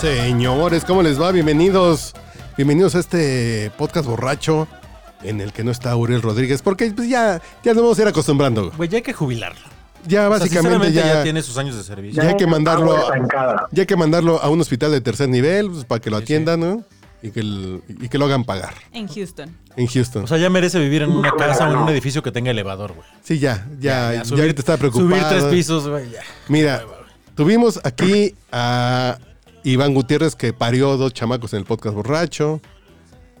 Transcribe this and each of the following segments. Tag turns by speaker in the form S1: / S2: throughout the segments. S1: Señores, ¿cómo les va? Bienvenidos. Bienvenidos a este podcast borracho en el que no está Uriel Rodríguez, porque pues, ya, ya nos vamos a ir acostumbrando.
S2: Güey, ya hay que jubilarlo.
S1: Ya
S2: O sea,
S1: básicamente
S2: sinceramente,
S1: ya,
S2: ya tiene sus años de servicio.
S1: ya hay que mandarlo
S3: Agua
S1: a,
S3: estancada.
S1: ya hay que mandarlo a un hospital de tercer nivel pues, para que lo atiendan, ¿no? Y que, el- y que lo hagan pagar
S4: En Houston.
S1: en Houston.
S2: O sea, ya merece vivir en una
S3: Híjole,
S2: casa o en
S3: no.
S2: un edificio que tenga elevador, güey.
S1: sí, ya, ya, ya,
S2: subir-
S1: ahorita estaba preocupado. eh.
S2: Subir tres pisos, güey, ya.
S1: Mira, tuvimos aquí a Iván Gutiérrez que parió dos chamacos en el podcast borracho.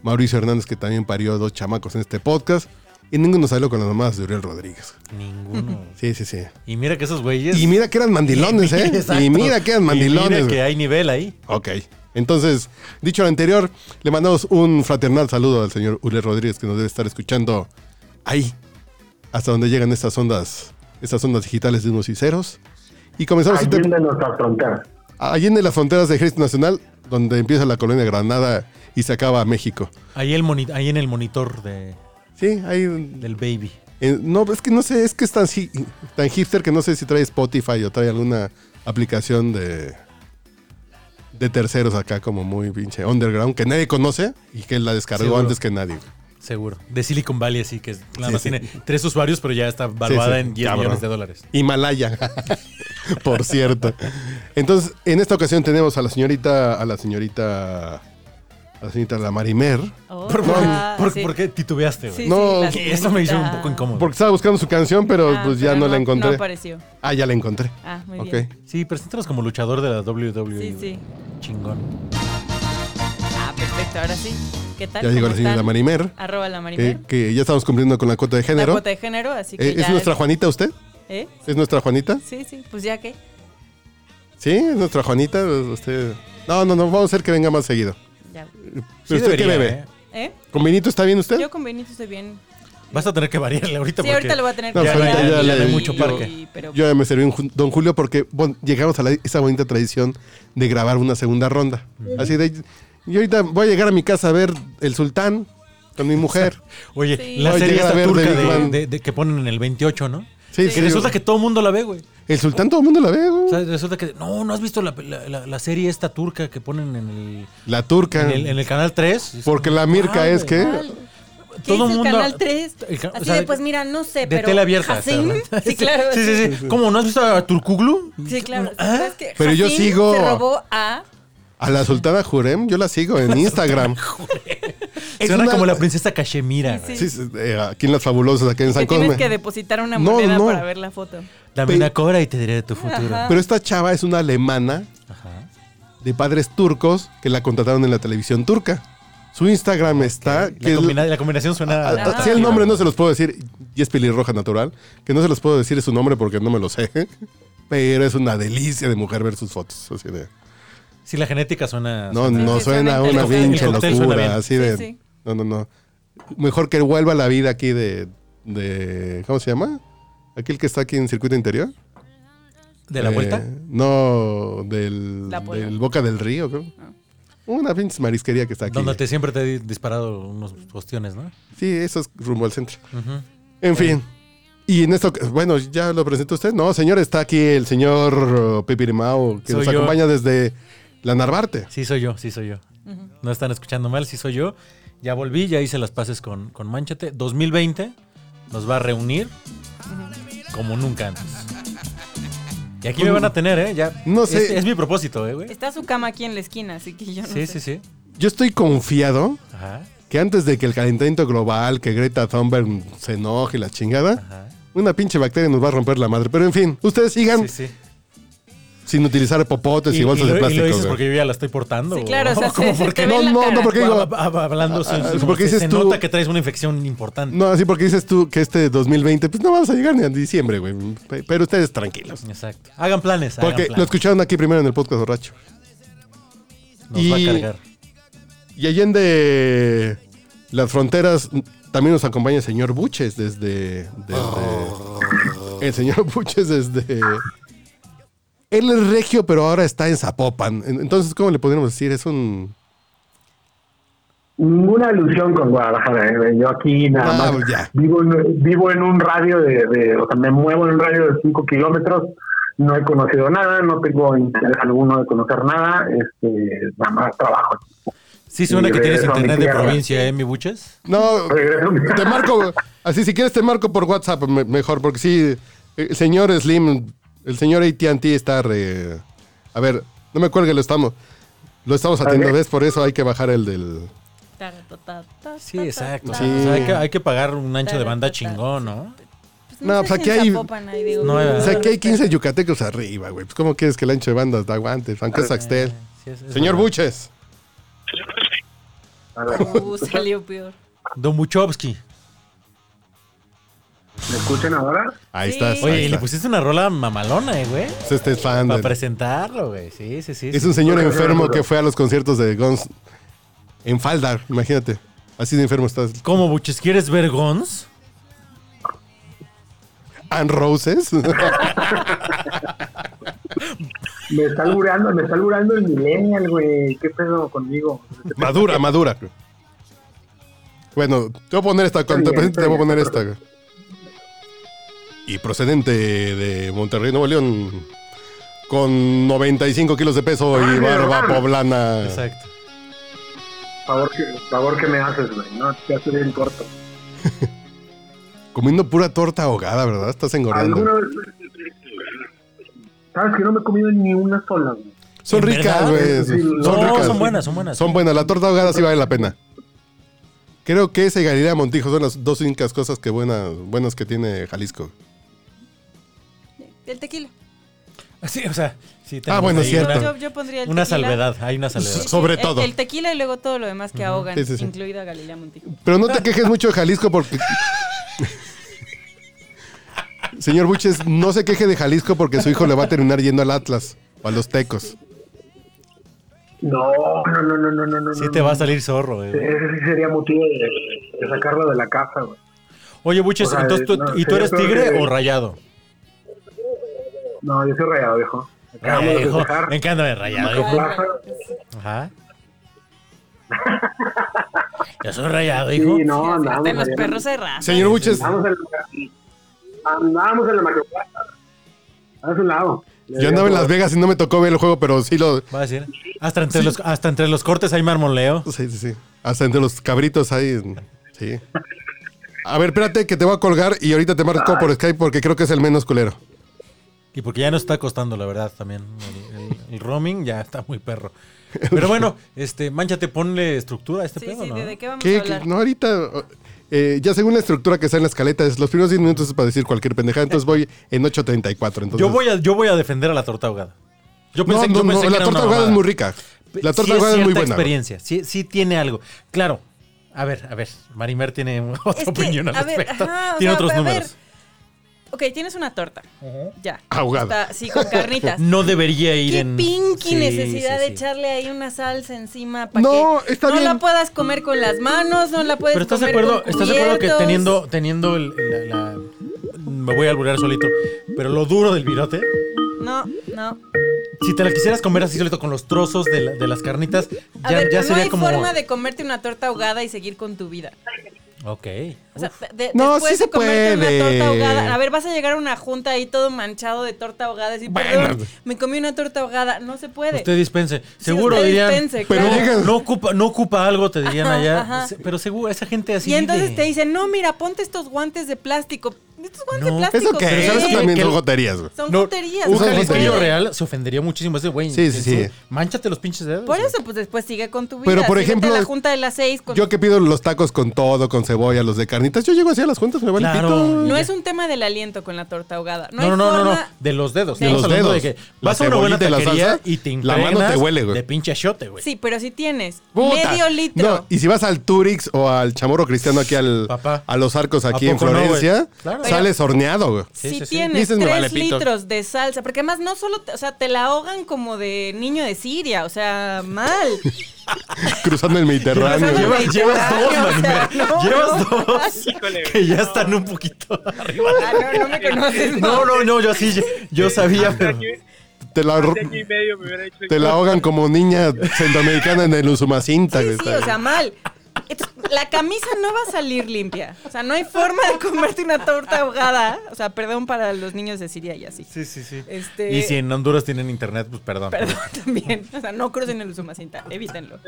S1: Mauricio Hernández que también parió dos chamacos en este podcast. Y ninguno salió con las mamás de Uriel Rodríguez.
S2: Ninguno.
S1: Sí, sí, sí.
S2: Y mira que esos güeyes.
S1: Y mira que eran mandilones, ¿eh?
S2: Exacto.
S1: Y mira que eran
S2: Y
S1: mandilones.
S2: mira que hay nivel ahí.
S1: Ok. Entonces, dicho lo anterior, le mandamos un fraternal saludo al señor Uriel Rodríguez que nos debe estar escuchando ahí, hasta donde llegan estas ondas, estas ondas digitales de unos y ceros. Y comenzamos este inter-
S3: Allende nuestra frontera.
S1: Allende las fronteras de Ejército Nacional, donde empieza la colonia Granada y se acaba México.
S2: Ahí, el moni- ahí en el monitor de,
S1: Sí, ahí.
S2: del baby.
S1: eh, no, es que no sé, es que es tan, hi- tan hipster que no sé si trae Spotify o trae alguna aplicación de, de terceros acá, como muy pinche underground, que nadie conoce y que la descargó
S2: Seguro.
S1: antes que nadie.
S2: Seguro. De Silicon Valley, así que nada
S1: Sí,
S2: más
S1: sí.
S2: tiene tres usuarios, pero ya está valuada
S1: sí,
S2: en 10
S1: cabrón.
S2: millones de dólares.
S1: Himalaya, por cierto. Entonces, en esta ocasión tenemos a la señorita, a la señorita, a la señorita La Marimer,
S2: ¿Por, por-
S4: Hola,
S2: por-
S4: Oh, sí.
S2: por qué titubeaste, güey?
S4: Sí,
S1: No,
S4: sí, la
S2: Que Eso me hizo un
S4: señorita.
S2: poco incómodo.
S1: porque estaba buscando su canción, pero
S4: Ah,
S1: pues ya
S4: pero
S1: no, la encontré.
S4: No apareció.
S1: Ah, ya la encontré.
S4: Ah, muy
S1: ok.
S4: bien.
S2: Sí, preséntanos como luchador de la WWE.
S4: Sí,
S2: güey.
S4: sí.
S2: Chingón.
S4: Ah, perfecto, ahora sí. ¿Qué tal?
S1: Ya llegó
S4: ¿Cómo
S1: la señora
S4: están?
S1: Marimer,
S4: Arroba la
S1: eh,
S4: Marimer.
S1: que ya estamos cumpliendo con la cuota de
S4: la
S1: género.
S4: cuota de género, así que
S1: Eh,
S4: ya
S1: ¿Es nuestra Juanita usted?
S4: ¿Eh?
S1: ¿Es nuestra Juanita?
S4: Sí, sí, pues ya que.
S1: Sí, es nuestra Juanita. Usted... No, no, no, vamos a hacer que venga más seguido.
S4: Ya.
S1: ¿Pero usted qué bebe?
S2: ¿eh?
S4: ¿eh?
S1: ¿Con vinito está bien usted?
S4: Yo con Benito estoy bien.
S2: Vas a tener que variarle ahorita.
S4: Sí,
S2: porque
S4: ahorita lo voy a tener
S1: No,
S4: que
S1: pues
S4: cambiar
S1: ahorita ya
S4: y-
S1: le-
S4: y-
S2: mucho parque.
S4: y- pero
S1: Yo ya me serví un Ju- Don Julio porque bueno, llegamos a la- esa bonita tradición de grabar una segunda ronda. Así de... Yo ahorita voy a llegar a mi casa a ver El Sultán con mi mujer.
S2: Oye,
S4: Sí.
S2: la
S1: Oye,
S2: serie
S1: llega a
S2: esta
S1: ver
S2: turca
S1: de Big
S2: de,
S1: Bang.
S2: de- de- que ponen en el 28, ¿no?
S1: Sí,
S2: Que
S1: sí.
S2: resulta que todo el mundo la ve, güey.
S1: El Sultán todo el mundo la ve. güey.
S2: O sea, resulta que. No, ¿no has visto la, la- la- la serie esta turca que ponen en el,
S1: La turca.
S2: en el, en el canal 3?
S1: Porque la Mirka es que...
S4: ¿Qué
S2: todo
S4: es el
S2: mundo-
S4: canal 3?
S2: El ca-
S4: Así
S2: o sea,
S4: de, pues mira, no sé,
S2: De
S4: pero.
S2: tela abierta.
S4: ¿Hassim?
S2: ¿verdad?
S4: Sí, claro.
S2: Sí, sí, sí. ¿Cómo? ¿No has visto a Turkuglu?
S4: Sí, claro.
S2: ¿Ah?
S4: ¿Sabes qué?
S1: Pero yo
S4: Hassim
S1: sigo-
S4: Se robó a.
S1: A la Sultana Jurem, yo la sigo en Instagram. Es
S2: Suena
S1: una-
S2: como la princesa Cachemira. güey.
S4: Sí.
S1: Sí, sí, eh, aquí en Las Fabulosas, aquí en San
S4: Que tienes
S1: Cosme.
S4: que depositar una
S1: No,
S4: moneda
S1: no.
S4: para ver la foto.
S2: Dame una cobra y te diré de tu futuro.
S4: Ajá.
S1: Pero esta chava es una alemana
S2: Ajá.
S1: de padres turcos que la contrataron en la televisión turca. Su Instagram está... que
S2: La,
S1: es-
S2: combina- la combinación suena.
S1: a- a-
S4: Ah.
S1: si el nombre no se los puedo decir, y es pelirroja natural, que no se los puedo decir su nombre porque no me lo sé. Pero es una delicia de mujer ver sus fotos. así de-
S2: Sí, la genética suena.
S1: no,
S2: suena-
S1: no
S4: sí,
S1: suena a
S4: suena
S1: una
S4: interesante.
S1: pinche
S2: El cóctel suena
S1: locura.
S2: bien.
S1: Así
S4: Sí,
S1: de...
S4: sí.
S1: No, no, no. Mejor que vuelva la vida aquí de... de ¿Cómo se llama? Aquel que está aquí en circuito interior.
S2: ¿De la
S1: Eh,
S2: vuelta?
S1: No, del,
S4: La Puebla.
S1: del Boca del Río, creo. Una pinche marisquería que está aquí.
S2: Donde Ah. te, siempre te he disparado unos cuestiones, ¿no?
S1: Sí, eso es rumbo al centro.
S2: Ujú.
S1: En fin. Y en esto, bueno, ya lo presentó usted. No, señor, está aquí el señor Pipirimao, que
S2: Soy
S1: nos
S2: yo.
S1: acompaña desde la Narvarte.
S2: Sí, soy yo, sí, soy yo. No están escuchando mal, sí, soy yo. Ya volví, ya hice las paces con, con Manchate. 2020 nos va a reunir como nunca antes. Y aquí me van a tener, ¿eh? Ya,
S1: No
S2: es- Es,
S1: sé.
S2: mi propósito, ¿eh, güey?
S4: Está su cama aquí en la esquina, así que yo no
S2: Sí, sí,
S4: sé.
S2: sí.
S1: Yo estoy confiado
S2: Ajá,
S1: que antes de que el calentamiento global, que Greta Thunberg se enoje y la chingada,
S2: ajá.
S1: una pinche bacteria nos va a romper la madre. Pero en fin, ustedes sigan
S2: Sí, sí.
S1: sin utilizar popotes y,
S2: y,
S1: bolsas
S2: y
S1: de
S2: lo, y lo
S1: plástico.
S2: dices
S1: güey.
S2: porque yo ya la estoy portando.
S4: Sí, claro, o sea,
S2: ¿Cómo
S4: se- se
S2: por
S4: te
S2: qué?
S4: ve
S1: No,
S4: en la
S1: no,
S4: cara.
S1: no, porque digo,
S2: Hab- hab- Hablando, sí,
S1: Ah,
S2: sí, como
S1: porque
S2: que
S1: dices
S2: se
S1: tú-
S2: nota que traes una infección importante.
S1: No, así porque dices tú que este 2020, pues no vamos a llegar ni a diciembre, güey. Pe- Pero ustedes tranquilos.
S2: Exacto. Hagan planes.
S1: Porque
S2: hagan
S1: lo
S2: planes.
S1: escucharon aquí primero en el podcast borracho.
S2: Nos va a
S1: y-
S2: cargar.
S1: Y allende las fronteras también nos acompaña el señor Buches desde. desde- el señor Buches desde. Él es regio, pero ahora está en Zapopan. En- Entonces, ¿cómo le podríamos decir? Es un.
S3: Ninguna alusión con Guadalajara. ¿eh? Yo aquí nada
S1: Ah,
S3: más
S1: ya.
S3: vivo en, vivo en un radio de, de- o sea, me muevo en un radio de 5 kilómetros. No he conocido nada, no tengo interés alguno de conocer nada. Este, nada más trabajo.
S2: Sí suena
S3: y
S2: que tienes
S3: regreso a mi
S2: internet de
S3: tierra.
S2: provincia, ¿eh, mi buches?
S1: No,
S3: Regreso.
S1: te marco. Así, si quieres, te marco por WhatsApp me- mejor, porque sí. El señor Slim, el señor ATT está. re- A ver, no me cuelgue, lo estamos. Lo estamos atendiendo,
S3: Ok.
S1: ¿ves? Por eso hay que bajar el del.
S2: Sí, exacto.
S1: Sí.
S2: O sea, hay, que, hay que pagar un ancho de banda
S4: Ta, ta, ta.
S2: chingón, ¿no?
S1: No, pues aquí hay-
S2: No, eh.
S1: O sea,
S2: ¿verdad?
S1: que hay 15 yucatecos arriba, güey. Pues, ¿cómo quieres que el ancho de bandas da guantes? Aunque es Axtel.
S2: Sí, es- es
S1: Señor
S2: verdad.
S1: Buches.
S3: A ver,
S4: Uh, salió peor.
S2: Don Buchowski.
S3: ¿Me escuchan ahora?
S1: Ahí
S4: Sí.
S1: estás.
S2: Oye,
S1: ahí
S2: y le
S1: está.
S2: pusiste una rola mamalona, eh, güey.
S1: Pues Este es fan.
S2: Para
S1: del-
S2: presentarlo, güey. Sí, sí, sí.
S1: Es
S2: sí.
S1: un señor enfermo
S3: Claro.
S1: que fue a los conciertos de Guns en falda, imagínate. Así de enfermo estás.
S2: ¿Cómo, Buches? ¿Quieres ver Gons?
S1: ¿And Roses?
S3: Me está albureando, me está albureando el millennial, güey. ¿Qué pedo conmigo?
S1: madura, madura. Bueno, te voy a poner esta. Cuando te
S3: bien,
S1: presente, te
S3: está
S1: voy a poner
S3: bien,
S1: esta. Y procedente de Monterrey, Nuevo León. Con 95 kilos de peso y
S3: Ah,
S1: barba
S3: hermano.
S1: poblana.
S2: Exacto.
S3: Favor que, favor que me haces, güey. No, te hace bien corto.
S1: Comiendo pura torta ahogada, ¿verdad? Estás engordando.
S3: Alguna vez- ¿Sabes que no me he comido ni una sola, güey?
S1: Son
S2: ¿En
S1: ricas,
S2: verdad?
S1: güey.
S3: Sí,
S1: Son
S2: No,
S1: ricas.
S2: son buenas, son buenas.
S1: Son buenas. La torta ahogada sí vale la pena. Creo que esa y Galilea Montijo son las dos únicas cosas que buenas, buenas que tiene Jalisco.
S4: El tequila.
S2: Sí, o sea, sí.
S1: Ah,
S2: tenemos
S1: bueno,
S2: ahí
S1: cierto.
S2: una-
S4: Yo, yo pondría el
S2: Una
S4: tequila.
S2: salvedad, hay una
S4: Sí,
S2: salvedad.
S4: sí,
S1: Sobre
S4: el-
S1: todo.
S4: El tequila y luego todo lo demás que ahogan,
S1: Sí, sí, sí.
S4: incluida Galilea Montijo.
S1: Pero no te quejes mucho de Jalisco porque... Señor Buches, no se queje de Jalisco porque su hijo le va a terminar yendo al Atlas o a los Tecos.
S3: No, no, no, no, no, no, no.
S2: Sí
S3: no,
S2: te
S3: no.
S2: va a salir zorro, eh, güey.
S3: Ese sí sería motivo de, de sacarlo de la casa, güey.
S2: Oye, Buches,
S3: O sea,
S2: entonces tú,
S3: no,
S2: ¿y tú
S3: sí,
S2: eres
S3: yo creo
S2: tigre
S3: que-
S2: o rayado?
S3: No, yo soy rayado, viejo. Acabamos de
S2: Rayado,
S3: festejar.
S2: me encanta de rayado. hijo.
S3: Plaza.
S2: Ajá. Yo soy rayado, hijo.
S3: Sí, no, andamos.
S4: Hasta en los
S3: allá.
S4: perros de raza.
S1: Señor Buches,
S3: Andamos en la, andamos en la macroplaza. A su lado.
S1: yo andaba en Las Vegas y no me tocó ver el juego, pero sí lo...
S2: Va a decir. Hasta entre, los, hasta entre los cortes hay marmoleo.
S1: Sí, sí, sí. Hasta entre los cabritos ahí. Sí. A ver, espérate que te voy a colgar y ahorita te marco por Skype porque creo que es el menos culero.
S2: Y porque ya nos está costando, la verdad, también. El, el- el roaming ya está muy perro. Pero bueno, este, manchate, ponle estructura a este
S4: Sí,
S2: pedo,
S4: sí,
S2: ¿no?
S4: ¿de, de qué vamos
S1: ¿Qué?
S4: a hablar?
S1: ¿Qué? No, ahorita. eh, ya según la estructura que está en la escaleta, es los primeros 10 minutos es para decir cualquier pendejada. Entonces voy en 8.34. Entonces,
S2: Yo voy a, yo voy a defender a la torta ahogada. Yo
S1: Pues No,
S2: pensé,
S1: no,
S2: yo pensé
S1: no,
S2: que
S1: la
S2: era
S1: torta
S2: una
S1: ahogada es
S2: mamada.
S1: muy rica. La torta
S2: Sí es
S1: ahogada es muy
S2: cierta
S1: buena. güey.
S2: experiencia, sí, sí tiene algo. Claro, a ver, a ver, Marimer tiene otra
S4: Es que,
S2: opinión al
S4: a ver,
S2: respecto.
S4: ajá, o
S2: tiene
S4: sea,
S2: otros
S4: a ver,
S2: números.
S4: Ok, tienes una torta. Ya.
S1: Ahogada.
S4: Está, sí, con carnitas.
S2: No debería ir
S4: Qué
S2: en.
S4: pinky
S2: Sí,
S4: necesidad
S2: sí,
S4: de
S2: sí.
S4: echarle ahí una salsa encima para
S1: No,
S4: que
S1: está
S4: no la
S1: bien.
S4: puedas comer con las manos, no la puedes
S2: Pero estás de
S4: comer
S2: acuerdo,
S4: con
S2: estás de acuerdo que
S4: cubiertos?
S2: teniendo, teniendo el- la, la- me voy a alburear solito, pero lo duro del virote,
S4: No, no.
S2: si te la quisieras comer así solito con los trozos de, la- de las carnitas,
S4: A
S2: ya,
S4: ver,
S2: ya
S4: pero no
S2: sería
S4: hay
S2: como.
S4: forma de comerte una torta ahogada y seguir con tu vida.
S2: Ok.
S4: O sea, de-
S1: No,
S4: después
S1: sí se
S4: de comerte
S1: puede.
S4: una torta ahogada. A ver, vas a llegar a una junta ahí todo manchado de torta ahogada y decir,
S1: Bueno.
S4: perdón, me comí una torta ahogada. No se puede.
S2: pues". Usted dispense. Seguro
S4: usted
S2: dirían.
S4: dispense,
S1: Pero
S2: no,
S1: claro. llegan-
S2: no ocupa, no ocupa algo, te dirían
S4: Ajá,
S2: allá.
S4: ajá.
S2: Se- Pero seguro, esa gente así.
S4: y entonces
S2: vive.
S4: te dicen, no, mira, ponte estos guantes de plástico. Estos guantes
S2: No.
S4: de plástico.
S1: Eso que
S2: Pero
S1: es,
S2: ¿sabes
S1: eso
S2: qué?
S1: también
S2: Que-
S1: son goterías, güey.
S4: Son
S2: No,
S4: puterías.
S2: Un
S1: Eso es
S2: jalisquillo
S1: tontería.
S2: real se ofendería muchísimo. Ese güey.
S1: Sí, sí, sí.
S2: Manchate los pinches dedos.
S4: Por eso, pues después sigue con tu vida.
S1: Pero, por
S4: Síguete
S1: ejemplo,
S4: a la junta de las seis. Con...
S1: Yo que pido los tacos con todo, con cebolla, los de carnitas. Yo llego así a las juntas, me vale
S2: Claro.
S1: pito.
S4: No es un tema del aliento con la torta ahogada.
S2: No,
S4: No,
S2: no,
S4: hay
S2: no, no,
S4: forma...
S2: no, de los dedos.
S4: De
S2: Estamos
S1: los
S2: hablando
S1: dedos.
S2: De que
S1: La
S2: vas a una buena
S1: cebollita y la
S2: taquería
S1: salsa,
S2: y te
S1: la mano
S2: impregnas
S1: te huele, güey.
S2: De pinche achote, güey.
S4: Sí, pero si tienes
S1: Puta.
S4: medio litro.
S1: No, y si vas al Turix o al Chamorro Cristiano aquí al,
S2: Papá.
S1: a los arcos aquí
S2: ¿A
S1: en
S2: poco no, güey?
S1: Florencia,
S2: Claro.
S1: sales horneado, güey.
S2: Sí,
S4: si
S2: sí, sí.
S4: tienes
S1: Dices, me
S4: tres
S1: vale pito.
S4: litros de salsa, porque además no solo, te- o sea, te la ahogan como de niño de Siria, o sea, mal.
S1: Cruzando el Mediterráneo.
S4: Cruzando el
S1: güey.
S2: Llevas, llevas dos,
S4: Mediterráneo, o sea,
S2: Manuel.
S4: no,
S2: Llevas
S4: no.
S2: dos
S5: Híjole, güey.
S2: que ya están un poquito arriba.
S4: Ah, no, no me conoces.
S2: No, no, no, yo sí,
S1: Eh,
S2: yo
S1: ah,
S2: sabía,
S5: Hace
S2: pero.
S5: año,
S1: Te la,
S5: hace año y medio me hubiera hecho
S1: te la ahogan como niña centroamericana en el Usumacinta,
S4: Sí,
S1: güey.
S4: sí, o sea, mal. Entonces, la camisa no va a salir limpia. O sea, no hay forma de comerte una torta ahogada. O sea, perdón para los niños de Siria y así.
S2: Sí, sí, sí.
S4: Este-
S2: Y si en Honduras tienen internet, pues perdón.
S4: Perdón también. O sea, no crucen el Usumacinta, evítenlo.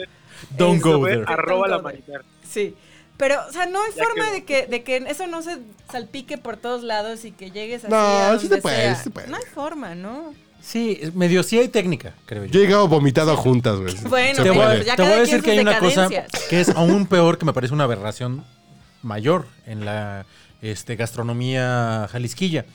S2: Don't
S3: Este
S4: Eso,
S2: go
S5: güey,
S2: there.
S5: Arroba la
S4: Tanto de-
S5: marinar.
S4: Sí. Pero, o sea, no hay
S5: Ya
S4: forma
S5: quedó.
S4: de que, de que eso no se salpique por todos lados y que llegues así
S1: No,
S4: a
S1: sí
S4: donde
S1: se puede,
S4: sea.
S1: sí se puede.
S4: No hay forma, ¿no?
S2: Sí, es- medio sí hay técnica, creo yo.
S1: Yo he llegado vomitado a juntas, güey.
S4: Bueno,
S1: Se
S2: te voy,
S4: pero
S1: puede.
S4: ya
S2: te
S4: cada
S2: voy a
S4: quien
S2: decir que hay
S4: sus
S2: una cosa
S4: decadencias.
S2: que es aún peor, que me parece una aberración mayor en la este, gastronomía jalisquilla,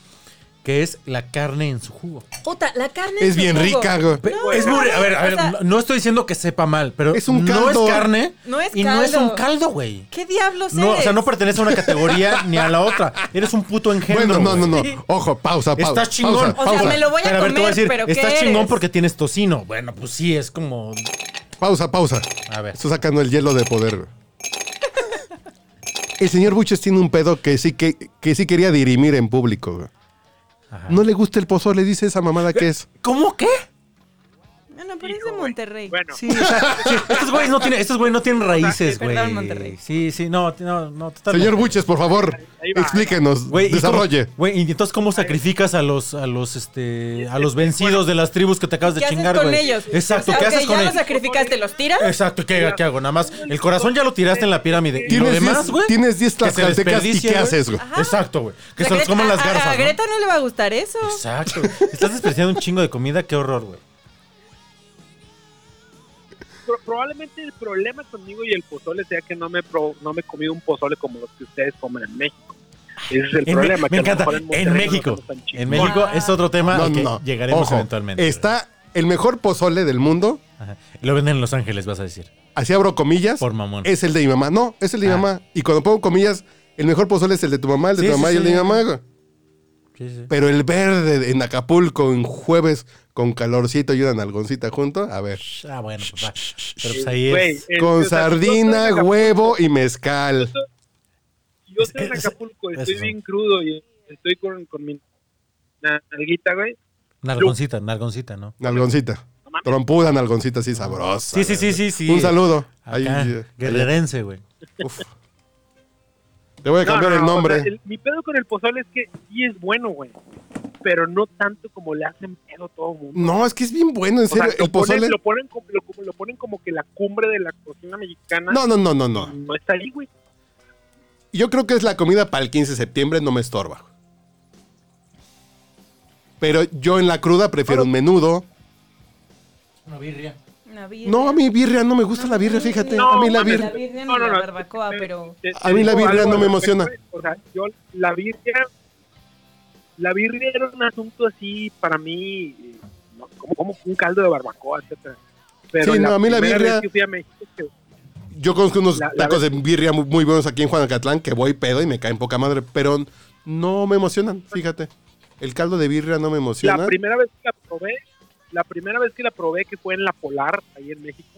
S2: que es la carne en su jugo.
S4: Puta, la carne en
S1: Es
S4: su
S1: bien
S4: jugo.
S1: rica, güey.
S2: Pe- es muy- a ver, a ver,
S4: o sea-
S2: no- no estoy diciendo que sepa mal, pero
S1: Es un
S2: no
S1: caldo.
S2: es carne
S4: No es
S2: y no es
S4: caldo.
S2: un caldo, güey.
S4: ¿Qué diablos
S2: No, o sea,
S4: eres?
S2: no pertenece a una categoría ni a la otra. Eres un puto engendro.
S1: Bueno, no, no, no.
S2: güey.
S1: Ojo, pausa, pausa.
S2: Estás chingón.
S1: pausa,
S4: O sea,
S1: pausa.
S4: me lo voy a
S2: Pero, ver, te
S4: comer, pero ¿qué
S2: Estás
S4: eres?
S2: chingón porque tienes tocino. Bueno, pues sí, es como.
S1: Pausa, pausa.
S2: A ver.
S1: Estoy sacando el hielo de poder. güey. El señor Buches tiene un pedo que sí, que, que sí quería dirimir en público. güey.
S2: Ajá.
S1: No le gusta el pozole, dice esa mamada que es.
S2: ¿Cómo qué?
S4: No, no, pero es
S5: Hijo,
S4: de
S5: güey.
S4: Monterrey.
S5: Bueno,
S2: Sí, o sea, sí, estos güeyes no tienen, estos güeyes no tienen raíces,
S4: Perdón,
S2: güey.
S4: Monterrey.
S2: Sí, sí, no, no, no. totalmente.
S1: Señor Buches, por favor,
S5: Ahí va,
S1: explíquenos,
S2: Güey, ¿y cómo-
S1: desarrolle.
S2: Güey, y entonces cómo sacrificas a los a los este a los vencidos de las tribus que te acabas de
S4: ¿Qué haces
S2: chingar,
S4: con
S2: güey?
S4: ellos?
S2: Exacto,
S4: O sea,
S2: ¿qué
S4: ok,
S2: haces con
S4: ya los
S2: ellos?
S4: sacrificaste, los tiras.
S2: Exacto, ¿qué, qué hago? Nada más, el corazón ya lo tiraste en la pirámide. ¿Y lo
S1: Tienes
S2: demás,
S1: diez-
S2: güey?
S1: tienes diez
S2: Que se
S1: tlaxcaltecas, ¿y
S2: desperdicien,
S1: qué haces, güey?
S2: Exacto, güey. Que
S4: O sea,
S2: se los
S4: Greta-
S2: coman las
S4: a-
S2: garzas,
S4: A,
S2: ¿no?
S4: Greta ¿no? le va a gustar eso.
S2: Exacto. güey. Estás desperdiciando un chingo de comida, qué horror, güey.
S5: pro- probablemente el problema conmigo y el pozole sea que no me pro- no me he comido un pozole como los que ustedes comen en México. Ese es el
S2: En- me
S5: problema. que a lo
S2: encanta.
S5: mejor
S2: En
S5: Monterrey no
S2: México.
S5: somos tan
S2: En
S5: chingones.
S2: México es otro tema
S1: Ah. No,
S2: al
S1: no,
S2: que
S1: no.
S2: Ah, llegaremos
S1: Ojo,
S2: eventualmente.
S1: Está el mejor pozole del mundo,
S2: Ajá. Lo venden en Los Ángeles, vas a decir.
S1: así abro comillas,
S2: Por mamón.
S1: es el de mi mamá. No, es el de mi
S2: Ah.
S1: mamá. Y cuando pongo comillas, el mejor pozole es el de tu mamá, el de
S2: Sí,
S1: tu
S2: sí,
S1: mamá y el
S2: sí.
S1: de mi mamá. güey.
S2: Sí, sí.
S1: Pero el verde en Acapulco en jueves con calorcito y una nalgoncita junto, a ver.
S2: Ah, bueno, papá. Pero pues ahí
S5: Güey,
S2: es.
S5: este, o
S1: Con
S5: sea, yo estoy en
S1: sardina,
S5: Acapulco,
S1: huevo y mezcal.
S5: Yo estoy en
S2: Es- es-
S5: Acapulco,
S2: es-
S5: estoy
S2: eso.
S5: bien crudo y estoy con, con mi nalguita, güey.
S2: Nargoncita, nargoncita, ¿no?
S1: Nalgoncita. Trompuda nalgoncita así sabrosa.
S2: Sí, sí,
S1: güey.
S2: sí, sí, sí.
S1: Un saludo.
S2: Acá,
S1: Ahí, eh, ahí.
S2: guerrerense, güey.
S1: Uf. Le voy a cambiar el nombre.
S5: o sea, el- mi pedo con el pozole es que sí es bueno, güey. Pero no tanto como le hacen pedo todo el mundo.
S1: No, es que es bien bueno, en
S5: O sea,
S1: serio.
S5: lo,
S1: el pozole.
S5: ponen, lo, ponen como, lo, como- lo ponen como que la cumbre de la cocina mexicana.
S1: No, no, no, no,
S5: no.
S1: no.
S5: está ahí, güey.
S1: Yo creo que es la comida para el 15 de septiembre, no me estorba. Pero yo en la cruda prefiero un menudo.
S2: Una birria.
S4: Una birria.
S1: No, a mí birria no me gusta la birria, fíjate. A mí la
S5: mames,
S1: birria.
S4: La birria ni
S5: no, no,
S4: la
S5: no.
S4: barbacoa, pero-
S5: Te- te
S1: A mí la
S5: digo
S1: birria
S5: algo
S1: no me
S5: al respecto,
S1: emociona.
S5: güey. O sea, yo la birria... La birria era un asunto así para mí... eh, no, Como, como un caldo de barbacoa, etcétera. Pero
S1: Sí, no, a mí la
S5: primera
S1: birria-
S5: vez que fui a México, que-
S1: Yo conozco unos
S5: La- la
S1: tacos de birria muy, muy buenos aquí en Juanacatlán que voy pedo y me caen poca madre, pero no me emocionan, fíjate. El caldo de birria no me
S5: La
S1: emociona.
S5: primera vez que la probé, la primera vez que la probé, que fue en La Polar, ahí en México.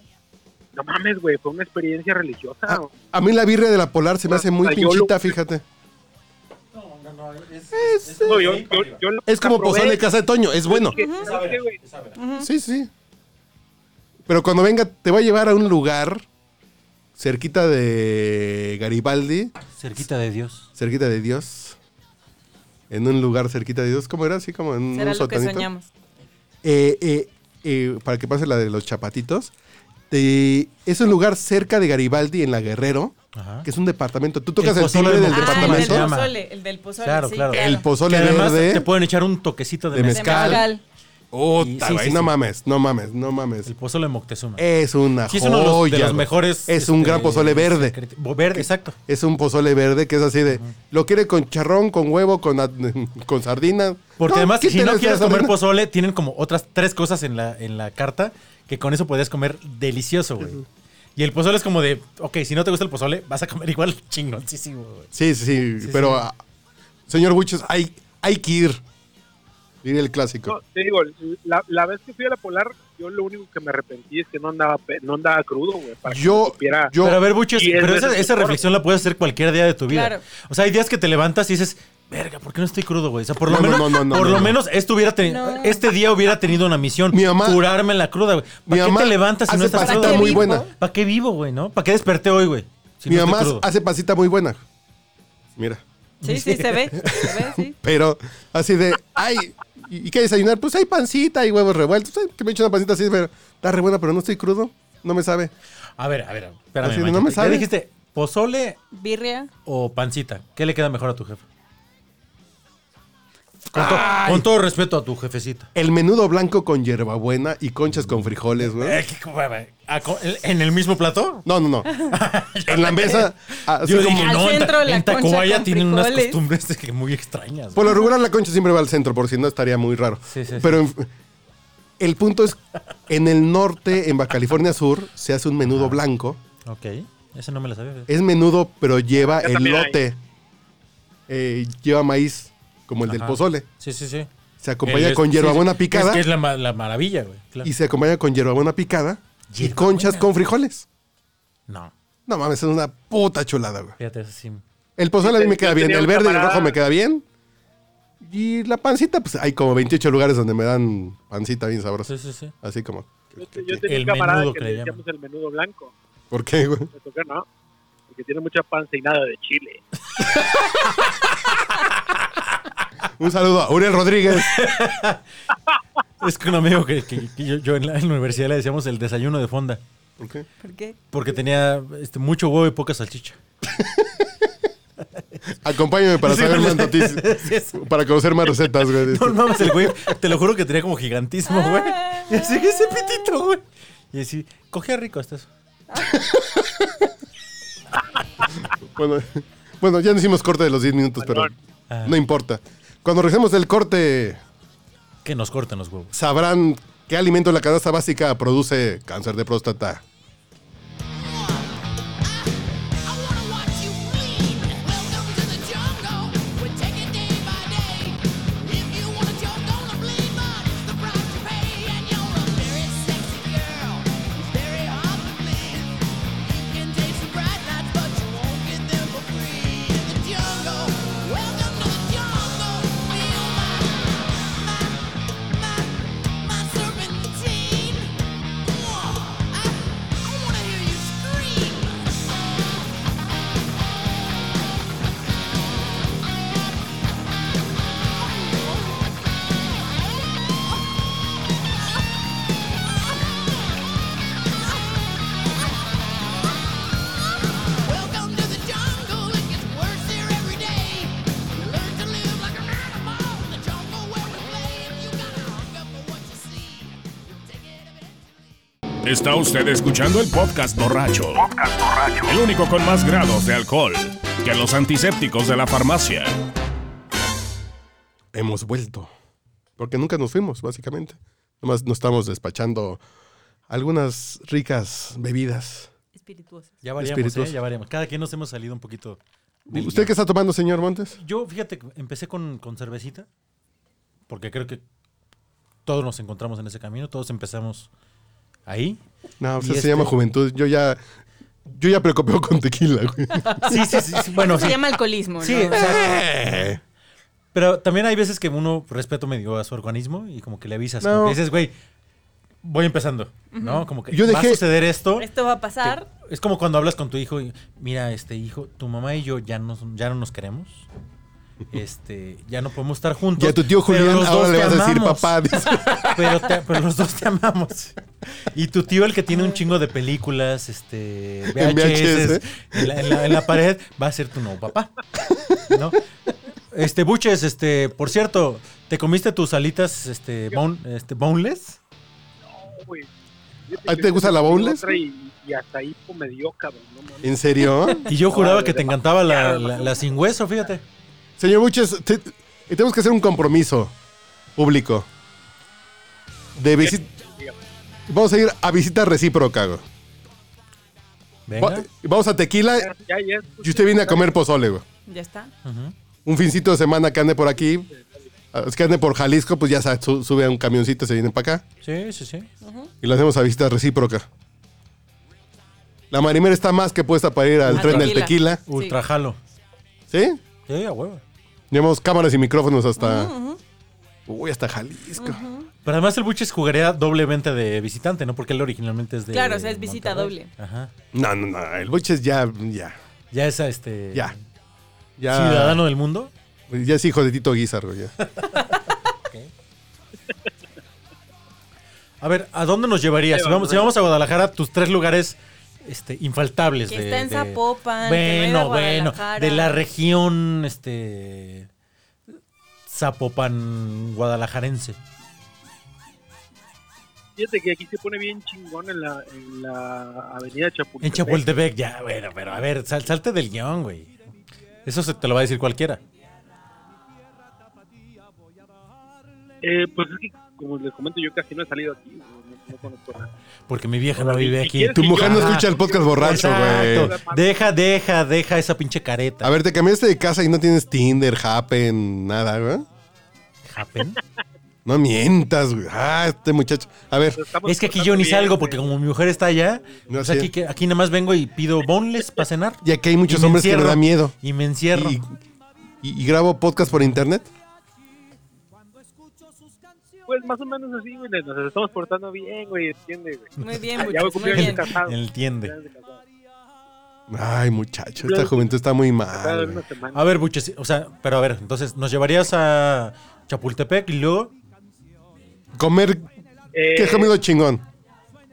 S5: No mames, güey, fue una experiencia religiosa.
S1: Ah, A mí la birria de la polar se me hace muy
S5: O sea, yo lo-
S1: pinchita, fíjate.
S2: No, no, no. Es,
S5: No, yo- yo- yo la-
S1: Es como
S5: la probé,
S1: pozole de casa de Toño, es bueno.
S5: dije, "¿Sabes qué, güey?
S4: Ujú.
S1: Sí, sí. Pero cuando venga, te va a llevar a un lugar cerquita de Garibaldi,
S2: Cerquita de Dios.
S1: cerquita de Dios. En un lugar cerquita de Dios, ¿cómo era? Así como en un
S4: Será lo que
S1: sotanito.
S4: soñamos.
S1: Eh, eh, eh, para que pase la de los chapatitos. te- es un lugar cerca de Garibaldi, en la Guerrero,
S2: Ajá.
S1: que es un departamento. Tú tocas el,
S2: pozole
S1: timbre
S2: de
S1: del
S2: Monterrey.
S4: Ah, el del
S1: departamento.
S2: se llama?
S4: pozole, el del pozole.
S2: Claro,
S4: sí,
S2: claro.
S1: El pozole
S2: que además
S1: verde.
S2: te pueden echar un toquecito de,
S1: de
S2: mezcal.
S1: mezcal. Sí,
S6: Puta,
S1: sí,
S6: güey.
S1: no mames, no mames, no mames.
S2: El pozole Moctezuma.
S1: Es una
S2: Sí, es
S1: Eh, joya.
S2: uno de los, de los
S1: güey.
S2: mejores.
S1: Es un
S2: este,
S1: gran pozole verde.
S2: secreti- bo- Verde, exacto.
S1: Es un pozole verde que es así de. Lo quiere con charrón, con huevo, con, a- con sardina.
S2: Porque
S1: No,
S2: además,
S1: ¿qué
S2: si no
S1: tienes
S2: quieres
S1: de
S2: comer
S1: sardina?
S2: pozole, tienen como otras tres cosas en la, en la carta que con eso podías comer delicioso, güey. Y el pozole es como de, ok, si no te gusta el pozole, vas a comer igual chingoncísimo, güey.
S1: Sí, sí, sí.
S2: Sí,
S1: pero,
S2: sí.
S1: ah, señor Wiches, hay, hay que ir. Diría el
S5: No,
S1: clásico.
S5: te digo, la, la vez que fui a la Polar, yo lo único que me arrepentí es que no andaba pe- no andaba crudo, güey. Para que
S1: Yo-
S5: supiera-
S1: yo-
S2: Pero a ver, Buches,
S5: Y es
S2: pero
S5: de
S2: esa,
S5: esos
S2: esa
S5: mejores.
S2: reflexión la puedes hacer cualquier día de tu vida.
S4: Claro.
S2: O sea, hay días que te levantas y dices, verga, ¿por qué no estoy crudo, güey? O sea, por lo
S1: No, no,
S2: menos,
S1: no, no, no,
S2: por
S1: no,
S2: lo
S1: no.
S2: menos esto hubiera teni-
S4: No.
S2: este día hubiera tenido una misión.
S1: Mi mamá-
S2: curarme la cruda, güey.
S1: Mi
S2: ¿Para qué
S1: mamá
S2: te levantas si
S1: hace
S2: no estás
S1: pasita
S2: crudo?
S1: muy
S2: güey?
S1: buena.
S2: ¿Para qué vivo, güey, no? ¿Para qué desperté hoy, güey? si
S1: Mi
S2: no estoy
S1: mamá
S2: crudo?
S1: hace pasita muy buena. Mira.
S4: Sí, sí, se ve. Se ve, sí.
S1: Pero así de, ay, ¿y y qué desayunar? Pues hay pancita y huevos revueltos. Ay, Que me echo una pancita así, pero está re buena, pero no estoy crudo. No me sabe.
S2: A ver, a ver, espérame.
S1: Así de, no
S2: Manchete.
S1: me sabe.
S2: ¿Ya dijiste pozole
S4: Birria.
S2: o pancita? ¿Qué le queda mejor a tu jefe? Con, to- con todo respeto a tu jefecita.
S1: El menudo blanco con hierbabuena y conchas con frijoles, güey.
S2: Eh, qué hueva, eh. Ah, con- ¿En el mismo plato?
S1: No, no, no. En la mesa, así
S2: Yo
S1: como.
S2: dije,
S4: Al
S2: no, en,
S4: centro
S2: Ta-
S4: la
S2: en
S4: concha
S2: Tacubaya
S4: con
S2: tienen unas
S4: frijoles.
S2: costumbres que muy extrañas.
S1: Por
S2: güey.
S1: lo regular, la concha siempre va al centro, por si no estaría muy raro.
S2: Sí, sí, sí.
S1: Pero en- el punto es: en el norte, en Baja California Sur, se hace un menudo blanco.
S2: Ok, ese no me lo sabía. fíjate.
S1: Es menudo, pero lleva
S5: Ya también
S1: elote. Eh, lleva maíz, como el del
S2: Ajá.
S1: pozole.
S2: Sí, sí, sí.
S1: Se acompaña
S2: El-
S1: con
S2: sí,
S1: hierbabuena
S2: sí.
S1: picada
S2: Es que es la, ma- la maravilla, güey. claro.
S1: y se acompaña con hierbabuena picada y
S2: Hierbabuena.
S1: conchas con frijoles.
S2: No,
S1: No mames, es una puta chulada, güey.
S2: fíjate, eso sí.
S1: El pozole a mí me
S5: Yo
S1: queda
S5: tenía
S1: bien, el
S5: un
S1: verde y el
S5: camarada-
S1: rojo me queda bien. Y la pancita, pues hay como 28 lugares donde me dan pancita bien sabrosa.
S2: Sí, sí, sí.
S1: Así como,
S5: Yo, te- yo tenía
S2: El
S5: un camarada
S2: menudo
S5: que
S2: que
S5: le
S2: le llaman.
S5: decíamos el menudo blanco.
S1: ¿por qué, güey?
S5: Me tocó, no. Porque tiene mucha panza y nada de chile.
S1: Un saludo a Uriel Rodríguez.
S2: Es que un amigo que, que- que yo, yo en, la, en la universidad le decíamos el desayuno de fonda.
S1: Ok.
S4: ¿Por qué?
S2: Porque tenía este, mucho huevo y poca salchicha.
S1: Acompáñame para
S2: Sí,
S1: saber más
S2: sí,
S1: noticias.
S2: sí, sí.
S1: Para conocer más recetas, güey.
S2: No mames, el güey, te lo juro que tenía como gigantismo, güey. Y así que ese pitito, güey. Y así, cogía rico hasta eso.
S1: Bueno, bueno, ya no hicimos corte de los 10 minutos, pero
S2: Ah.
S1: no importa. Cuando regresemos del corte,
S2: Que nos cortan los huevos.
S1: sabrán qué alimento de la canasta básica produce cáncer de próstata.
S7: I wanna watch you bleed. Welcome to the jungle. We take it day by day. If you wanna joke, gonna bleed, but it's the price you pay. And you're a very sexy girl. It's very hard to please. You can taste the bright lights, but you won't get them for free. In the jungle. Welcome to the jungle. Feel my, my, my, my serpentine. I, I wanna hear you scream. Welcome to the jungle. It gets worse here every day. Learn to live like an animal in the jungle where we play. If you gotta hung up for what you see, you'll take it eventually.
S6: Está usted escuchando el podcast borracho. El único con más grados de alcohol que los antisépticos de la farmacia.
S1: Hemos vuelto. Porque nunca nos fuimos, básicamente. Nomás nos estamos despachando algunas ricas bebidas.
S4: Espirituoso.
S2: Ya variamos, ¿eh?
S1: Espirituoso.
S2: Ya variamos. Cada quien nos hemos salido un poquito. del
S1: ¿Usted qué
S2: guión.
S1: está tomando, señor Montes?
S2: Yo, fíjate, empecé con, con cervecita. Porque creo que todos nos encontramos en ese camino. Todos empezamos ahí.
S1: No, usted
S2: Y
S1: se
S2: este-
S1: llama Juventud. Yo ya. Yo ya precopeo con tequila, güey.
S2: Sí, sí, sí. sí, Bueno,
S4: Se
S2: sí.
S4: llama alcoholismo, ¿no?
S2: Sí, exacto. Eh, Pero también hay veces que uno respeto medio a su organismo y como que le avisas.
S1: No.
S2: Como que dices, güey, voy empezando. ¿No? Como que
S1: Yo
S2: va
S1: dejé-
S2: a suceder esto.
S4: Esto va a pasar.
S2: Te- Es como cuando hablas con tu hijo y mira, este hijo, tu mamá y yo ya no, son- ya no nos queremos. Este, ya no podemos estar juntos.
S1: Y a tu tío
S2: pero
S1: Julián
S2: los
S1: ahora
S2: dos
S1: le
S2: te
S1: vas a decir
S2: amamos".
S1: papá. dice.
S2: Pero, te- pero los dos te amamos. Y tu tío, el que tiene un chingo de películas, este, VHS,
S1: VHS.
S2: en, la, en la- en la pared, va a ser tu nuevo papá. ¿no? Este, Buches, este, por cierto, ¿te comiste tus alitas este, bone- este, boneless?
S5: güey.
S1: ¿A ti te gusta la boneless?
S5: Otra Y, y hasta ahí pues, me dio, cabrón. No, mames.
S1: ¿En serio?
S2: Y yo juraba que te encantaba la, la- la sin hueso, fíjate.
S1: Señor Buches, te- tenemos que hacer un compromiso público. De visi- Vamos a ir a visita recíproca. güey.
S2: Venga.
S1: Va- Vamos a tequila
S5: Ya, ya,
S1: y usted viene a comer pozole, güey.
S4: Ya está.
S2: Ujú.
S1: Un fincito de semana que ande por aquí. ah, Es que ande por Jalisco, pues ya sa- su- sube a un camioncito, se vienen para acá.
S2: Sí, sí, sí.
S1: Y lo hacemos a visita recíproca. La marimera está más que puesta para ir al
S4: Al
S1: tren del tequila.
S2: Ultra jalo.
S1: ¿Sí?
S2: Sí, a huevo.
S1: Llevamos cámaras y micrófonos hasta. Uy, hasta Jalisco.
S2: Pero además el Buches jugaría doblemente de visitante, ¿no? Porque él originalmente es de.
S4: Claro, o sea, es visita
S2: Monterrey.
S4: doble.
S2: Ajá.
S1: No, no, no. El Buches ya. Ya.
S2: Ya es este.
S1: Ya. Ya.
S2: Ciudadano del mundo.
S1: Ya es hijo de Tito Guizar, güey. ya.
S2: A ver, ¿a dónde nos llevarías? Si vamos, si vamos a Guadalajara, tus tres lugares este, infaltables.
S4: Que
S2: de-
S4: está en
S2: de-
S4: Zapopan, que no he ido a
S2: Bueno, bueno.
S4: Guadalajara.
S2: De la región este, Zapopan guadalajarense.
S5: Fíjate que aquí se pone bien chingón en la, en la avenida Chapultepec.
S2: En Chapultepec, ya, bueno, pero a ver, sal- salte del guión, güey. Eso se te lo va a decir cualquiera.
S5: Eh, pues es que, como les comento, yo casi no he salido aquí. güey, No, no conozco nada.
S2: Porque mi vieja no vive
S5: si
S2: aquí.
S5: quieres
S1: Tu
S5: Sí,
S1: mujer no
S5: yo-
S1: escucha el podcast borracho, güey.
S2: Exacto. Deja, deja, deja esa pinche careta.
S1: A ver, te cambiaste de casa y no tienes Tinder, Happen, nada, güey.
S2: Happen.
S1: No mientas, güey. Ah, este muchacho. A ver,
S5: Pero estamos
S2: Es que aquí
S5: tratando
S2: yo ni
S5: bien,
S2: salgo
S5: güey.
S2: porque como mi mujer está allá,
S1: No,
S2: pues
S1: sí.
S2: aquí, que- aquí nada más vengo y pido boneless para cenar.
S1: y aquí hay muchos
S2: Y me
S1: hombres que le
S2: encierro.
S1: da miedo.
S2: Y me encierro.
S1: Y, y- y grabo podcast por internet.
S5: Pues más o menos así, güey. Nos estamos portando bien, güey. Entiende, güey.
S4: Muy bien,
S5: Ya voy
S4: Buches,
S5: a
S4: muy
S5: cumplir años
S4: bien.
S5: de casado.
S2: Entiende.
S5: Años de casado.
S1: Ay, muchacho, esta juventud está muy
S5: Casado en
S1: mal.
S5: una
S1: güey.
S5: semana.
S2: A ver, buches, o sea, pero a ver, entonces nos llevarías a Chapultepec y luego
S1: Comer,
S5: Eh,
S1: ¿qué es comido chingón?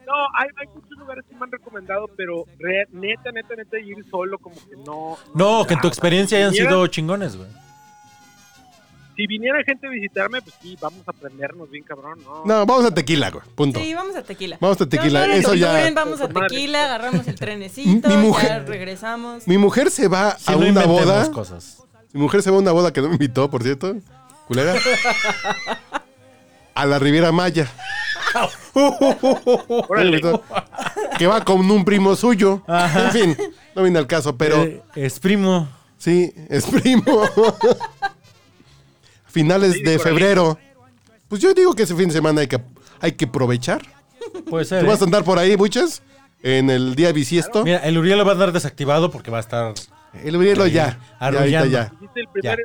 S5: No, hay, hay muchos lugares que me han recomendado, pero re- neta, neta, neta, ir solo como que no.
S2: no, que en
S5: Ah,
S2: tu experiencia hayan
S5: Si viniera-
S2: sido chingones, güey.
S5: Si viniera gente a visitarme, pues sí, vamos a aprendernos bien, cabrón, ¿no?
S1: No, vamos a tequila, güey. Punto.
S4: Sí, vamos a tequila.
S1: Vamos a tequila,
S4: No, no, no,
S1: eso
S4: no,
S1: ya-
S4: bien, Vamos a
S5: Con madre.
S4: tequila, agarramos el trenecito,
S1: Mi mujer-
S4: ya regresamos.
S1: Mi mujer se va
S2: Si
S1: a
S2: no
S1: una
S2: inventemos
S1: boda.
S2: cosas.
S1: Mi mujer se va a una boda que no me invitó, por cierto. Culera. A la Riviera Maya.
S5: Órale.
S1: que va con un primo suyo. En fin, no viene al caso, pero
S2: Eh, es primo.
S1: sí, es primo. Finales de febrero. Pues yo digo que ese fin de semana hay que, hay que aprovechar.
S2: Puede ser.
S1: ¿Tú vas a
S2: eh.
S1: andar por ahí, buches? En el día bisiesto.
S2: Mira, el Uriel lo va a andar desactivado porque va a estar.
S1: El brielo ya. ya, ahorita
S2: Arrullando.
S1: ya.
S5: Hiciste el primer,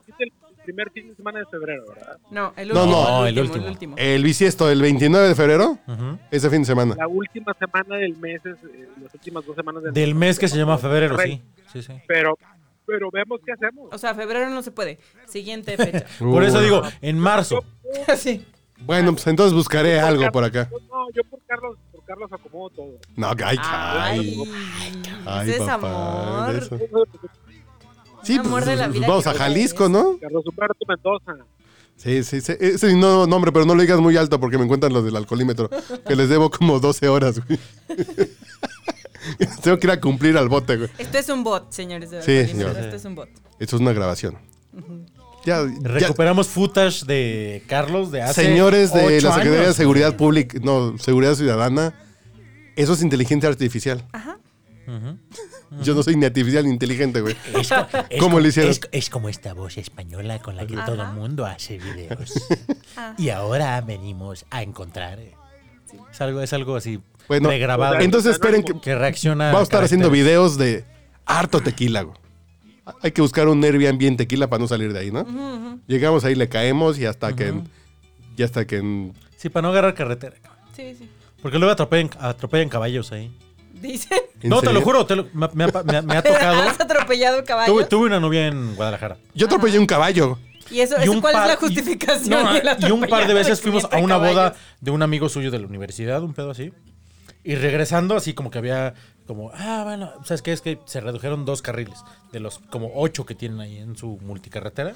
S5: hiciste el primer fin de semana de febrero, ¿verdad?
S4: No, el
S1: No,
S4: último.
S1: no.
S2: No, el
S4: El
S2: último.
S4: último.
S1: El Eh. bisiesto, el 29 de febrero.
S2: Ujú.
S1: Ese fin de semana.
S5: La última semana del mes es eh, las últimas dos semanas del,
S2: Del mes que se llama febrero, sí. Sí, sí.
S5: Pero, pero vemos qué hacemos.
S4: O sea, febrero no se puede. Siguiente fecha.
S2: Por eso
S1: Uh.
S2: digo, en marzo.
S4: sí.
S1: Bueno, pues entonces buscaré algo por acá.
S5: Yo- Pues no, yo por Carlos, por Carlos acomodo todo.
S1: No, ay, ay.
S4: Ay, pues,
S1: Ay,
S4: ese es
S1: papá,
S4: amor.
S1: de eso. Sí,
S4: Amor
S1: pues,
S4: de la
S1: pues,
S4: vida
S1: vamos
S4: que
S1: a
S4: no
S1: Jalisco,
S4: es.
S1: ¿no?
S5: Carlos Humberto Mendoza.
S1: Sí, sí, sí. Ese no, nombre, pero no lo digas muy alto porque me encuentran los del alcoholímetro, que les debo como 12 horas, güey. Tengo que ir a cumplir al bote, güey.
S4: Esto es un bot, señores. De
S1: Sí,
S4: Alcohólicos,
S1: señor.
S4: Esto es un bot.
S1: Eso es una grabación. Ya, ya-
S2: Recuperamos footage de Carlos de hace.
S1: señores de
S2: ocho
S1: la Secretaría de
S2: años.
S1: Seguridad Pública, no, Seguridad Ciudadana, eso es inteligencia artificial.
S4: Ajá.
S1: Yo no soy ni artificial ni inteligente, güey.
S8: Es, co- es
S1: ¿Cómo
S8: co-
S1: le hicieron?
S8: Es, es como esta voz española con la que
S4: Ajá. Ah.
S8: todo el mundo hace videos. Y ahora venimos a encontrar.
S2: eh, Es algo, es algo así.
S1: Bueno,
S2: pregrabado.
S1: entonces esperen que
S2: que reacciona.
S1: Vamos a estar haciendo
S2: caracteres.
S1: videos de harto tequila, güey. Hay que buscar un Airbnb en tequila para no salir de ahí, ¿no? Llegamos ahí, le caemos y hasta que... en- y hasta que... en-
S2: Sí, para no agarrar carretera.
S4: Sí, sí.
S2: Porque luego atropellan, atropellan caballos ahí.
S4: Dicen.
S1: ¿en
S2: No, te lo
S1: serio?
S2: juro. te lo- me, me ha- me ha- me ha tocado.
S4: Has atropellado caballos.
S2: tuve, tuve una novia en Guadalajara.
S1: Yo atropellé un caballo.
S4: ¿Y eso, eso
S2: un
S4: cuál es
S2: par-
S4: la
S2: y-
S4: justificación?
S2: no,
S4: del
S2: y un par
S4: atropellado
S2: de veces fuimos a
S4: 500
S2: una boda
S4: caballos?
S2: de un amigo suyo de la universidad, un pedo así. Y regresando, así como que había como, ah, bueno, ¿sabes qué? Es que se redujeron dos carriles de los como ocho que tienen ahí en su multicarretera.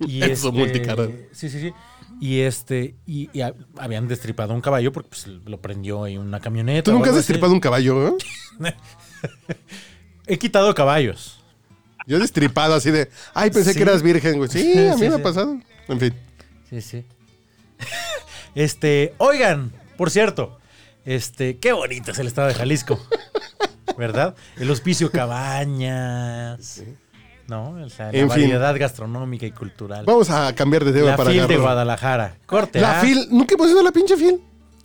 S2: Y este,
S1: En su multicarretera.
S2: Sí, sí, sí. Y este, y, y ha- habían destripado un caballo porque pues, lo prendió ahí una camioneta.
S1: Tú
S2: o
S1: nunca has
S2: algo así.
S1: destripado un caballo, ¿eh?
S2: He quitado caballos.
S1: Yo he destripado así de, ay, pensé
S2: Sí.
S1: que eras virgen, güey. Sí, a mí
S2: Sí,
S1: me
S2: sí.
S1: ha pasado. En fin.
S2: Sí, sí. Este, oigan, por cierto, este, qué bonito es el estado de Jalisco. ¿Verdad? El hospicio Cabañas. ¿No? O sea, la
S1: En fin.
S2: variedad gastronómica y cultural.
S1: Vamos a cambiar de tema
S2: la
S1: para
S2: fil de
S1: agarrar.
S2: Guadalajara. Corte.
S1: La
S2: ¿ah?
S1: fil, nunca hemos ido a la pinche fil.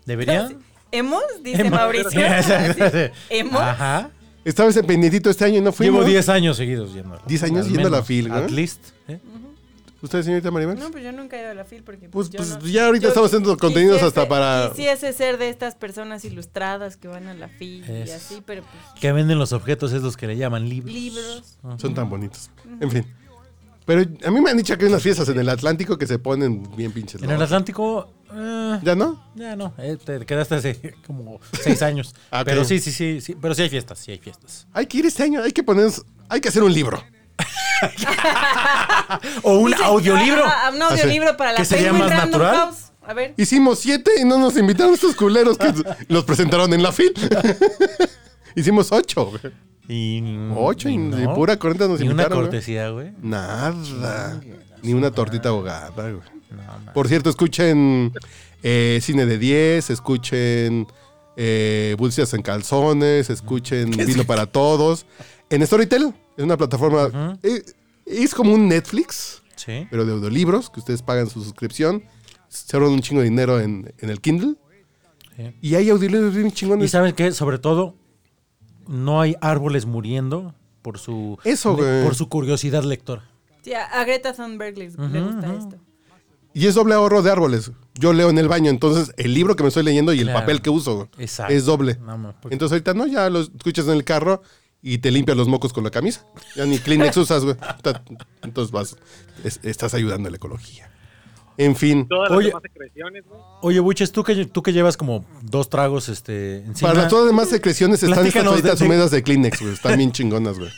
S2: ¿Deberían?
S4: ¿Hemos? Dice
S2: Hemos- Sí,
S4: Mauricio.
S2: exacto, sí.
S4: ¿Hemos?
S2: Ajá.
S1: Estaba ese pendientito este año y no fuimos.
S2: Llevo 10 años seguidos yendo.
S1: 10 años
S2: Al
S1: yendo a la
S2: menos,
S1: fil, ¿no?
S2: At least. ¿eh?
S1: ¿Usted, señorita Maribel?
S4: No, pues yo nunca he ido a la FIL porque...
S1: Pues-
S4: yo
S1: pues
S4: no-
S1: ya ahorita
S4: yo
S1: estamos haciendo contenidos
S4: quisiese-
S1: hasta para-
S4: Quisiese ser de estas personas ilustradas que van a la FIL y
S2: Es-
S4: así, pero pues...
S2: Que venden los objetos esos que le llaman libros.
S4: Libros.
S1: Son tan bonitos. En fin. Pero a mí me han dicho que hay unas fiestas en el Atlántico que se ponen bien pinches.
S2: En el
S1: locas.
S2: Atlántico. eh,
S1: ¿Ya no?
S2: Ya no, eh, te quedaste hace como seis años.
S1: Ah, ok.
S2: Pero sí, sí, sí, sí, pero sí hay fiestas, sí hay fiestas.
S1: Hay que ir este año, hay que poner, hay que hacer un libro.
S2: O un
S4: Dice-
S2: audiolibro.
S4: Ah, ah, un
S1: sí.
S4: audiolibro para la
S2: ¿Qué sería
S4: Penguin
S2: más
S4: Random
S2: natural?
S4: House. A ver.
S1: Hicimos siete y no nos invitaron estos culeros que los presentaron en la fil. Hicimos ocho. güey.
S2: Y
S1: Ocho y- y pura corneta nos
S2: Ni Mm, una
S1: invitaron, ¿eh? güey.
S2: cortesía, güey.
S1: Nada. Ni una tortita ahogada, güey.
S2: No, no.
S1: Por cierto, escuchen eh, Cine de 10, escuchen eh, Bucias en Calzones, escuchen Vino para Todos. En Storytel, es una plataforma. eh, es como un Netflix,
S2: Sí.
S1: pero de audiolibros, que ustedes pagan su suscripción. Se ahorran un chingo de dinero en, en el Kindle.
S2: Sí.
S1: Y hay audiolibros bien
S2: Y
S1: chingones.
S2: saben qué, sobre todo, no hay árboles muriendo por su
S1: Eso, güey.
S2: por su curiosidad lectora.
S4: Sí, a a Greta Thunberg le, le gusta esto.
S1: Y es doble ahorro de árboles. Yo leo en el baño, entonces el libro que me estoy leyendo y
S2: Claro.
S1: el papel que uso
S2: Exacto.
S1: es doble.
S2: No, ma, porque-
S1: entonces ahorita no, ya lo escuchas en el carro y te limpias los mocos con la camisa. Ya ni Kleenex usas, güey. Ta- Entonces vas, es- estás ayudando a la ecología. En fin,
S5: Todas las
S2: Oye.
S5: demás secreciones, güey.
S2: Oye, Buches, tú que, tú que llevas como dos tragos este, encima.
S1: para todas las demás secreciones están estas
S2: Platícanos de-
S1: toallitas
S2: de-
S1: húmedas de Kleenex, güey. Están bien chingonas, güey.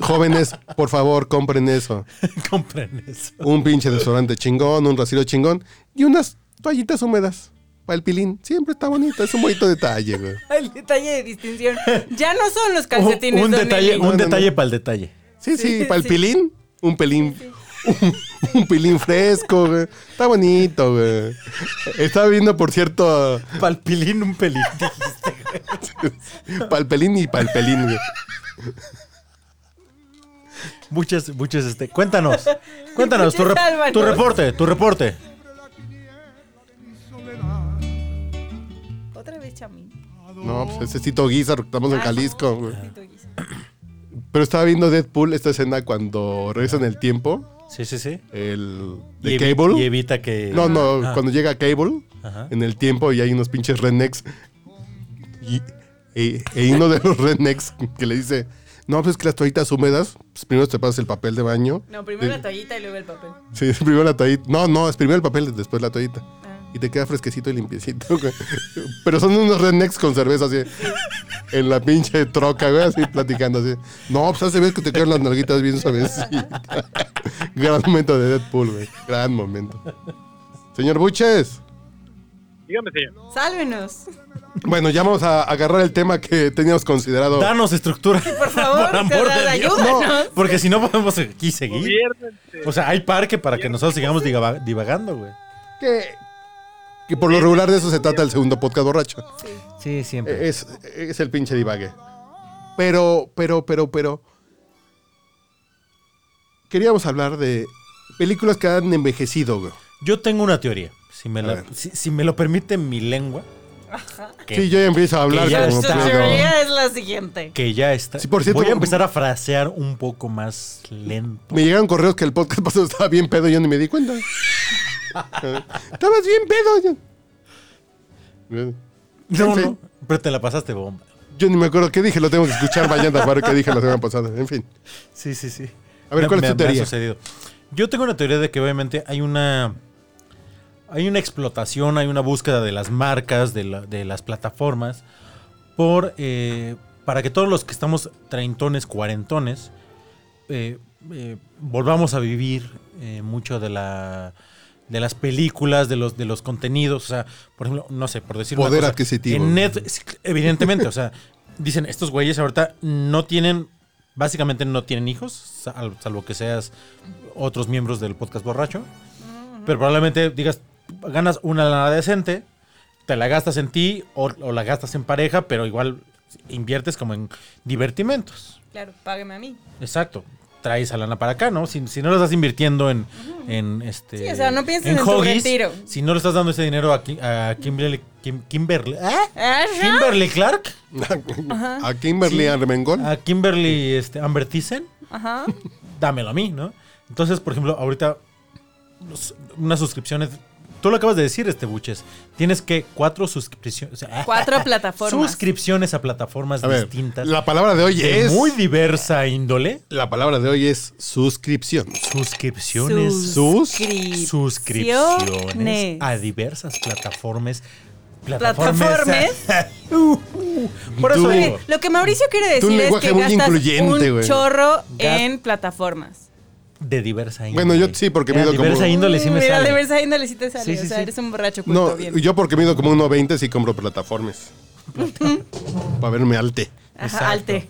S1: Jóvenes, por favor, compren eso.
S2: Compren eso.
S1: Un pinche desodorante chingón, un rasero chingón y unas toallitas húmedas. Para el pilín. Siempre está bonito. Es un bonito detalle, güey.
S4: El detalle de distinción. Ya no son los calcetines.
S2: un
S4: don
S2: detalle,
S4: Eli.
S2: un
S1: No, no, no.
S2: detalle para el detalle.
S1: Sí, sí,
S4: Sí,
S1: para el
S4: sí.
S1: pilín, un pelín. Un, un pilín fresco, güey. Está bonito, güey. Estaba viendo, por cierto,
S2: Palpilín, un pelín.
S1: para el pelín y para el pelín, güey.
S2: Muchas, muchas, este. Cuéntanos. Cuéntanos tu,
S4: Muchas
S2: rep-
S4: álvanos.
S2: tu reporte, tu reporte.
S4: Otra vez Chamín.
S1: No, pues ese es Tito Guizar, estamos en
S4: Ay,
S1: Jalisco, güey.
S2: Ah.
S4: Tito Guisa.
S1: Pero estaba viendo Deadpool, esta escena cuando regresa en el tiempo,
S2: Sí, sí, sí.
S1: el de
S2: Y evi- Y
S1: Cable.
S2: evita que.
S1: No, no,
S2: Ah,
S1: cuando llega Cable
S2: Ajá.
S1: en el tiempo y hay unos pinches rednecks. Y, y- y uno de los rednecks que le dice, no, pues que las toallitas húmedas, pues primero te pasas el papel de baño.
S4: No, primero
S1: Eh,
S4: la toallita y luego el papel.
S1: Sí, primero la toallita. No, no, es primero el papel, después la toallita.
S4: Ah.
S1: Y te queda fresquecito y limpiecito, güey. Pero son unos rednecks con cerveza así. En la pinche troca, güey, así platicando así. No, pues hace vez que te quedan las nalguitas bien suavecitas. Gran momento de Deadpool, güey. Gran momento. Señor Buches.
S5: Dígame, señor.
S4: Sálvenos.
S1: Bueno, ya vamos a agarrar el tema que teníamos considerado.
S2: Danos estructura.
S4: Por favor,
S2: amor de Dios.
S4: ayúdanos.
S2: Porque si no podemos aquí seguir.
S5: Gobiernense.
S2: O sea, hay parque para que nosotros sigamos diga- divagando, güey.
S1: Que, que por lo regular de eso se trata el segundo podcast borracho.
S2: Sí, siempre.
S1: Es, es el pinche divague. Pero, pero, pero, pero. Queríamos hablar de películas que han envejecido, güey.
S2: Yo tengo una teoría. Si me,
S1: eh. A
S2: la-
S1: ver.
S2: si, si me lo permite mi lengua. Que,
S1: Sí, yo ya empiezo a hablar
S2: que ya
S1: como
S4: Su
S2: está.
S1: pedo.
S4: teoría es la siguiente.
S2: que ya está.
S1: Sí, por cierto,
S2: Voy a
S1: vamos-
S2: empezar a frasear un poco más lento.
S1: Me llegaron correos que el podcast pasado estaba bien pedo y yo ni me di cuenta. Estabas bien pedo. Yo,
S2: No,
S1: En fin.
S2: no, pero te la pasaste bomba.
S1: Yo ni me acuerdo qué dije, lo tengo que escuchar mañana para ver qué dije la semana pasada. En fin.
S2: Sí, sí, sí.
S1: A ver,
S2: Me-
S1: ¿cuál es
S2: me-
S1: tu
S2: me ha
S1: teoría?
S2: sucedido. Yo tengo una teoría de que obviamente hay una. Hay una explotación, hay una búsqueda de las marcas, de, la- de las plataformas, por, eh, para que todos los que estamos treintones, cuarentones, eh, eh, volvamos a vivir eh, mucho de la de las películas, de los, de los contenidos, o sea, por ejemplo, no sé, por decir una
S1: Poder
S2: cosa,
S1: adquisitivo.
S2: En Netflix, evidentemente, o sea, dicen, estos güeyes ahorita no tienen, básicamente no tienen hijos, sal- salvo que seas otros miembros del podcast borracho, pero probablemente digas, ganas una lana decente, te la gastas en ti o, o la gastas en pareja, pero igual inviertes como en divertimentos.
S4: Claro, págame a mí.
S2: Exacto. Trae esa lana para acá, ¿no? Si, si no lo estás invirtiendo en, en este.
S4: Sí, o sea, no pienses en tu retiro.
S2: Si no le estás dando ese dinero a, Ki- a Kimberly, Kim- Kimberly, ¿ah?
S4: Ajá.
S2: Kimberly Clark,
S1: a Kimberly
S2: Sí. Ah,
S1: Armengol.
S2: a Kimberly este, Amber Thyssen,
S4: Ajá.
S2: dámelo a mí, ¿no? Entonces, por ejemplo, ahorita los- unas suscripciones. Tú lo acabas de decir, este Buches. Tienes que cuatro suscripciones. o sea,
S4: Cuatro plataformas.
S2: Suscripciones a plataformas
S1: a ver,
S2: distintas.
S1: la palabra de hoy
S2: de
S1: es.
S2: muy diversa índole.
S1: La palabra de hoy es suscripción.
S2: Suscripciones.
S1: Sus-
S2: suscripciones a diversas plataformas.
S4: Plataformes.
S2: Uh, uh, Por eso
S1: Tú.
S2: digo,
S4: Lo que Mauricio quiere
S1: un
S4: decir es
S1: lenguaje
S4: que
S1: muy
S4: gastas
S1: incluyente,
S4: un
S1: güey.
S4: chorro
S2: Gas-
S4: en plataformas.
S2: de diversa índole.
S1: Bueno, yo sí, porque
S2: Mira,
S1: mido como-
S2: diversa índole sí me
S4: Mm, Mira,
S2: sale.
S4: de versa índole sí te sale.
S2: Sí, sí,
S4: o sea,
S2: sí.
S4: eres un borracho culto,
S1: No,
S4: bien.
S1: yo porque mido como 1.20 sí compro plataformas. Para verme alte.
S4: Ajá, alte.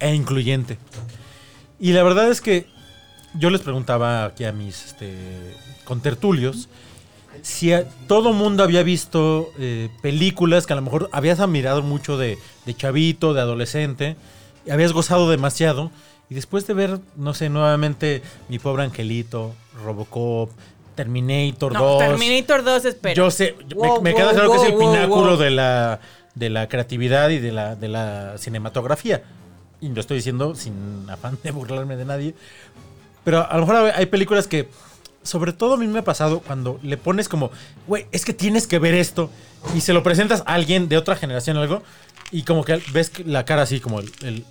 S2: E incluyente. Y la verdad es que yo les preguntaba aquí a mis este, contertulios si a- todo mundo había visto eh, películas que a lo mejor habías admirado mucho de, de chavito, de adolescente, y habías gozado demasiado. Y después de ver, no sé, nuevamente Mi Pobre Angelito, Robocop, Terminator
S4: No,
S2: 2.
S4: Terminator 2, espera.
S2: Yo sé, yo-
S4: Wow,
S2: me, me
S4: wow,
S2: queda claro que es el
S4: wow, wow,
S2: pináculo
S4: wow.
S2: De, la, de la creatividad y de la, de la cinematografía. Y lo estoy diciendo sin afán de burlarme de nadie. Pero a lo mejor hay- hay películas que, sobre todo a mí me ha pasado cuando le pones como, güey, es que tienes que ver esto. Y se lo presentas a alguien de otra generación o algo. Y como que ves que la cara así, como el- el,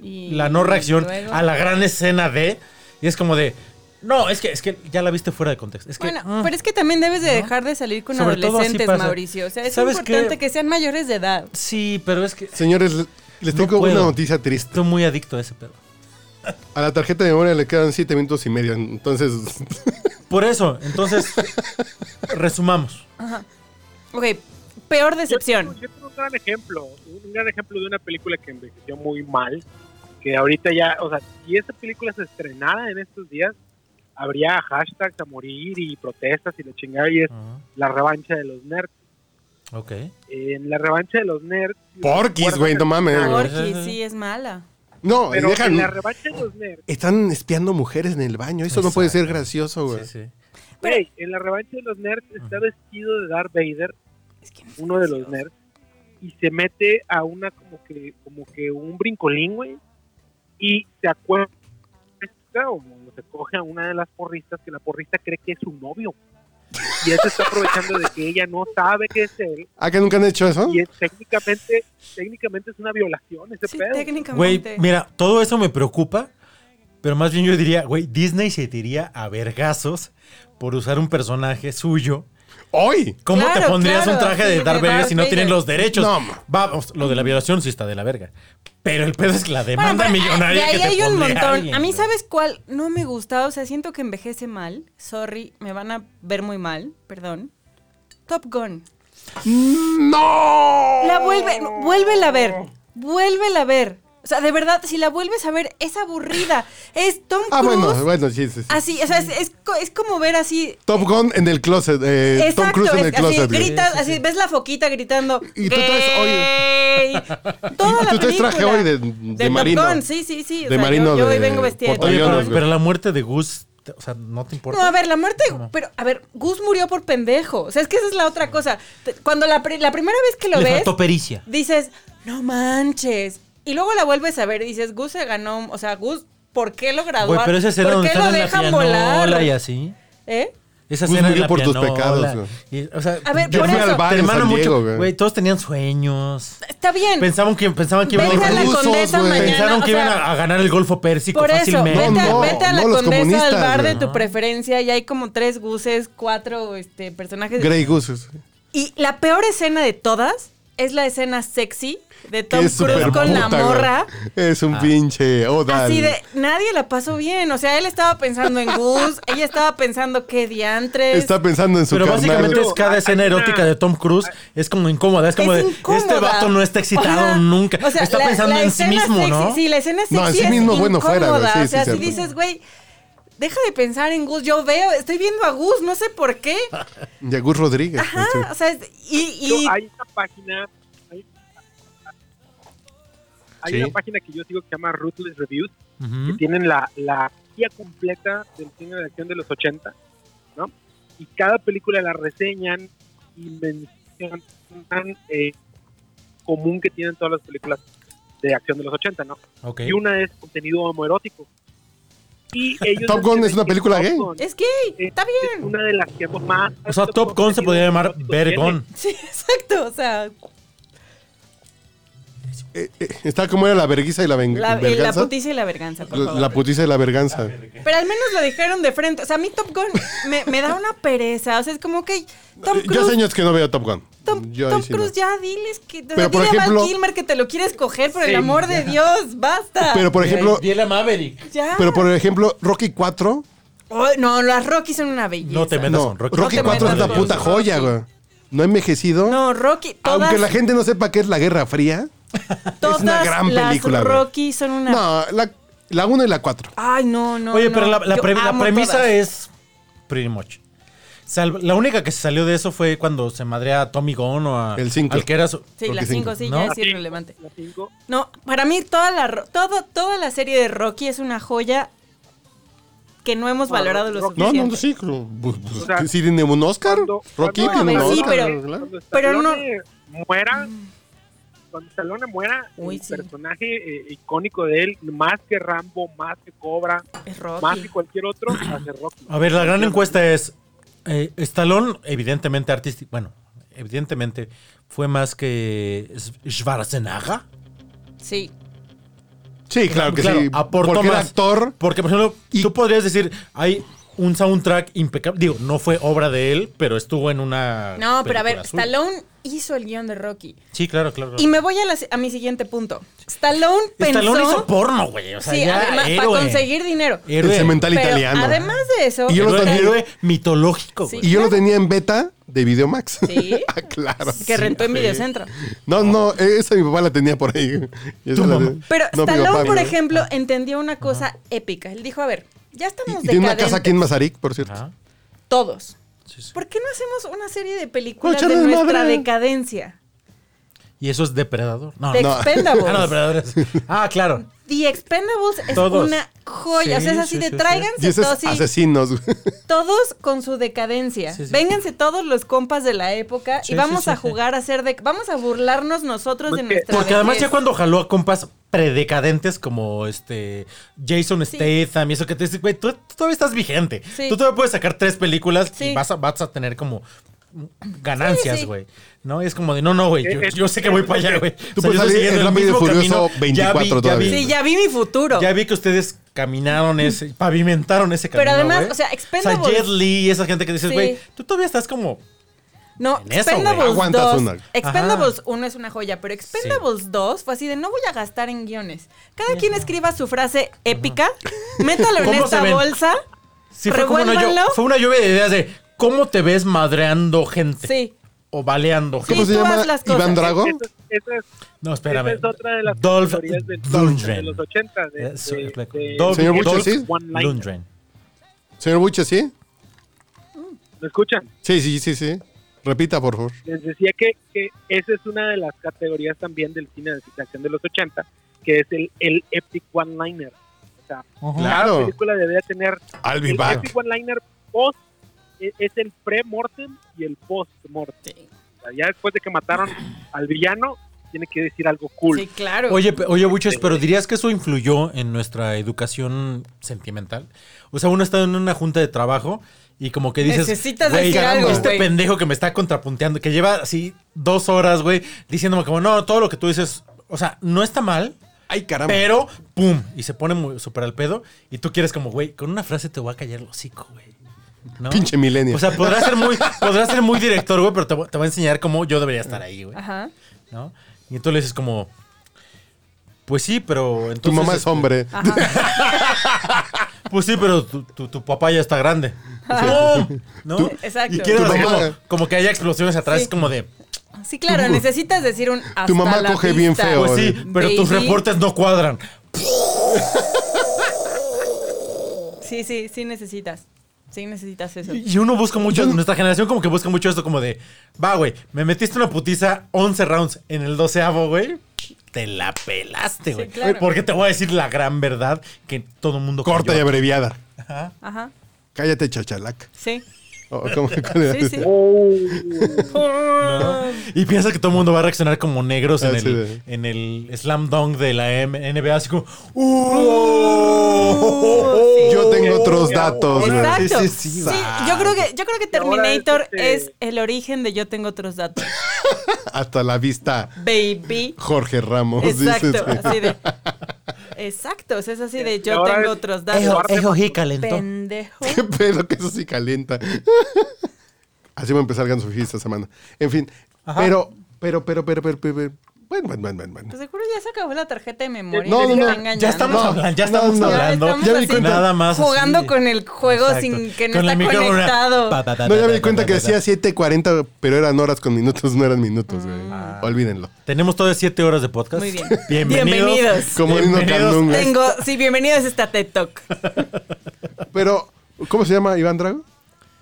S4: Y
S2: la no reacción
S4: luego-
S2: a la gran escena de. Y es como de. No, es que, es que ya la viste fuera de contexto. Es que,
S4: Bueno,
S2: ah.
S4: pero es que también debes de dejar de salir con
S2: Sobre todo así
S4: adolescentes,
S2: pasa.
S4: Mauricio. O sea, es
S2: ¿Sabes
S4: importante
S2: qué?
S4: que sean mayores de edad.
S2: Sí, pero es que
S1: Señores, les
S2: No
S1: tengo una
S2: puedo.
S1: noticia triste.
S2: estoy muy adicto a ese pedo.
S1: A la tarjeta de memoria le quedan 7 minutos y medio. Entonces,
S2: Por eso, entonces, resumamos.
S4: Ok, peor
S5: Yo
S4: decepción.
S5: tengo, yo tengo un gran ejemplo, un gran ejemplo de una película que envejeció muy mal, que ahorita ya, o sea, si esta película se estrenara en estos días, habría hashtags a morir y protestas y la chingada, y es
S2: Ah,
S5: la revancha de los nerds.
S2: ok.
S5: En la revancha de los nerds...
S1: porquis, güey, no mames.
S2: Ah,
S1: güey.
S4: Porque sí es mala.
S1: No, y
S5: Pero en la
S1: dejan.
S5: revancha de los nerds,
S1: Están espiando mujeres en el baño. Eso no puede ser
S2: Exacto.
S1: gracioso, güey.
S2: Sí, sí.
S4: Pero-
S5: güey, en la revancha de los nerds está vestido de Darth Vader, uno de los nerds, y se mete a una como que, como que un brincolín, güey, y se acuerda o se coge a una de las porristas que la porrista cree que es su novio. Y él se está aprovechando de que ella no sabe que es él,
S1: ¿Ah, que nunca han hecho eso?
S5: y es, técnicamente, técnicamente es una violación ese
S4: Sí,
S5: pedo.
S2: Güey,
S4: técnicamente.
S2: mira, todo eso me preocupa. Pero más bien yo diría, güey, Disney se tiría a vergazos por usar un personaje suyo.
S1: ¡Hoy!
S2: ¿Cómo te
S4: Claro,
S2: pondrías
S4: claro,
S2: un traje
S4: sí,
S2: de
S4: de
S2: Darth Vader
S4: Darth
S2: si no tienen
S4: Vader.
S2: los derechos?
S1: No, ma.
S2: Vamos, lo de la violación sí está de la verga. Pero el pedo es la
S4: Bueno,
S2: demanda
S4: pero,
S2: millonaria
S4: de ahí
S2: que te
S4: hay un
S2: pondría
S4: montón.
S2: alguien,
S4: a mí,
S2: güey.
S4: ¿sabes cuál? No me gusta. O sea, siento que envejece mal. Sorry, me van a ver muy mal. Perdón. Top Gun.
S1: ¡No!
S4: La vuelve, no, vuélvela a ver. Vuélvela a ver. O sea, de verdad, si la vuelves a ver, es aburrida. Es Tom Cruise.
S1: Ah, bueno, bueno, sí, sí, sí.
S4: Así, o sea, es, es co- es como ver así.
S1: Top Gun en el closet. eh,
S4: Exacto,
S1: Tom Cruise en
S4: es-
S1: el closet.
S4: así
S1: güey.
S4: gritas, así ves la foquita gritando.
S1: Y tú traes,
S4: "Gay". Toda
S1: Y
S4: la
S1: tú traes traje
S4: película.
S1: hoy de- de
S4: Top
S1: marino.
S4: Gun, sí, sí, sí. O
S1: De
S4: sea,
S1: marino
S4: yo, yo
S1: de
S4: hoy vengo vestida de Top
S2: Oye,
S1: portaaviones,
S4: Gun.
S2: pero,
S1: güey.
S2: pero la muerte de Gus, te- o sea, no te importa.
S4: No, a ver, la muerte,
S2: No.
S4: pero a ver, Gus murió por pendejo. O sea, es que esa es la otra cosa. Te- Cuando la, pri- la primera vez que lo
S2: Le
S4: ves,
S2: faltó pericia.
S4: dices, no manches. Y luego la vuelves a ver y dices, Gus se ganó, un- o sea, Gus, ¿por qué lo graduó?
S2: Güey, pero esa escena
S4: ¿Por
S2: donde
S4: qué lo
S2: están en la
S4: dejan
S2: pianola
S4: volar?
S2: y así.
S4: ¿Eh?
S2: Esa
S1: Gus
S2: escena de
S1: murió
S2: la
S1: por tus
S2: pianola.
S1: pecados, güey.
S2: Y, o sea,
S4: A ver,
S2: yo
S4: por
S2: fui
S4: eso.
S2: al bar
S1: Te
S2: en
S1: hermano
S2: San
S1: mucho,
S2: Diego,
S1: güey.
S2: güey. Todos tenían sueños.
S4: Está bien.
S2: Pensaban que, pensaban que iban,
S4: Vete a la
S1: rusos,
S4: condesa
S1: güey.
S4: mañana.
S2: pensaron
S4: o
S2: que
S4: sea,
S2: iban a, a ganar el Golfo Pérsico
S4: Por eso,
S2: fácilmente.
S4: vete, a-
S1: No, no,
S4: vete a la
S1: no, los
S4: condesa al
S1: comunistas,
S4: bar de
S1: güey.
S4: tu preferencia y hay como tres guses, cuatro este, personajes.
S1: Grey Goose.
S4: Y la peor escena de todas es la escena sexy
S1: Que
S4: de Tom
S1: es súper
S4: Cruise con la
S1: puta, güey.
S4: morra.
S1: Es un pinche odal.
S4: Así de, nadie la pasó bien. O sea, él estaba pensando en Gus, ella estaba pensando qué diantres.
S1: Está pensando en su
S2: Pero
S1: carnal.
S2: básicamente
S5: Pero
S2: es cada
S5: hay
S2: escena
S5: una-
S2: erótica de Tom Cruise es como incómoda, es como
S4: Es
S2: de
S4: incómoda.
S2: este vato no está excitado
S4: Ajá.
S2: nunca,
S4: O sea,
S2: está
S4: la-
S2: pensando
S4: la
S2: en sí
S4: escena
S2: mismo,
S4: sexy,
S2: ¿no?
S4: Sí, la escena sexy
S1: No, en sí
S4: es
S1: mismo, bueno, fuera, güey.
S4: incómoda.
S1: Sí,
S4: o sea,
S1: sí,
S4: si
S1: cierto.
S4: dices, güey, deja de pensar en Gus. Yo veo, estoy viendo a Gus, no sé por qué.
S2: Ah,
S1: De Gus Rodríguez.
S4: Ajá,
S1: Sí.
S4: o sea, es- y,
S5: Yo-
S4: y
S5: hay una página. Hay, hay
S1: Sí.
S5: una página que yo sigo que se llama Ruthless Reviews, que
S2: Ujú.
S5: tienen la, la guía completa del cine de acción de los 80, ¿no? Y cada película la reseñan y mencionan eh, común que tienen todas las películas de acción de los 80, ¿no?
S2: Ok.
S5: Y una es contenido homoerótico. Y ellos
S1: Top Gun
S5: mencionan
S1: es una
S5: que
S1: película
S5: Top
S1: gay.
S5: Gun
S4: es gay,
S5: eh,
S4: está
S5: es
S4: bien.
S5: una de las que más...
S2: O sea, Top Gun se podría llamar
S5: contenido erótico
S2: Vergon.
S4: Sí, exacto, o sea,
S1: Eh, eh, está como era la verguisa y la, veng-
S4: la, eh, la
S1: verganza.
S4: putiza y la verganza, por
S1: La-
S4: favor.
S1: la putiza y la verganza.
S4: Pero al menos lo dijeron de frente. O sea, a mí Top Gun me, me da una pereza. O sea, es como que Tom
S1: Yo hace
S4: Cruise...
S1: años que no veo Top Gun.
S4: Tom,
S1: Yo ahí
S4: Tom
S1: sí no.
S4: Cruise, ya diles que.
S1: Pero, por
S4: dile a
S1: ejemplo-
S4: Val Kilmer que te lo quieres coger, por
S5: Sí,
S4: el amor de Dios, basta.
S1: Pero por ejemplo,
S2: Viene la Maverick.
S4: ya.
S1: pero por ejemplo, Rocky 4,
S4: Oh, no, las Rocky son una belleza.
S2: No te metas
S1: no,
S2: con Rocky.
S1: Rocky
S4: No te
S1: 4 es
S4: metas
S1: la
S2: una
S4: con
S1: puta
S4: Rocky.
S1: joya, güey. No ha envejecido.
S4: No, Rocky. Todas,
S1: Aunque la gente no sepa qué es la Guerra Fría.
S4: todas
S1: es una gran película,
S4: Las
S1: güey.
S4: Rocky son una.
S1: No, la, la 1 y la 4.
S4: Ay, no, no.
S2: Oye,
S4: no.
S2: pero la, la
S4: Yo
S2: pre- la
S4: amo
S2: premisa
S4: todas.
S2: es pretty much. Salvo- la única que se salió de eso fue cuando se madrea a Tommy Gunn o a
S1: El cinco.
S2: al que era su-
S4: Sí,
S1: Rocky
S4: las cinco,
S1: cinco,
S4: sí,
S2: ¿no?
S4: ya es irrelevante.
S5: La cinco,
S4: No, para mí toda la, ro- todo, toda la serie de Rocky es una joya que no hemos
S5: No,
S4: valorado lo
S5: Rocky-
S1: No,
S4: suficiente.
S1: no, no, sí. creo- pues, pues,
S5: O sea,
S1: sí tiene un Oscar.
S5: cuando-
S1: Rocky
S5: cuando-
S1: tiene un
S4: No, sí,
S1: Oscar.
S4: pero-
S1: claro.
S5: Cuando
S4: Pero Mm.
S5: Stallone muera, cuando Stallone muera,
S4: Uy,
S5: el
S4: sí.
S5: personaje eh, icónico de él, más que Rambo, más que Cobra,
S4: Es
S5: más
S4: Rocky.
S5: que cualquier otro, hace Rocky.
S2: A ver, la gran encuesta es, eh, Stallone, evidentemente artístico, bueno, evidentemente fue más que S- Schwarzenegger.
S4: Sí.
S1: Sí, claro que sí.
S2: Aportó
S1: porque era
S2: más.
S1: actor.
S2: Porque, por ejemplo,
S1: Y-
S2: tú podrías decir, hay un soundtrack impecable. Digo, no fue obra de él, pero estuvo en una.
S4: No, pero a ver,
S2: película suya.
S4: Stallone hizo el guión de Rocky.
S2: Sí, claro, claro. claro.
S4: Y me voy a, la- a mi siguiente punto. Stallone pensó.
S2: Stallone hizo porno, güey. O sea,
S4: sí,
S2: ya
S4: además, para
S2: héroe.
S4: conseguir dinero.
S1: El
S2: Héroe.
S1: cemental
S4: Pero
S1: italiano.
S4: Además de eso.
S1: Y yo lo
S2: héroe,
S1: tenía-
S2: héroe mitológico,
S4: Sí.
S2: güey.
S1: Y yo lo tenía en beta de Videomax.
S4: Sí.
S1: ah, claro.
S4: que rentó en Videocentro.
S1: No, no, esa mi papá la tenía por ahí. Esa
S2: Tu
S1: la
S2: mamá.
S1: tenía.
S4: Pero
S1: No, mi
S4: Stallone,
S1: papá,
S4: por
S1: güey.
S4: ejemplo, entendió una cosa épica. Él dijo, a ver, ya
S1: Y-
S4: estamos
S1: y tiene una
S4: decadentes.
S1: casa aquí en Mazarik, por cierto.
S2: Ajá.
S4: Todos.
S2: Sí, sí.
S4: ¿Por qué no hacemos una serie de
S1: Pues
S4: películas de
S1: echarle
S4: nuestra
S1: madre.
S4: decadencia?
S2: Y eso es depredador. No,
S4: The
S2: no. Ah, no,
S4: Expendables.
S2: depredadores. Ah, claro.
S4: The Expendables es
S2: Todos.
S4: una joya. o sea, es
S2: Sí,
S4: así
S2: sí,
S4: de
S2: sí, sí.
S1: Y
S4: tráiganse
S1: esos
S4: todos, sí,
S1: asesinos. güey.
S4: todos con su decadencia.
S2: Sí, sí.
S4: Vénganse todos los compas de la época
S2: Sí,
S4: y
S2: sí,
S4: vamos
S2: sí,
S4: a
S2: sí.
S4: jugar a ser de vamos a burlarnos nosotros de
S5: Porque-
S4: nuestra
S2: Porque además ya
S4: vejez.
S2: cuando jaló a compas predecadentes como este Jason Statham y eso que te dice, güey, tú, tú todavía estás vigente.
S4: Sí.
S2: Tú todavía puedes sacar tres películas
S4: Sí.
S2: y vas a, vas a tener como ganancias,
S4: Sí, sí.
S2: güey. No, es como de, no, no, güey, yo,
S5: Eh, eh,
S2: yo sé que voy para allá, güey.
S1: Tú puedes salir en Rápido y Furioso 24
S2: ya vi,
S1: todavía.
S4: Sí, ya vi mi futuro.
S2: ya vi que ustedes caminaron ese, pavimentaron ese
S4: Mm. Pero
S2: camino,
S4: además,
S2: güey.
S4: o sea, Expendables-
S2: Jet Li y esa gente que dices,
S4: Sí.
S2: güey, tú todavía estás como...
S4: No,
S2: En eso, güey.
S4: Expendables
S1: Aguantas
S4: 2.
S1: una.
S4: Expendables 1 es una joya, pero Expendables 2 fue así de no voy a gastar en guiones. Cada quien escriba su frase épica, métalo en
S2: ¿Cómo se
S4: esta
S2: ven?
S4: bolsa.
S2: Sí, fue, como una, llo-
S4: Revuélvanlo.
S2: fue una lluvia de ideas de cómo te ves madreando gente.
S4: Sí.
S2: O baleando gente.
S1: ¿Cómo
S4: Sí,
S1: se
S4: tú
S1: llama?
S4: haz las cosas.
S1: Iván Drago.
S5: Esa es- esa es-
S2: No, espérame.
S5: Esa es otra de las
S2: Dolph
S5: categorías del-
S2: Lundgren.
S5: de los 80, de-
S2: Eh, so-
S5: de-
S2: explico.
S5: de-
S2: Dolph-
S1: Señor
S2: Dolph
S1: Buche, ¿sí?
S5: One-liner.
S2: Lundgren.
S1: Señor Buche, ¿sí?
S5: ¿Me escuchan?
S1: Sí, sí, sí, sí. Repita, por favor.
S5: les decía que, que esa es una de las categorías también del cine de situación de los 80, que es el, el epic one-liner. O sea,
S1: Claro.
S5: cada película debería tener
S1: I'll be
S5: el
S1: back.
S5: epic one-liner post, e- es el pre-mortem y el post-mortem. O sea, ya después de que mataron al villano, tiene que decir algo cool.
S4: Sí, claro.
S2: Oye, pe- oye, Buches, pero dirías que eso influyó en nuestra educación sentimental. O sea, uno está en una junta de trabajo y como que dices.
S4: Necesitas
S2: "Güey,
S4: decir
S2: caramba,
S4: algo,
S2: Este
S4: güey".
S2: pendejo que me está contrapunteando, que lleva así dos horas, güey, diciéndome como, no, todo lo que tú dices, o sea, no está mal.
S1: Ay, caramba.
S2: Pero, pum, y se pone muy- súper al pedo. Y tú quieres como, güey, con una frase te voy a callar el hocico, güey. ¿No?
S1: Pinche milenio.
S2: O sea, podrás ser muy, podrás ser muy director, güey, pero te, voy- te voy a enseñar cómo yo debería estar ahí, güey.
S4: Ajá.
S2: ¿no? Y entonces le dices como, pues sí, pero entonces...
S1: Tu mamá es
S2: este,
S1: hombre.
S4: Ah.
S2: Pues sí, pero tu, tu- tu papá ya está grande. ¡No! ¿No?
S1: Tú-
S4: Exacto.
S2: Y quieres
S1: Tu
S2: así
S1: mamá-
S2: como, como que haya explosiones atrás,
S4: Sí.
S2: es como de,
S4: Sí, claro, necesitas decir un hasta
S1: Tu mamá
S4: la
S1: coge bien
S4: vista.
S1: feo.
S2: pues sí,
S1: Oye.
S2: pero tus
S4: Baby.
S2: reportes no cuadran.
S4: Sí, sí, sí necesitas. Sí necesitas eso.
S2: Y uno busca mucho, nuestra generación como que busca mucho esto, como de, va, güey, me metiste una putiza 11 rounds en el 12avo, güey. Te la pelaste, güey.
S4: claro.
S2: Porque te voy a decir la gran verdad que todo el mundo
S1: Corta y
S2: coyota.
S1: abreviada.
S4: Ajá.
S1: Cállate, chachalac.
S4: Sí.
S1: O como- ¿cuál era?
S4: Sí, sí.
S2: Y piensa que todo el mundo va a reaccionar como negros en,
S1: Ah, sí,
S2: el,
S1: de-
S2: en el slam dunk de la M- NBA, así como, ¡uh!
S1: Yo tengo otros datos. güey.
S4: Exacto.
S1: Sí,
S4: Sí,
S1: sí, sí.
S4: yo creo que yo creo que
S5: ahora
S4: Terminator
S5: es este-
S4: es el origen de yo tengo otros datos.
S1: Hasta la vista,
S4: Baby.
S1: Jorge Ramos. este. dices,
S4: Exacto,
S1: güey.
S4: así de. Exacto, o sea, es así de yo
S5: ahora
S4: tengo
S5: es-
S4: otros
S8: Ejo,
S4: datos.
S8: ejo, jí, calentó.
S4: Pendejo.
S1: Qué pedo que eso sí calienta. Así va a empezar Ganso Fifi esta semana. En fin, pero, pero, pero, pero, pero, pero, pero- Bueno, bueno, bueno, bueno, bueno.
S4: Pues seguro ya se acabó la tarjeta de memoria.
S1: No,
S4: te
S1: no, no.
S4: está engañando.
S2: Ya estamos
S1: No,
S2: hablando, ya
S1: no,
S2: estamos
S1: no.
S2: hablando.
S4: Ya estamos
S1: Ya me
S4: así,
S1: cuenta.
S2: Nada más. así.
S4: Jugando con el juego
S2: Exacto.
S4: sin que no
S2: Con la
S4: está
S2: micrófono.
S4: conectado.
S2: Pa, pa, pa,
S1: No,
S2: pa,
S1: ya me
S2: pa,
S1: di
S2: pa,
S1: cuenta
S2: pa,
S1: que
S2: pa,
S1: decía
S2: pa.
S1: 7.40, pero eran horas con minutos, no eran minutos, güey.
S2: Ah.
S4: Ah.
S1: Olvídenlo.
S2: Tenemos todavía siete horas de podcast.
S4: Muy bien.
S2: Bienvenidos.
S4: Bienvenidos.
S1: Como Nino Candún, güey.
S4: Tengo, sí, bienvenidos a esta TED Talk.
S1: Pero, ¿cómo se llama Iván Drago?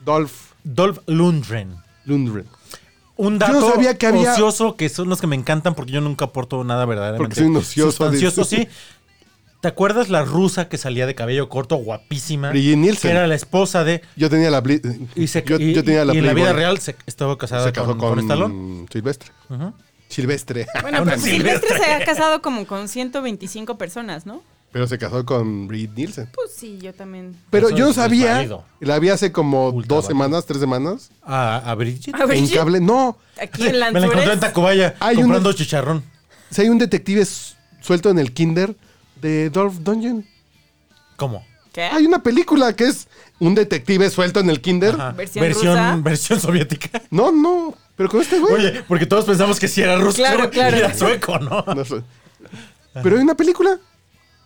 S1: Dolph
S2: Dolph Lundgren.
S1: Lundgren.
S2: Un dato
S1: no sabía que había-
S2: ocioso, que son los que me encantan porque yo nunca aporto nada verdaderamente.
S1: Porque soy un ocioso,
S2: Sustancioso,
S1: dices.
S2: sí. ¿Te acuerdas la rusa que salía de cabello corto, guapísima?
S1: Brigitte Nielsen.
S2: Que era la esposa de...
S1: Yo tenía la. bli-
S2: Y, se-
S1: yo,
S2: y-
S1: yo tenía la
S2: y en la
S1: Playboy.
S2: vida real se, estaba casada
S1: Se casó
S2: con, con Stallone.
S1: Silvestre. Silvestre.
S4: Bueno, pues
S2: Silvestre.
S4: Silvestre se ha casado como con 125 personas, ¿no?
S1: Pero se casó con Brigitte Nielsen.
S4: Pues sí, yo también.
S1: Pero
S2: Eso
S1: yo no
S2: es
S1: sabía,
S2: válido.
S1: la vi hace como
S2: Ultra
S1: dos
S2: válido.
S1: semanas, tres semanas,
S2: A, a Brigitte.
S4: A ver,
S1: en
S4: sí,
S1: cable. No,
S4: aquí Ah, en
S2: Me la encontré
S4: Lanzures.
S2: en Tacubaya
S1: Hay una-
S2: comprando chicharrón.
S1: si hay un detective s- suelto en el kinder de Dolph Dungeon.
S2: ¿Cómo?
S4: ¿Qué?
S1: Hay una película que es un detective suelto en el kinder.
S2: Ajá.
S4: ¿Versión rusa?
S2: versión, versión soviética.
S1: No, no, pero con este güey.
S2: Oye, porque todos pensamos que si era ruso
S4: Claro,
S2: y
S4: claro.
S2: era sueco, ¿no?
S1: No sé. pero hay una película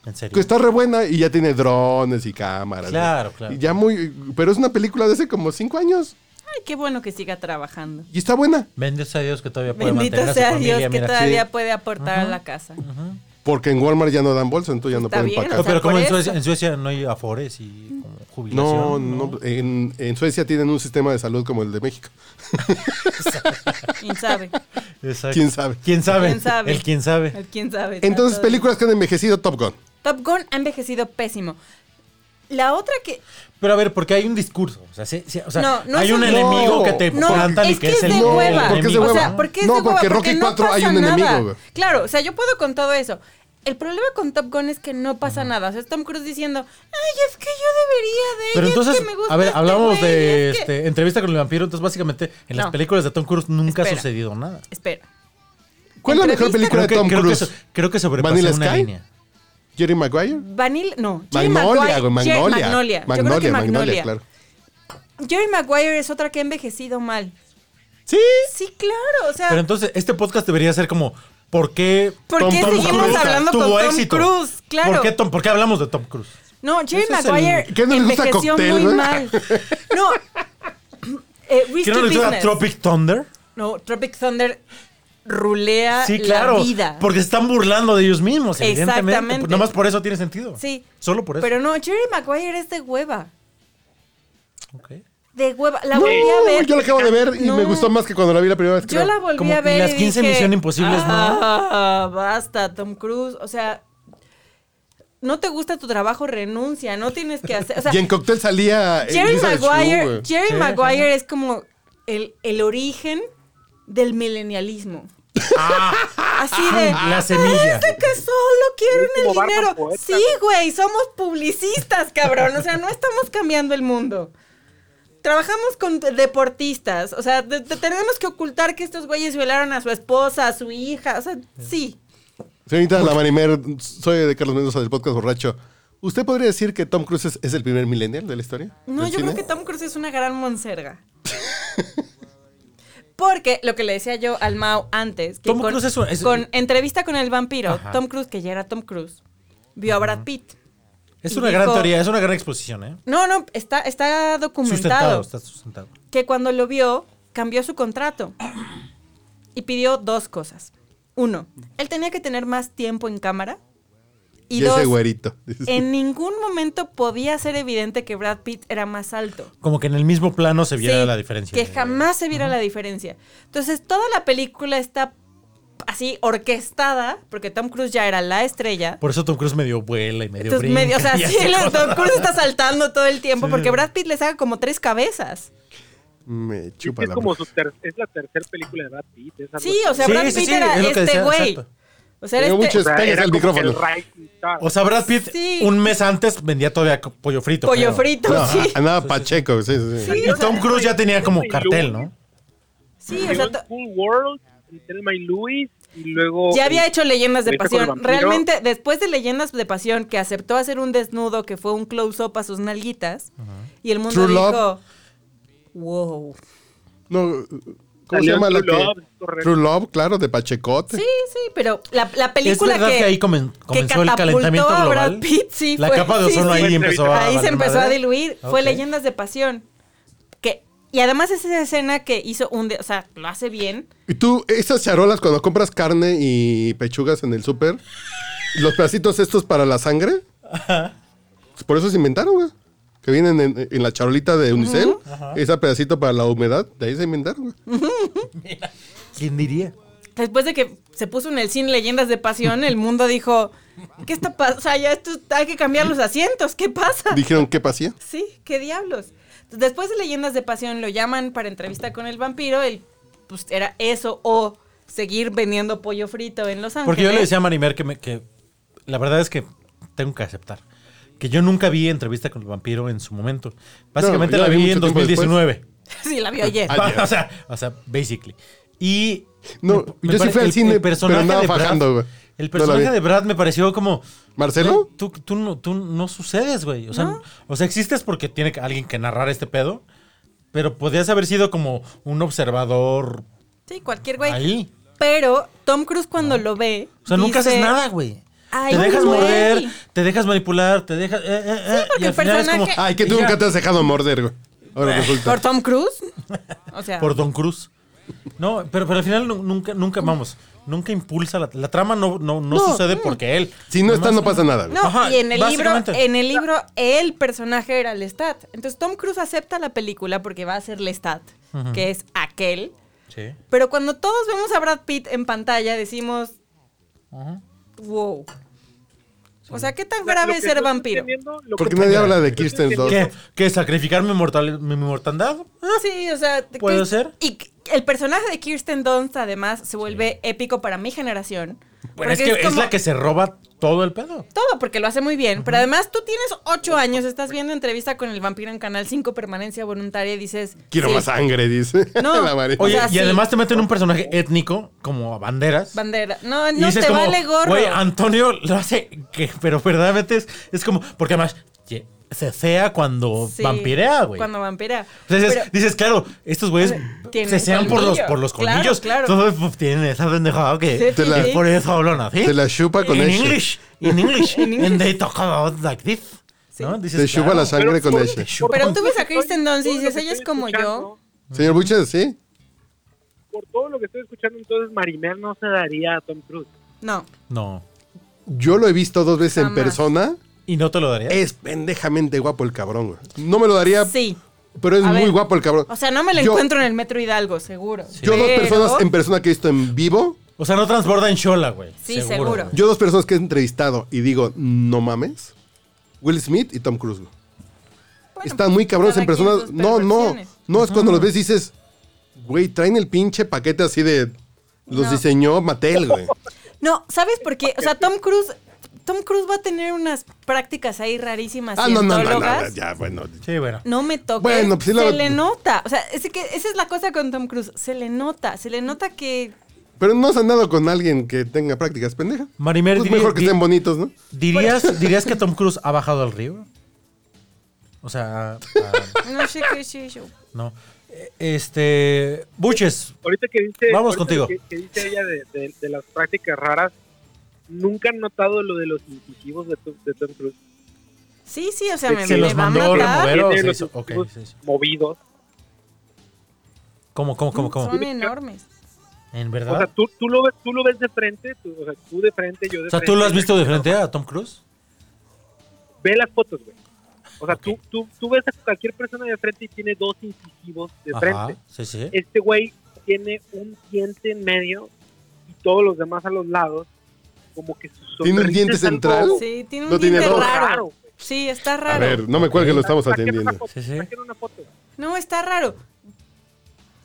S2: En serio.
S1: que está re buena y ya tiene drones y cámaras. güey.
S2: Claro, claro.
S1: Y ya muy, pero es una película de hace como cinco años
S4: Ay, qué bueno que siga trabajando.
S1: y está buena
S2: Bendito sea Dios que todavía puede mantener
S4: Bendito
S2: a su
S4: sea
S2: familia.
S4: Dios que
S2: mira.
S4: todavía puede aportar a la casa.
S1: porque en Walmart ya no dan bolsa, entonces ya no
S4: Está
S1: pueden
S4: bien,
S1: pagar.
S2: No,
S4: o sea,
S2: pero como
S4: por
S2: en
S4: eso.
S2: Suecia, en Suecia no hay afores y como jubilación.
S1: No, no, en, en Suecia tienen un sistema de salud como el de México.
S4: ¿Quién sabe?
S2: Exacto.
S1: ¿Quién sabe?
S2: ¿Quién sabe?
S4: ¿Quién sabe?
S2: El quién sabe.
S4: El ¿Quién sabe? está
S1: Entonces,
S4: todo
S1: películas que han envejecido, Top Gun.
S4: bien. Top Gun ha envejecido pésimo. La otra que...
S2: Pero a ver, porque hay un discurso. O sea, sí- sí, o sea,
S4: No, no
S2: hay
S4: es
S2: un
S4: un-
S2: enemigo
S1: No.
S2: que te
S4: No,
S2: plantan y
S4: es
S2: que
S4: que es
S2: el
S4: de
S2: el
S1: No,
S4: hueva.
S1: porque es de
S2: enemigo.
S4: O sea,
S1: hueva.
S4: porque es
S1: No,
S4: de hueva,
S1: porque Rocky
S4: no
S1: 4 hay
S4: pasa
S1: un
S4: nada.
S1: enemigo, güey.
S4: Claro, o sea, yo puedo con todo eso. El problema con Top Gun es que no pasa nada. O sea, es Tom Cruise diciendo, ay, es que yo debería de...
S2: Pero
S4: y es
S2: entonces,
S4: que me gusta
S2: a ver,
S4: este
S2: hablamos
S4: güey,
S2: de
S4: y es que-
S2: este, entrevista con el vampiro. Entonces, básicamente, en las
S4: No.
S2: películas de Tom Cruise nunca ha
S4: Espera.
S2: sucedido nada.
S4: Espera.
S1: ¿Cuál es la mejor
S4: Entrevista
S1: película de
S2: que,
S1: Tom
S2: creo, que, so-
S1: Cruise?
S2: creo que sobrepasó
S1: ¿Vanilla
S2: una
S1: Sky?
S2: línea.
S1: ¿Jerry Maguire?
S4: Vanilla, no. Jerry
S1: Magnolia,
S4: Maguire-
S1: güey.
S4: Jerry-
S1: Magnolia.
S4: Magnolia. Yo creo
S1: Magnolia, Magnolia,
S4: que Magnolia.
S1: claro.
S4: Jerry Maguire es otra que ha envejecido mal.
S1: Sí.
S4: Sí, claro, o sea,
S2: Pero entonces, este podcast debería ser como: ¿por qué
S4: ¿por
S1: Tom-
S4: qué
S1: Tom
S4: seguimos
S1: Cruise
S4: hablando con Tom Cruise? Claro.
S2: ¿Por qué, Tom- por qué hablamos de Tom Cruise?
S4: no, Jerry
S2: Ese es el-
S4: Maguire
S1: ¿Qué no le gusta
S4: envejeció
S1: cóctel,
S4: muy
S1: güey?
S4: mal. No. Eh, Risky
S2: ¿Quieren lectura
S4: Business.
S2: Tropic Thunder?
S4: No, Tropic Thunder rulea
S2: Sí, claro.
S4: Ah, la vida.
S2: Porque se están burlando de ellos mismos, evidentemente.
S4: Exactamente.
S2: Nada más por eso tiene sentido.
S4: Sí.
S2: Solo por eso.
S4: Pero no, Jerry Maguire es de hueva.
S2: Ok.
S4: De hueva. La
S1: No,
S4: volví a ver.
S1: yo la acabo de ver y
S4: No.
S1: me gustó más que cuando la vi la primera vez.
S4: Yo
S1: creo.
S4: la volví
S2: Como-
S4: a
S2: y
S4: ver.
S2: las 15
S4: dije,
S2: Misión Imposibles, ¿no?
S4: "Ah, Basta, Tom Cruise. O sea, no te gusta tu trabajo, renuncia. No tienes que hacer. O sea,
S1: Y en Cóctel salía...
S4: Jerry
S1: Elizabeth Shue,
S4: Maguire,
S1: güey.
S4: Jerry
S2: Sí,
S4: Maguire es como el, el origen del milenialismo. Así de.
S2: Ah. La semilla.
S4: "Parece que solo quieren
S5: Es como
S4: el
S5: Barba
S4: dinero.
S5: Poeta,
S4: sí,
S5: güey.
S4: güey, somos publicistas, cabrón. O sea, no estamos cambiando el mundo. Trabajamos con t- deportistas. O sea, te- te- tenemos que ocultar que estos güeyes violaron a su esposa, a su hija. O sea, sí.
S1: Señorita La Marimer, soy de Carlos Mendoza del podcast Borracho. ¿Usted podría decir que Tom Cruise es, es el primer millennial de la historia?
S4: No,
S1: del
S4: yo
S1: cine?
S4: creo que Tom Cruise es una gran monserga. Porque lo que le decía yo al Mao antes, que
S2: Tom
S4: con,
S2: Cruise es un- es-
S4: con entrevista con el vampiro,
S2: Ajá.
S4: Tom Cruise, que ya era Tom Cruise, vio a Brad Pitt.
S2: Es
S4: Y
S2: una gran
S4: dijo-
S2: teoría, es una gran exposición, ¿eh?
S4: No, no, está, está
S2: Sustentado,
S4: documentado
S2: está sustentado.
S4: que cuando lo vio, cambió su contrato y pidió dos cosas. Uno, él tenía que tener más tiempo en cámara. Y
S1: Ya ese
S4: dos,
S1: güerito.
S4: en ningún momento podía ser evidente que Brad Pitt era más alto.
S2: Como que en el mismo plano se viera
S4: Sí,
S2: la diferencia.
S4: Que jamás se viera la diferencia. Entonces, toda la película está así orquestada, porque Tom Cruise ya era la estrella.
S2: Por eso Tom Cruise medio vuela y Pues, medio
S4: Entonces,
S2: brinca.
S4: medio- o sea,
S2: y
S4: sí,
S2: hace
S4: el-
S2: cosas.
S4: Tom Cruise está saltando todo el tiempo,
S2: Sí.
S4: porque Brad Pitt le saca como tres cabezas.
S1: Me
S5: Es,
S1: chupa la
S5: como
S1: bruja.
S5: su ter- es la tercera película de Brad Pitt. es algo
S4: Sí,
S5: así.
S4: o sea,
S2: Sí,
S4: Brad
S2: sí,
S4: Pitt
S2: sí,
S4: era
S2: es lo que
S4: este
S2: decía,
S4: güey.
S2: exacto.
S4: O sea, era
S1: Tenía
S4: este-
S1: muchos pegues
S5: era
S1: al
S5: como que el
S1: micrófono.
S5: rising star.
S2: O sea, Brad Pitt
S4: Sí.
S2: un mes antes vendía todavía co- pollo frito.
S4: pollo
S2: creo.
S4: frito,
S1: No,
S4: sí.
S1: a- andaba Pacheco, sí, sí, sí.
S4: Sí,
S2: Y
S4: o sea,
S2: Tom Cruise ya tenía como cartel, ¿no?
S4: sí, o
S5: Llegó
S4: sea,
S5: en
S4: to-
S5: Cool World, en Tell My Louis, y luego.
S4: ya había hecho Leyendas de
S5: Entrevista con el
S4: Pasión.
S5: vampiro.
S4: Realmente, después de Leyendas de Pasión, que aceptó hacer un desnudo que fue un close-up a sus nalguitas, y el mundo
S1: True
S4: dijo,
S1: Love.
S4: wow.
S1: No, ¿Cómo se
S5: Salió
S1: llama la
S5: True Love,
S1: que?
S5: es correcto.
S1: True Love, claro, de Pachecote.
S4: Sí, sí, pero la, la
S2: Es
S4: película
S2: verdad
S4: que,
S2: que, ahí comen- comenzó el
S4: catapultó
S2: calentamiento
S4: a
S2: global.
S4: Brad Pitt, sí,
S2: la
S4: fue-
S2: capa de
S4: sí,
S2: ozono
S4: sí.
S2: ahí
S5: Fue
S2: empezó a.
S4: Ahí se
S2: valer
S4: empezó a
S2: madre.
S4: diluir. Fue
S2: Ok.
S4: Leyendas de Pasión. Que, y además es esa escena que hizo un... de- o sea, lo hace bien.
S1: Y tú, esas charolas cuando compras carne y pechugas en el súper, los pedacitos estos para la sangre, pues por eso se inventaron, güey. Que vienen en, en la charolita de Unicel, ese pedacito para la humedad, de ahí se inventaron, güey.
S2: ¿Quién diría?
S4: Después de que se puso en el cine Leyendas de Pasión, el mundo dijo, ¿qué está pasando? O sea, ya esto, hay que cambiar los asientos, ¿qué pasa?
S1: Dijeron, ¿qué pasía?
S4: Sí, qué diablos. Después de Leyendas de Pasión lo llaman para entrevista con el vampiro, el, pues era eso o seguir vendiendo pollo frito en Los Ángeles.
S2: Porque yo le decía a Marimer que, me- que la verdad es que tengo que aceptar que yo nunca vi entrevista con el vampiro en su momento. Básicamente
S1: yo
S2: la
S1: la vi
S2: vi
S1: mucho
S2: en
S1: tiempo
S2: 2019.
S4: Sí, la vio ayer.
S1: Ayer.
S2: Ah, o, sea, o sea, basically. Y.
S1: No,
S2: me
S1: yo sí
S2: pare-
S1: fui al cine,
S2: personaje
S1: pero andaba
S2: de Brad-
S1: fajando, güey. No
S2: El
S1: la
S2: personaje
S1: vi.
S2: de Brad me pareció como.
S1: ¿Marcelo?
S2: Tú, tú no, tú no sucedes, güey. O, sea,
S4: No.
S2: o sea, existes porque tiene que- alguien que narrar este pedo. Pero podías haber sido como un observador
S4: Sí, cualquier güey.
S2: ahí.
S4: Pero Tom Cruise cuando lo ve...
S2: O sea, nunca haces
S4: dice,
S2: nada, güey.
S4: "Ay,
S2: Te dejas
S4: güey".
S2: morder, te dejas manipular, te dejas. eh, eh, eh,
S4: porque
S2: y al
S4: el
S2: final es
S4: personaje-
S1: Ay, que tú
S2: Ya.
S1: nunca te has dejado morder, güey. Ahora
S4: ¿Por
S1: resulta.
S4: Tom Cruise? O sea...
S2: Por Don Cruz. No, pero, pero al final nu- nunca, nunca, vamos, nunca impulsa la, la trama, no, no, no,
S4: No,
S2: sucede porque él.
S1: Si no está,
S2: Nomás-
S1: no pasa nada, güey.
S4: No,
S2: Ajá,
S4: y en el libro,
S2: básicamente.
S4: en el libro, el personaje era Lestat. Entonces Tom Cruise acepta la película porque va a ser Lestat, que es aquel.
S2: Sí.
S4: Pero cuando todos vemos a Brad Pitt en pantalla, decimos,
S2: Ajá.
S4: wow. O sea, ¿qué tan
S5: Lo- lo
S4: grave
S5: que
S4: es ser
S5: tú estás
S4: vampiro?
S5: teniendo, lo
S1: Porque
S5: que-
S1: nadie habla de
S5: Yo estoy
S1: Kirsten
S5: teniendo-
S1: Dunst.
S2: ¿Qué? ¿Qué? ¿Sacrificar mi, mortal, mi mortandad?
S4: Ah, Sí, o sea, ¿qué-
S2: ¿Puede ser?
S4: Y el personaje de Kirsten Dunst además se vuelve épico para mi generación.
S2: Bueno, es que
S4: porque
S2: es,
S4: como-
S2: la que se roba todo el pedo.
S4: todo porque lo hace muy bien. Pero además tú tienes ocho años, estás viendo entrevista con el vampiro en Canal 5, permanencia voluntaria y dices...
S1: Quiero
S4: sí,
S1: más sangre, dice.
S4: No.
S1: La María.
S2: Oye,
S4: O sea,
S2: y
S4: sí.
S2: además te meten un personaje étnico, como a banderas.
S4: Bandera. No,
S2: y
S4: no
S2: dices
S4: te
S2: como,
S4: vale gorro.
S2: Güey, ah, Antonio lo hace, que, pero verdaderamente es, es como, porque además ye- se sea cuando
S4: Sí,
S2: vampirea, güey.
S4: Cuando vampirea.
S2: O sea, dices,
S4: Pero-
S2: dices, claro, estos güeyes
S4: tienen
S2: se sean por los,
S4: colmillo.
S2: por los
S4: Claro,
S2: colmillos.
S4: claro.
S2: Todos pues, tienen esa pendejada que
S4: Sí,
S1: Te la-
S2: que por eso hablan así.
S1: Te la chupa con
S2: En
S1: eso.
S2: English, en English, and they talk about like this. ¿no? Dices,
S1: Te chupa
S2: claro.
S1: la sangre con
S5: Pero-
S1: ella.
S4: Pero tú
S5: todo
S4: ves
S5: lo
S4: a
S5: que
S4: Kristen Dunst y
S5: todo lo
S4: dices,
S5: que
S4: ella
S5: estoy
S4: es como yo.
S5: escuchando,
S1: Señor Buches, sí.
S5: Por todo lo que estoy escuchando, entonces Marimer no se daría a Tom Cruise.
S4: No.
S2: No.
S1: Yo lo he visto dos veces en
S4: Jamás.
S1: persona.
S2: ¿Y no te lo daría?
S1: Es pendejamente guapo el cabrón, güey. No me lo daría,
S4: Sí.
S1: pero es
S4: A
S1: muy
S4: ver.
S1: guapo el cabrón.
S4: O sea, no me lo
S1: Yo-
S4: encuentro en el Metro Hidalgo, seguro.
S1: Yo dos
S4: Pero-
S1: personas en persona que he visto en vivo,
S2: O sea, no transborda en Shola, güey.
S4: Sí, seguro.
S1: yo dos personas que he entrevistado y digo, no mames, Will Smith y Tom Cruise. güey.
S4: Bueno,
S1: Están muy cabrones
S4: pues, cada
S1: en
S4: quien
S1: persona.
S4: sus
S1: No, no,
S4: perversiones.
S1: no es cuando los ves dices, güey, traen el pinche paquete así de los
S4: No.
S1: diseñó Mattel, güey.
S4: No, ¿sabes por qué? O sea, Tom Cruise. Tom Cruise va a tener unas prácticas ahí rarísimas.
S1: Ah, no, no, no, no,
S4: cientólogas.
S1: ya, bueno.
S2: Sí, bueno.
S4: No me toques.
S1: Bueno, pues sí la-
S4: Se le nota. O sea, es que esa es la cosa con Tom Cruise. Se le nota. Se le nota que.
S1: Pero no has andado con alguien que tenga prácticas, pendeja.
S2: Marimer,
S1: Pues
S2: diría-
S1: mejor que
S2: di-
S1: estén bonitos, ¿no?
S2: ¿Dirías, ¿Dirías que Tom Cruise ha bajado al río? O sea, a-
S4: No sé qué es eso.
S2: no. Eh, Este. Buches.
S5: Ahorita que dice.
S2: Vamos
S5: ahorita
S2: contigo.
S5: Que, que dice ella de, de- de las prácticas raras. Nunca han notado lo de los incisivos de, Tom- de Tom Cruise
S4: Sí, sí, o sea,
S5: Se
S4: me,
S2: ¿Se
S4: me
S2: los
S4: va a
S2: mandó a
S4: matar.
S2: remover o
S5: Tiene
S2: se
S5: los
S2: hizo? Ok,
S5: incisivos
S2: se hizo.
S5: movidos.
S2: ¿Cómo, cómo, cómo, cómo?
S4: Son enormes.
S2: ¿En
S5: O sea,
S2: verdad?
S5: tú, tú, lo ves, tú lo ves de frente, tú, o sea, tú de frente, yo de
S2: O sea,
S5: frente.
S2: ¿tú lo has visto de frente a Tom Cruise?
S5: Ve las fotos, güey. O sea, tú, tú, tú ves a cualquier persona de frente y tiene dos incisivos de
S2: Ajá,
S5: frente.
S2: sí, sí.
S5: Este güey tiene un diente en medio y todos los demás a los lados. Como que su
S1: ¿Tiene un
S5: sonrisa
S1: diente
S5: es algo
S1: central?
S4: Sí, tiene un
S1: No tiene
S4: diente
S1: dos.
S4: raro.
S5: Raro, güey.
S4: Sí, está
S1: A
S4: raro.
S1: ver, no me cuelgues, lo estamos
S5: Saquen
S1: atendiendo.
S5: una foto,
S2: Sí, sí.
S5: saquen una foto.
S4: No, está raro.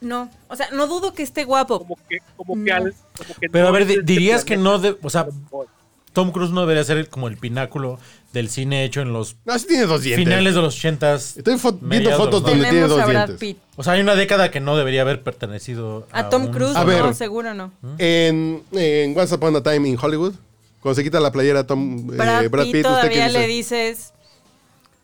S4: No, o sea, no dudo que esté guapo.
S5: Como que, como que,
S4: No.
S5: al- como que
S2: Pero a
S5: no
S2: ver,
S5: es de
S2: di-
S5: este
S2: dirías que
S5: planeta.
S2: no. de- o sea, Tom Cruise no debería ser el- como el pináculo del cine hecho en los
S1: No, sí tiene dos dientes.
S2: finales de los 80s.
S1: Estoy fo- viendo
S2: mediados
S1: fotos
S2: de los
S1: donde tiene
S4: Tenemos
S1: dos
S4: a Brad
S1: dientes.
S4: Pitt.
S2: O sea, hay una década que no debería haber pertenecido a,
S4: A Tom
S2: Ah, un
S4: Cruise,
S1: A
S2: solo-
S1: ver.
S4: no, seguro no.
S1: En, en Once Upon a Time in Hollywood, cuando se quita la playera Tom, eh,
S4: Brad, Pitt,
S1: ¿usted qué
S4: todavía
S1: dice?
S4: le dices,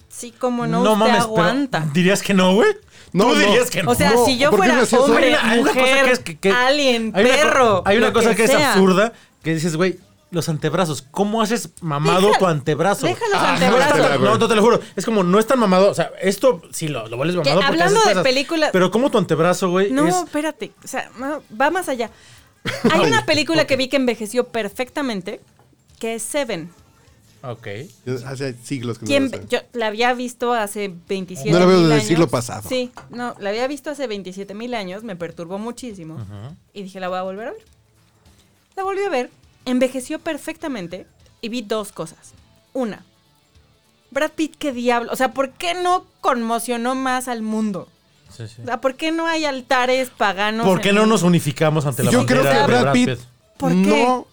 S4: sí, como no, usted
S2: pero
S4: aguanta.
S2: ¿Dirías que no, güey?
S1: No,
S2: No,
S1: no.
S2: dirías que no?
S4: O sea,
S1: No,
S4: si yo
S1: ¿por qué
S4: fuera
S1: no es eso?
S4: hombre,
S2: Hay una- hay una cosa
S4: mujer,
S2: que es que- que-
S4: alien,
S2: Hay una co-
S4: perro.
S2: hay una
S4: lo
S2: cosa que, es
S4: sea.
S2: absurda que dices, güey, los antebrazos. ¿Cómo haces mamado
S4: Deja-
S2: tu antebrazo?
S4: deja los
S2: Ah,
S4: antebrazos.
S2: No, es tan- no, no, te lo juro. Es como, no es tan mamado. O sea, esto sí lo, lo vuelves
S4: Que
S2: mamado. porque
S4: hablando
S2: haces
S4: de
S2: cosas.
S4: películas-
S2: Pero como tu antebrazo, güey,
S4: No,
S2: es...
S4: espérate. O sea, ma- va más allá. Hay una película que vi que envejeció perfectamente, que es Seven.
S2: Ok.
S1: Yo- Hace siglos que no
S4: ¿Quién
S1: lo
S4: ve-
S1: sé.
S4: yo la había visto hace 27
S1: No la veo
S4: mil
S1: desde el
S4: años.
S1: siglo pasado.
S4: Sí, no, la había visto hace 27 mil años, me perturbó muchísimo. Y dije, la voy a volver a ver. La volví a ver, envejeció perfectamente y vi dos cosas. Una, Brad Pitt, qué diablo. O sea, ¿por qué no conmocionó más al mundo?
S2: Sí, sí.
S4: O sea, ¿por qué no hay altares paganos?
S2: ¿Por qué
S4: en-
S2: no nos unificamos ante la
S1: Yo creo
S2: bandera
S1: que
S2: de
S1: Brad Pitt
S4: ¿Por qué?
S1: no,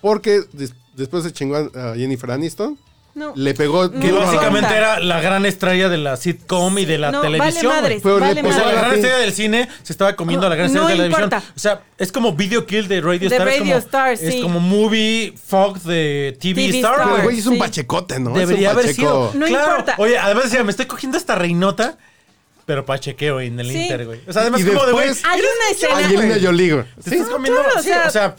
S1: porque des- después se chingó a a Jennifer Aniston,
S4: No.
S1: le pegó
S4: Que
S2: Que
S1: duro a-
S2: básicamente era la gran estrella de la sitcom y de la
S4: No,
S2: televisión.
S4: Vale
S2: güey.
S4: madres,
S1: Pero le
S4: vale
S2: O sea,
S1: Ahora
S2: la
S4: madres.
S2: gran
S1: sí.
S2: estrella del cine se estaba comiendo a la gran
S4: No
S2: estrella de la televisión.
S4: importa.
S2: O sea, es como Video Kill de Radio
S4: De
S2: Star. es
S4: Radio
S2: como,
S4: Star,
S2: Es
S4: sí.
S2: como Movie Fog de TV,
S4: TV
S2: Star,
S4: Star.
S1: Pero el
S2: güey.
S1: güey es un
S4: Sí.
S1: pachecote, ¿no?
S2: Debería
S1: es un
S2: haber sido.
S4: No
S2: Claro.
S4: importa.
S2: Oye, además decía, me estoy cogiendo esta reinota, pero pachequeo en el
S4: Sí.
S2: Inter, güey. O sea, además
S1: Y
S2: como de, güey,
S1: después-
S4: Hay
S2: eres
S4: una
S2: un
S4: escena-
S2: chaval,
S1: Angelina
S2: güey.
S1: Jolie, güey.
S2: Te
S1: Sí.
S2: estás comiendo.
S4: claro, o
S2: sí,
S4: sea-
S2: o sea,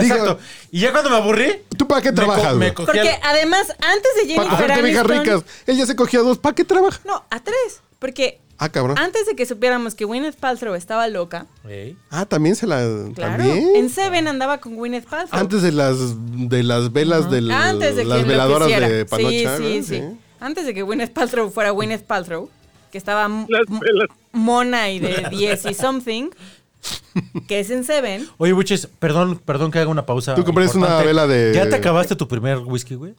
S1: Digo-
S2: exacto. Y ya cuando me aburrí.
S1: ¿Tú para qué
S2: me
S1: trabajas,
S2: co-
S1: güey?
S2: Me cogí al-
S4: Porque además, antes de
S1: Para
S4: Jennifer
S1: cogerte viejas
S4: Aniston...
S1: ricas. Ella se cogió a dos. ¿Para qué trabaja?
S4: No, a tres. Porque
S1: Ah, cabrón.
S4: antes de que supiéramos que Gwyneth Paltrow estaba loca,
S2: Ey.
S1: Ah, también se la.
S4: claro,
S1: ¿también?
S4: en Seven andaba con Gwyneth Paltrow.
S1: Antes de las de las velas de
S4: Antes de que
S1: las veladoras
S4: enloqueciera.
S1: de Panocha.
S4: Sí, sí,
S1: ¿no?
S4: sí. Antes de que Gwyneth Paltrow fuera Gwyneth Paltrow, que estaba m-
S5: Las velas.
S4: mona y de 10 y something, que es en Seven.
S2: Oye, Buches, perdón, perdón que haga una pausa.
S1: Tú compraste una
S2: importante.
S1: vela de-
S2: ¿Ya te acabaste tu primer whisky, güey?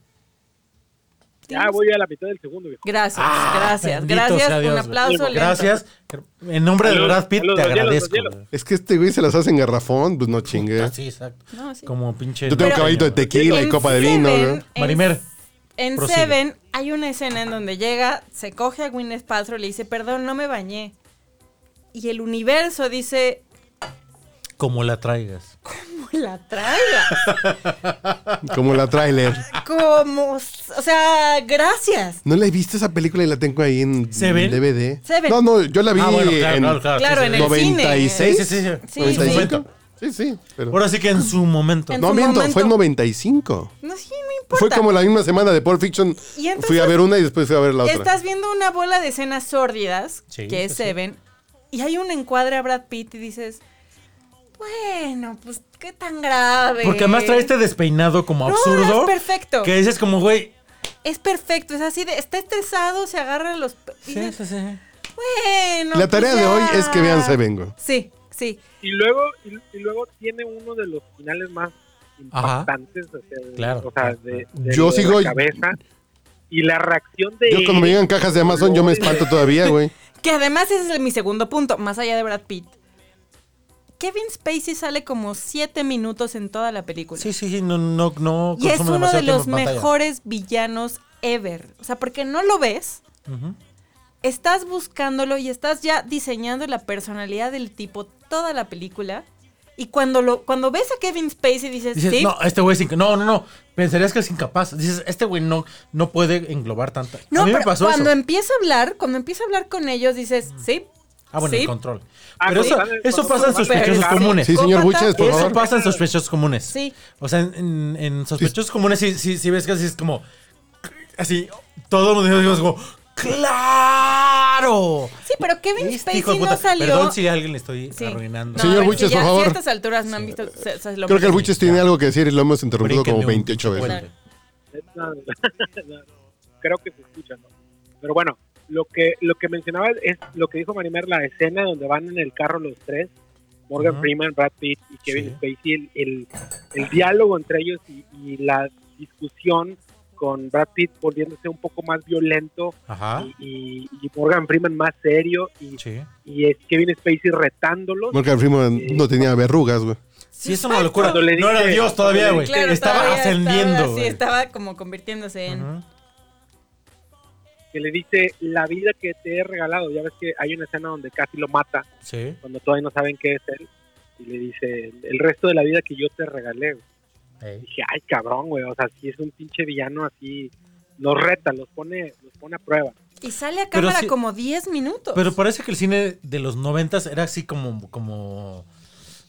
S5: Ya voy a la mitad del segundo, viejo.
S4: Gracias,
S1: Ah,
S4: gracias,
S2: Bendito
S4: gracias.
S2: sea Dios,
S4: un
S2: güey.
S4: aplauso. lento.
S2: Gracias. En nombre de
S5: Saludos,
S2: Brad Pitt,
S5: saludos,
S2: te
S5: los hielos,
S2: agradezco.
S5: los hielos.
S2: güey.
S1: Es que este güey se las hace en garrafón, pues no chingue.
S2: Ah, sí, exacto.
S4: No, sí.
S2: Como pinche.
S1: Yo tengo
S4: Pero-
S1: caballito de tequila y
S4: En
S1: copa de vino,
S4: Seven,
S1: ¿no?
S4: en-
S2: Marimer.
S4: En
S2: Prosigue.
S4: Seven hay una escena en donde llega, se coge a Gwyneth Paltrow y le dice, perdón, no me bañé. Y el universo dice,
S2: Como la traigas.
S4: "Pues la traiga.
S1: Como la trailer.
S4: Como, o sea, gracias.
S1: No la he visto esa película y la tengo ahí en
S2: ¿Se ven?
S1: DVD.
S4: Se ven.
S1: No, no, yo la vi
S2: Ah, bueno, claro,
S1: en
S2: claro, claro.
S4: Claro,
S2: sí,
S4: en
S2: sí,
S4: el
S2: sí.
S4: cine.
S1: 96.
S2: Sí, sí, sí.
S4: Sí,
S2: En su
S4: sí.
S2: momento.
S1: Sí, sí. Pero...
S2: Ahora sí que en su momento.
S4: En
S1: no
S4: su
S1: miento,
S4: momento.
S1: fue en 95.
S4: No, sí, no importa.
S1: Fue como la misma semana de Pulp Fiction.
S4: Y entonces-
S1: fui a ver una y después fui a ver la otra.
S4: Estás viendo una bola de escenas sórdidas,
S2: Sí,
S4: que es
S2: sí, sí.
S4: Seven, y hay un encuadre a Brad Pitt y dices, bueno, pues qué tan grave.
S2: Porque además trae este despeinado como
S4: No,
S2: absurdo.
S4: es perfecto.
S2: Que dices como, güey.
S4: Es perfecto, es así de, está estresado, se agarra los... pe- y
S2: Sí,
S4: dices,
S2: sí, sí.
S4: Bueno.
S1: La tarea
S4: pues
S1: de
S4: ya.
S1: hoy es que vean Seven, güey.
S4: Sí, sí.
S5: Y luego, y, y luego tiene uno de los finales más
S2: Ajá.
S5: impactantes. O sea, de-
S2: Claro.
S5: o sea, de, de
S1: Yo
S5: lo de
S1: sigo-
S5: La cabeza. Y la reacción de.
S1: Yo cuando me
S5: él,
S1: llegan cajas de Amazon, yo me espanto todavía, güey.
S4: Que además ese es mi segundo punto, más allá de Brad Pitt. Kevin Spacey sale como siete minutos en toda la película.
S2: Sí, sí, sí, no, no, no.
S4: y es
S2: consume
S4: uno de
S2: demasiado
S4: los
S2: tiempo en pantalla.
S4: mejores villanos ever. O sea, porque no lo ves,
S2: Ujú.
S4: estás buscándolo y estás ya diseñando la personalidad del tipo toda la película. Y cuando, lo, cuando ves a Kevin Spacey dices,
S2: Dices,
S4: sí,
S2: no, este güey es inca- No, no, no. Pensarías que es incapaz. Dices, este güey no, no puede englobar tanta.
S4: No,
S2: a mí
S4: pero
S2: me pasó
S4: cuando
S2: eso.
S4: empieza a hablar, cuando empieza a hablar con ellos, dices, sí.
S2: Ah, bueno,
S4: sí,
S2: el control.
S5: Ah,
S2: Pero
S5: sí.
S2: eso, eso pasa en
S4: súper
S2: sospechosos
S5: claro.
S2: comunes.
S1: Sí, señor
S4: psicópata,
S1: Buches, por
S4: es-
S2: Eso
S1: favor.
S2: pasa en sospechosos comunes.
S4: Sí.
S2: O sea, en, en- en sospechosos comunes sí, sí, sí ves que así es como. Así, todo el mundo decimos como. ¡Claro!
S4: Sí, pero Kevin
S2: Este hijo de
S4: Spacey no
S2: puta.
S4: salió.
S2: Perdón si a alguien le estoy
S4: Sí.
S2: arruinando.
S4: No,
S1: Señor
S4: a ver,
S1: Buches,
S4: si ya-
S1: por
S4: si
S1: favor.
S4: a estas alturas no han visto. se- se lo
S1: Creo que el
S4: merecen.
S1: Buches tiene algo que decir y lo hemos interrumpido
S2: Bríquenme
S1: como
S2: un
S1: 28
S2: pinche
S1: veces.
S2: puente.
S5: No, no, no, creo que se escucha, ¿no? Pero bueno, lo que lo que mencionaba es lo que dijo Marimer, la escena donde van en el carro los tres, Morgan
S2: Ajá.
S5: Freeman, Brad Pitt y Kevin
S2: Sí.
S5: Spacey, el, el, el diálogo entre ellos y, y la discusión con Brad Pitt volviéndose un poco más violento
S2: Ajá.
S5: y, y- y Morgan Freeman más serio y,
S2: Ah. Sí.
S5: y es Kevin Spacey retándolos.
S1: Morgan Freeman no tenía verrugas, güey.
S2: Sí, es una locura.
S5: Cuando le
S2: No era
S5: dije-
S2: Dios todavía, güey.
S4: Claro,
S2: estaba
S4: todavía
S2: ascendiendo.
S4: Estaba, sí,
S2: güey.
S4: estaba como convirtiéndose en.
S2: Ujú.
S5: que le dice la vida que te he regalado. Ya ves que hay una escena donde casi lo mata
S2: Sí.
S5: cuando todavía no saben qué es él. Y le dice el resto de la vida que yo te regalé. güey. Dije, ay cabrón, güey. O sea, si es un pinche villano así, los reta, los pone, los pone a prueba.
S4: Y sale a
S2: Pero
S4: cámara
S2: sí-
S4: como 10 minutos.
S2: Pero parece que el cine de los noventas era así como, como,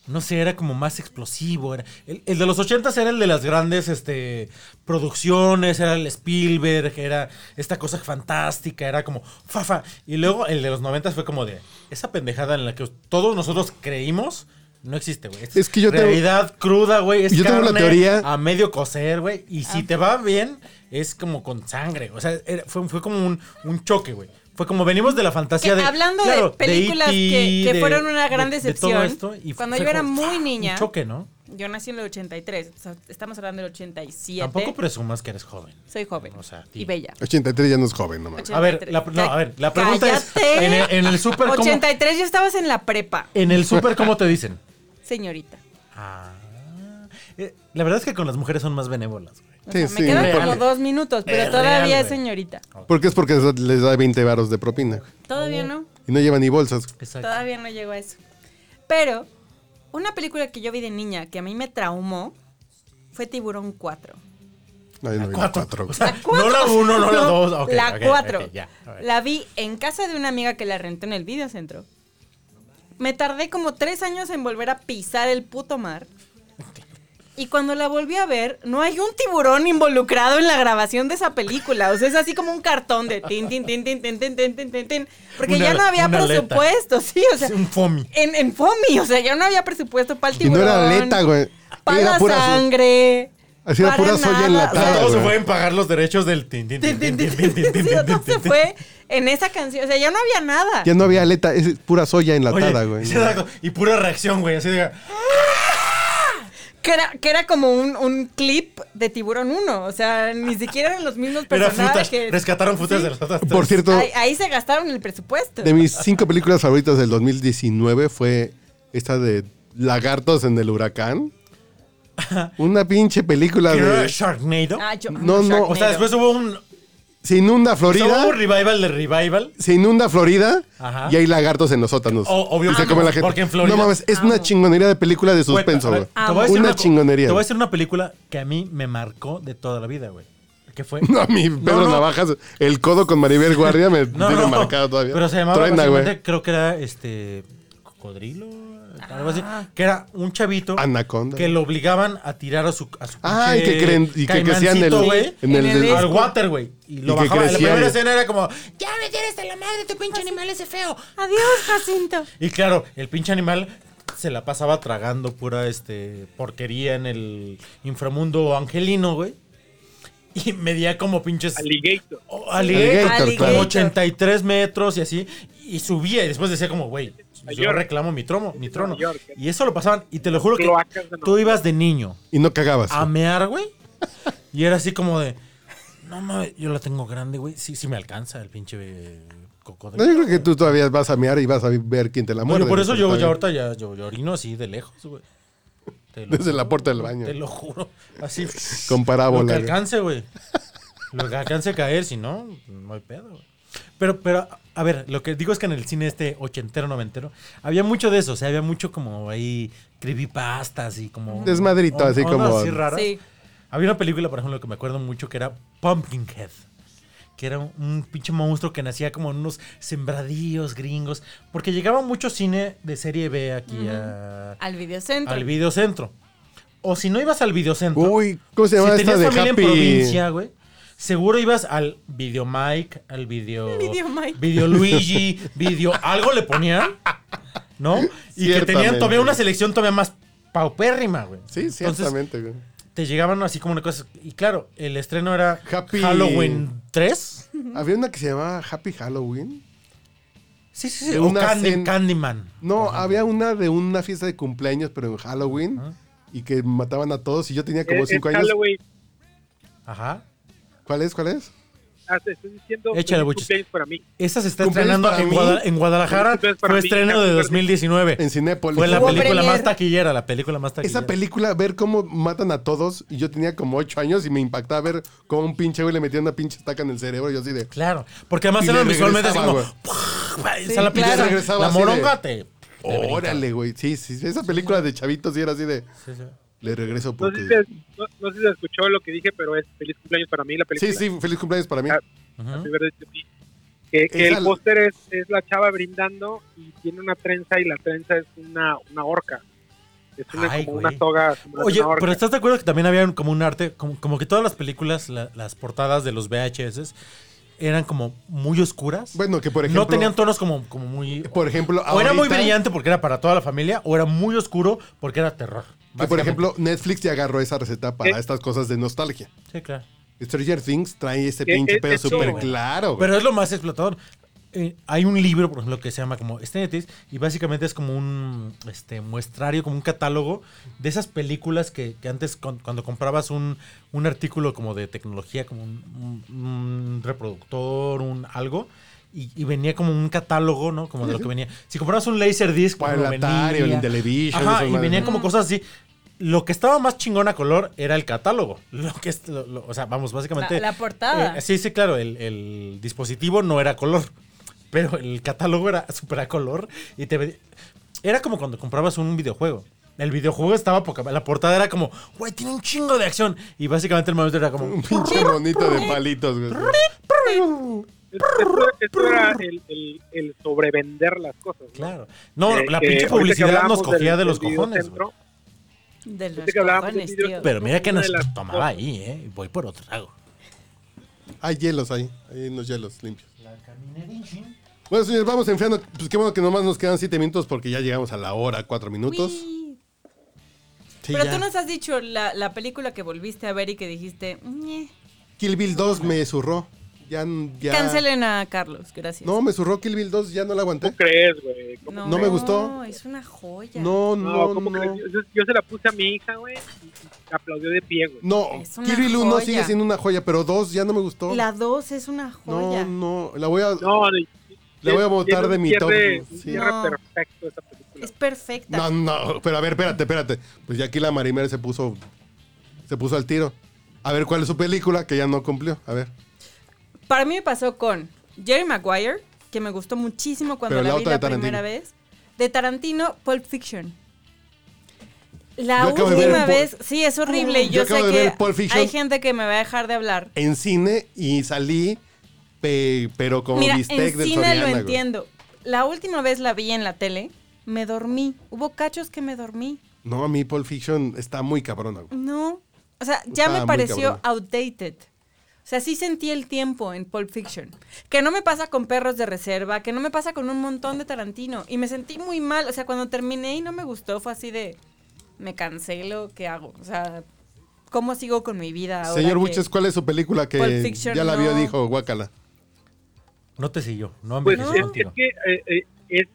S2: no sé, era como más explosivo. Era, el, el de los ochentas era el de las grandes este, producciones, era el Spielberg, era esta cosa fantástica, era como fafa. Y luego el de los noventas fue como de esa pendejada en la que todos nosotros creímos. No existe, güey. Esta
S1: Es que yo tengo-
S2: realidad cruda, güey. Es
S1: Yo tengo una
S2: carne
S1: teoría-
S2: a medio coser, güey. Y si te va bien, es como con sangre. O sea, era- fue, fue como un, un choque, güey. Fue como venimos de la
S4: Que
S2: fantasía de.
S4: hablando
S2: claro,
S4: de películas que,
S2: E.T.,
S4: que
S2: de-
S4: fueron una gran
S2: de- de
S4: decepción.
S2: todo esto, y
S4: cuando
S2: fue
S4: yo era
S2: como,
S4: muy
S2: ¡fua!
S4: niña,
S2: Un choque, ¿no?
S4: yo nací en el 83, o sea, estamos hablando del 87.
S2: Tampoco presumas que eres joven.
S4: Soy joven
S2: O sea,
S4: y
S2: tío.
S4: bella.
S1: 83 ya no es joven, no mames.
S2: A ver, la, no, a ver, la pregunta es:
S4: Cállate.
S2: en el, en el súper, ¿cómo-
S4: 83 ya estabas en la prepa,
S2: en el súper, ¿cómo te dicen?
S4: señorita.
S2: Ah, eh, la verdad es que con las mujeres son más benévolas, güey.
S4: O
S1: Sí,
S4: sea,
S1: sí,
S4: me quedan
S2: real,
S4: como
S2: güey.
S4: dos minutos, pero
S2: Es
S4: todavía
S2: real,
S4: es
S2: güey.
S4: señorita.
S1: Porque es porque les da 20 varos de propina. güey.
S4: Todavía no,
S1: Y no lleva ni bolsas.
S2: Exacto.
S4: todavía no llegó a eso. Pero una película que yo vi de niña que a mí me traumó fue Tiburón 4.
S1: No, yo no vi la cuatro,
S2: O
S1: güey.
S2: sea,
S4: cuatro.
S2: no la uno, no la dos. ok,
S4: la
S2: ok, ok,
S4: cuatro.
S2: ya, a ver.
S4: la vi en casa de una amiga que la rentó en el videocentro. Me tardé como tres años en volver a pisar el puto mar. Y cuando la volví a ver, no hay un tiburón involucrado en la grabación de esa película. O sea, es así como un cartón de tin, tin, tin, tin, tin, tin, tin, tin, tin, tin. Porque
S2: Una-
S4: ya no había
S2: una aleta.
S4: presupuesto, sí. O sea,
S2: Es un foamy.
S4: en, en FOMI, o sea, ya no había presupuesto para el
S1: Y no
S4: tiburón.
S1: era aleta, güey.
S4: Para
S1: Era
S4: la
S1: pura su-
S4: sangre.
S1: Así era
S4: para
S1: pura soya
S4: nada,
S1: enlatada,
S4: o sea,
S2: Todos se
S1: güey.
S2: pueden pagar los derechos del tin, tin, tin, tin, tin, tin, tin, tin,
S4: Sí, o sea, se
S2: tin, tin.
S4: fue en esa canción. O sea, ya no había nada.
S1: Ya no había aleta, es pura soya
S2: Oye,
S1: enlatada, güey.
S2: sí, exacto. Y pura reacción, güey. Así de.
S4: Que era, que era como un, un clip de Tiburón 1. O sea, ni siquiera eran los mismos
S2: Era frutas.
S4: personajes.
S2: Rescataron frutas de las otras.
S1: Por
S2: tres.
S1: cierto,
S4: Ahí, ahí se gastaron el presupuesto.
S1: de mis cinco películas favoritas del 2019 fue esta de Lagartos en el Huracán. Una pinche película
S2: ¿Que no era
S1: de...
S2: Sharknado.
S4: Ah, yo amo
S1: No, no,
S4: Sharknado.
S2: O sea, después hubo un.
S1: Se inunda
S2: Hubo un
S1: Florida.
S2: revival de revival.
S1: Se inunda Florida
S2: Ajá.
S1: y hay lagartos en los sótanos.
S2: O- obvio,
S1: y se
S2: amo,
S1: come la gente.
S2: porque en Florida-
S1: No mames, es
S4: Amo.
S1: una chingonería de película de suspenso, güey.
S2: Güey, a ver, ah. te voy a decir
S1: Una
S2: co-
S1: chingonería.
S2: Te voy a
S1: güey.
S2: decir una película que a mí me marcó de toda la vida, güey. Que fue.
S1: No, mi Pedro
S2: No, no.
S1: Navajas, el codo con Maribel Guardia me
S2: No,
S1: tiene
S2: no,
S1: marcado todavía.
S2: Pero se llamaba
S1: Truena,
S2: básicamente,
S1: güey.
S2: creo que era este cocodrilo, algo así, que era un chavito
S1: Anaconda.
S2: que lo obligaban a tirar a su a su
S1: Ah, y
S2: pinche
S1: que creen- y que crecían en el-
S2: caimancito, güey,
S1: en el-
S4: En el-
S2: al water, güey, y lo
S1: Y que
S2: bajaban. La
S1: crecía
S2: primera
S1: el-
S2: escena era como
S7: Ya me tienes de la madre, tu pinche animal ese feo.
S4: Adiós, Jacinto.
S2: y claro, el pinche animal se la pasaba tragando pura este porquería en el inframundo angelino, güey. Y medía como pinches
S5: Alligator.
S2: Oh, alligator,
S1: Alligator,
S2: como
S1: claro.
S2: 83 metros y así. Y subía y después decía como, güey, pues, yo
S5: York.
S2: reclamo mi trono, mi trono.
S5: Nueva York. eh.
S2: Y eso lo pasaban. Y te lo juro que
S5: Cloacas de Nueva
S2: tú
S5: York.
S2: ibas de niño
S1: Y no cagabas.
S2: a mear, güey. Y era así como de, no mames, yo la tengo grande, güey. Sí, sí me alcanza el pinche eh,
S1: No,
S2: cocodrilo.
S1: yo creo que tú todavía vas a mear y vas a ver quién te la muerde.
S2: Bueno, por eso
S1: güey,
S2: yo ya
S1: también.
S2: ahorita ya yo, yo orino así de lejos, güey. Te lo
S1: Desde
S2: juro,
S1: la puerta del baño.
S2: Te lo juro. Así.
S1: Con parábola,
S2: Lo que
S1: güey.
S2: alcance, güey. Lo que alcance a caer, si no, no hay pedo, güey. Pero, pero A ver, lo que digo es que en el cine este ochentero, noventero, había mucho de eso. O sea, había mucho como ahí creepypastas y como.
S1: Desmadrito,
S2: on-
S1: así
S2: ondas
S1: como-
S2: así raras.
S4: Sí.
S2: Había una película, por ejemplo, que me acuerdo mucho que era Pumpkinhead. Que era un, un pinche monstruo que nacía como en unos sembradíos gringos. Porque llegaba mucho cine de serie B aquí a-
S4: Al videocentro.
S2: al videocentro. O si no ibas al videocentro.
S1: Uy, ¿cómo se llama
S2: si
S1: esta
S2: tenías
S1: de
S2: familia
S1: Happy?
S2: en provincia, güey. Seguro ibas al Video Mike, al Video.
S4: Video Mike.
S2: Video Luigi, Video. Algo le ponían, ¿no? Y que tenían
S1: Ciertamente.
S2: todavía una selección todavía más paupérrima, güey.
S1: Sí,
S2: Entonces,
S1: ciertamente, güey.
S2: te llegaban así como una cosa. Y claro, el estreno era
S1: Happy-
S2: Halloween 3.
S1: Había una que se llamaba Happy Halloween.
S2: Sí, sí, sí.
S1: De
S2: O
S1: una
S2: Candy-
S1: cen-
S2: Candyman.
S1: No, había una de una fiesta de cumpleaños, pero en Halloween. Y que mataban a todos. Y yo tenía como
S5: Es-
S1: cinco
S5: es
S1: años.
S5: Eh, Halloween.
S2: Ajá.
S1: ¿Cuál es? ¿Cuál es?
S2: Eh,
S5: Ah, te estoy diciendo
S2: Échale,
S5: feliz
S2: buches.
S5: cumpleaños para mí.
S2: Esa se está
S1: ¿Cumpleaños
S2: estrenando
S1: para
S2: en,
S1: mí?
S2: Guada- en Guadalajara.
S5: ¿Cumpleaños para
S2: Fue
S5: mí?
S2: estreno de
S5: Happy
S2: 2019.
S1: En Cinépolis.
S2: Fue la
S4: Hubo
S2: película
S4: premier.
S2: más taquillera, la película más taquillera.
S1: Esa película, ver cómo matan a todos. Y yo tenía como ocho años y me impactaba ver cómo un pinche güey le metía una pinche estaca en el cerebro. Y yo así de.
S2: Claro, porque además
S1: Y
S2: eran
S1: le
S2: visualmente así como.
S1: regresaba,
S2: ¡pah!
S4: Sí,
S2: Sale la
S4: claro.
S2: pinza,
S4: Le
S1: regresaba
S2: la
S1: así de-
S2: moronga te- te brinca.
S1: Órale, güey. Sí, sí. sí, Esa película de chavitos y era así de.
S2: Sí, sí.
S1: Le regreso
S5: No sé, si
S1: porque.
S5: se, no, no sé si se escuchó lo que dije, pero es feliz cumpleaños para mí la película.
S1: Sí, sí, feliz cumpleaños para mí.
S5: Ah,
S2: Ujú.
S5: Happy Birthday to Me. Que, que
S1: Esa-
S5: el póster es, es la chava brindando y tiene una trenza y la trenza es una, una orca. Es una,
S2: Ay,
S5: como
S2: güey.
S5: una toga. como la de
S2: Oye,
S5: una orca.
S2: pero ¿estás de acuerdo que también había un- como un arte, como, como que todas las películas, la- las portadas de los VHS eran como muy oscuras?
S1: Bueno, que por
S2: no
S1: ejemplo. eh,
S2: tenían tonos como, como muy...
S1: Por ejemplo,
S2: o era muy
S1: ahorita-
S2: brillante porque era para toda la familia, o era muy oscuro porque era terror.
S1: Que, por
S2: básicamente.
S1: ejemplo, Netflix ya agarró esa receta
S5: Eh.
S1: para estas cosas de nostalgia.
S2: Sí, claro.
S1: Stranger Things trae ese
S5: Eh,
S1: pinche
S5: eh,
S1: pedo
S5: eso,
S1: súper
S5: güey.
S1: claro. güey.
S2: Pero es lo más explotador. Eh, hay un libro, por ejemplo, que se llama como Stenetis y básicamente es como un este, muestrario, como un catálogo de esas películas que, que antes con- cuando comprabas un, un artículo como de tecnología, como un, un- un reproductor, un algo, y, y venía como un catálogo, ¿no? Como de lo que venía. Si comprabas un Laserdisc, por
S1: Para el
S2: ejemplo,
S1: Atari o el
S2: venía-
S1: Intellivision.
S2: Ajá,
S1: esas
S2: y
S1: madres.
S2: venían como cosas así. Lo que estaba más chingón a color era el catálogo. Lo que es- lo- lo- o sea, vamos, básicamente.
S4: La- la portada.
S2: eh, sí, sí, claro. El, el dispositivo no era color. Pero el catálogo era súper a color. Y te ve- Era como cuando comprabas un videojuego. El videojuego estaba poca. La portada era como, güey, tiene un chingo de acción. Y básicamente el momento era como.
S1: Un pinche monito de palitos, güey.
S5: Esto- esto- esto era el, el- el sobrevender las cosas. ¿no?
S2: Claro. No,
S5: Eh,
S2: la
S5: que
S2: pinche
S5: ahorita que
S2: publicidad
S5: hablábamos
S2: nos cogía
S5: del-
S2: de los
S5: del
S2: cojones.
S5: videocentro,
S2: güey.
S4: De los
S5: que hablábamos
S4: cojones,
S5: del video-
S4: tío.
S2: Pero mira que
S5: Una
S2: nos
S5: de las
S2: tomaba ahí, ¿eh? Voy por otro trago.
S1: Hay hielos ahí. Hay unos hielos limpios. Bueno, señores, vamos enfriando. Pues qué bueno que nomás nos quedan siete minutos porque ya llegamos a la hora, cuatro minutos.
S4: Uy.
S1: Sí,
S4: Pero
S1: ya.
S4: tú nos has dicho la, la película que volviste a ver y que dijiste, "Ñe".
S1: Kill Bill 2 me zurró. Ya, ya.
S4: cancelen a Carlos, gracias.
S1: No, me zurró Kill Bill 2, ya no la
S5: ¿Cómo
S1: aguanté.
S5: crees, güey? ¿Cómo-
S1: no me gustó.
S4: No, es una joya.
S1: No,
S5: No,
S1: no,
S5: ¿cómo
S1: no.
S5: crees? Yo, yo se la puse a mi hija, güey, y y aplaudió de pie, güey.
S1: No,
S4: Es una
S1: Kill Bill 1
S4: joya.
S1: sigue siendo una joya, pero 2 ya no me gustó.
S4: La 2 es una joya.
S1: No, no, la voy a...
S5: No, le
S1: Le voy a botar de mi top, sí.
S5: Un cierre
S4: No.
S5: perfecto esa película.
S4: Es perfecta.
S1: No, no, pero a ver, espérate, espérate. Pues ya aquí la Marimer se puso se puso al tiro. A ver cuál es su película que ya no cumplió. A ver.
S4: Para mí me pasó con Jerry Maguire, que me gustó muchísimo cuando
S1: Pero
S4: la,
S1: la
S4: vi
S1: otra
S4: la
S1: de Tarantino.
S4: primera vez. De Tarantino, Pulp Fiction. La
S1: Yo acabo de ver
S4: última
S1: un Pul-
S4: vez, sí, es horrible. y
S1: Yo
S4: Yo,
S1: acabo de
S4: sé
S1: ver Pulp
S4: que
S1: Fiction. Eh,
S4: hay gente que me va a dejar de hablar.
S1: En cine y salí pe- pero como
S4: Mira,
S1: bistec
S4: en
S1: del
S4: cine
S1: Soriana,
S4: lo
S1: güey.
S4: entiendo. La última vez la vi en la tele, me dormí. Hubo cachos que me dormí.
S1: No, a mí Pulp Fiction está muy cabrona. güey.
S4: No. O sea, ya
S1: Estaba
S4: me
S1: muy cabrona.
S4: pareció outdated. O sea, sí sentí el tiempo en Pulp Fiction. Que no me pasa con Perros de Reserva, que no me pasa con un montón de Tarantino. Y me sentí muy mal. O sea, cuando terminé y no me gustó, fue así de. Me cancelo, ¿qué hago? O sea, ¿cómo sigo con mi vida ahora?
S1: Señor
S4: que-
S1: Buches, ¿cuál es su película
S4: Pulp
S1: que
S4: Fiction,
S1: ya la vio
S4: no.
S1: dijo guácala?
S2: No te siguió. No
S5: Pues
S2: envejeció
S5: es,
S2: contigo.
S5: es que eh, eh, es,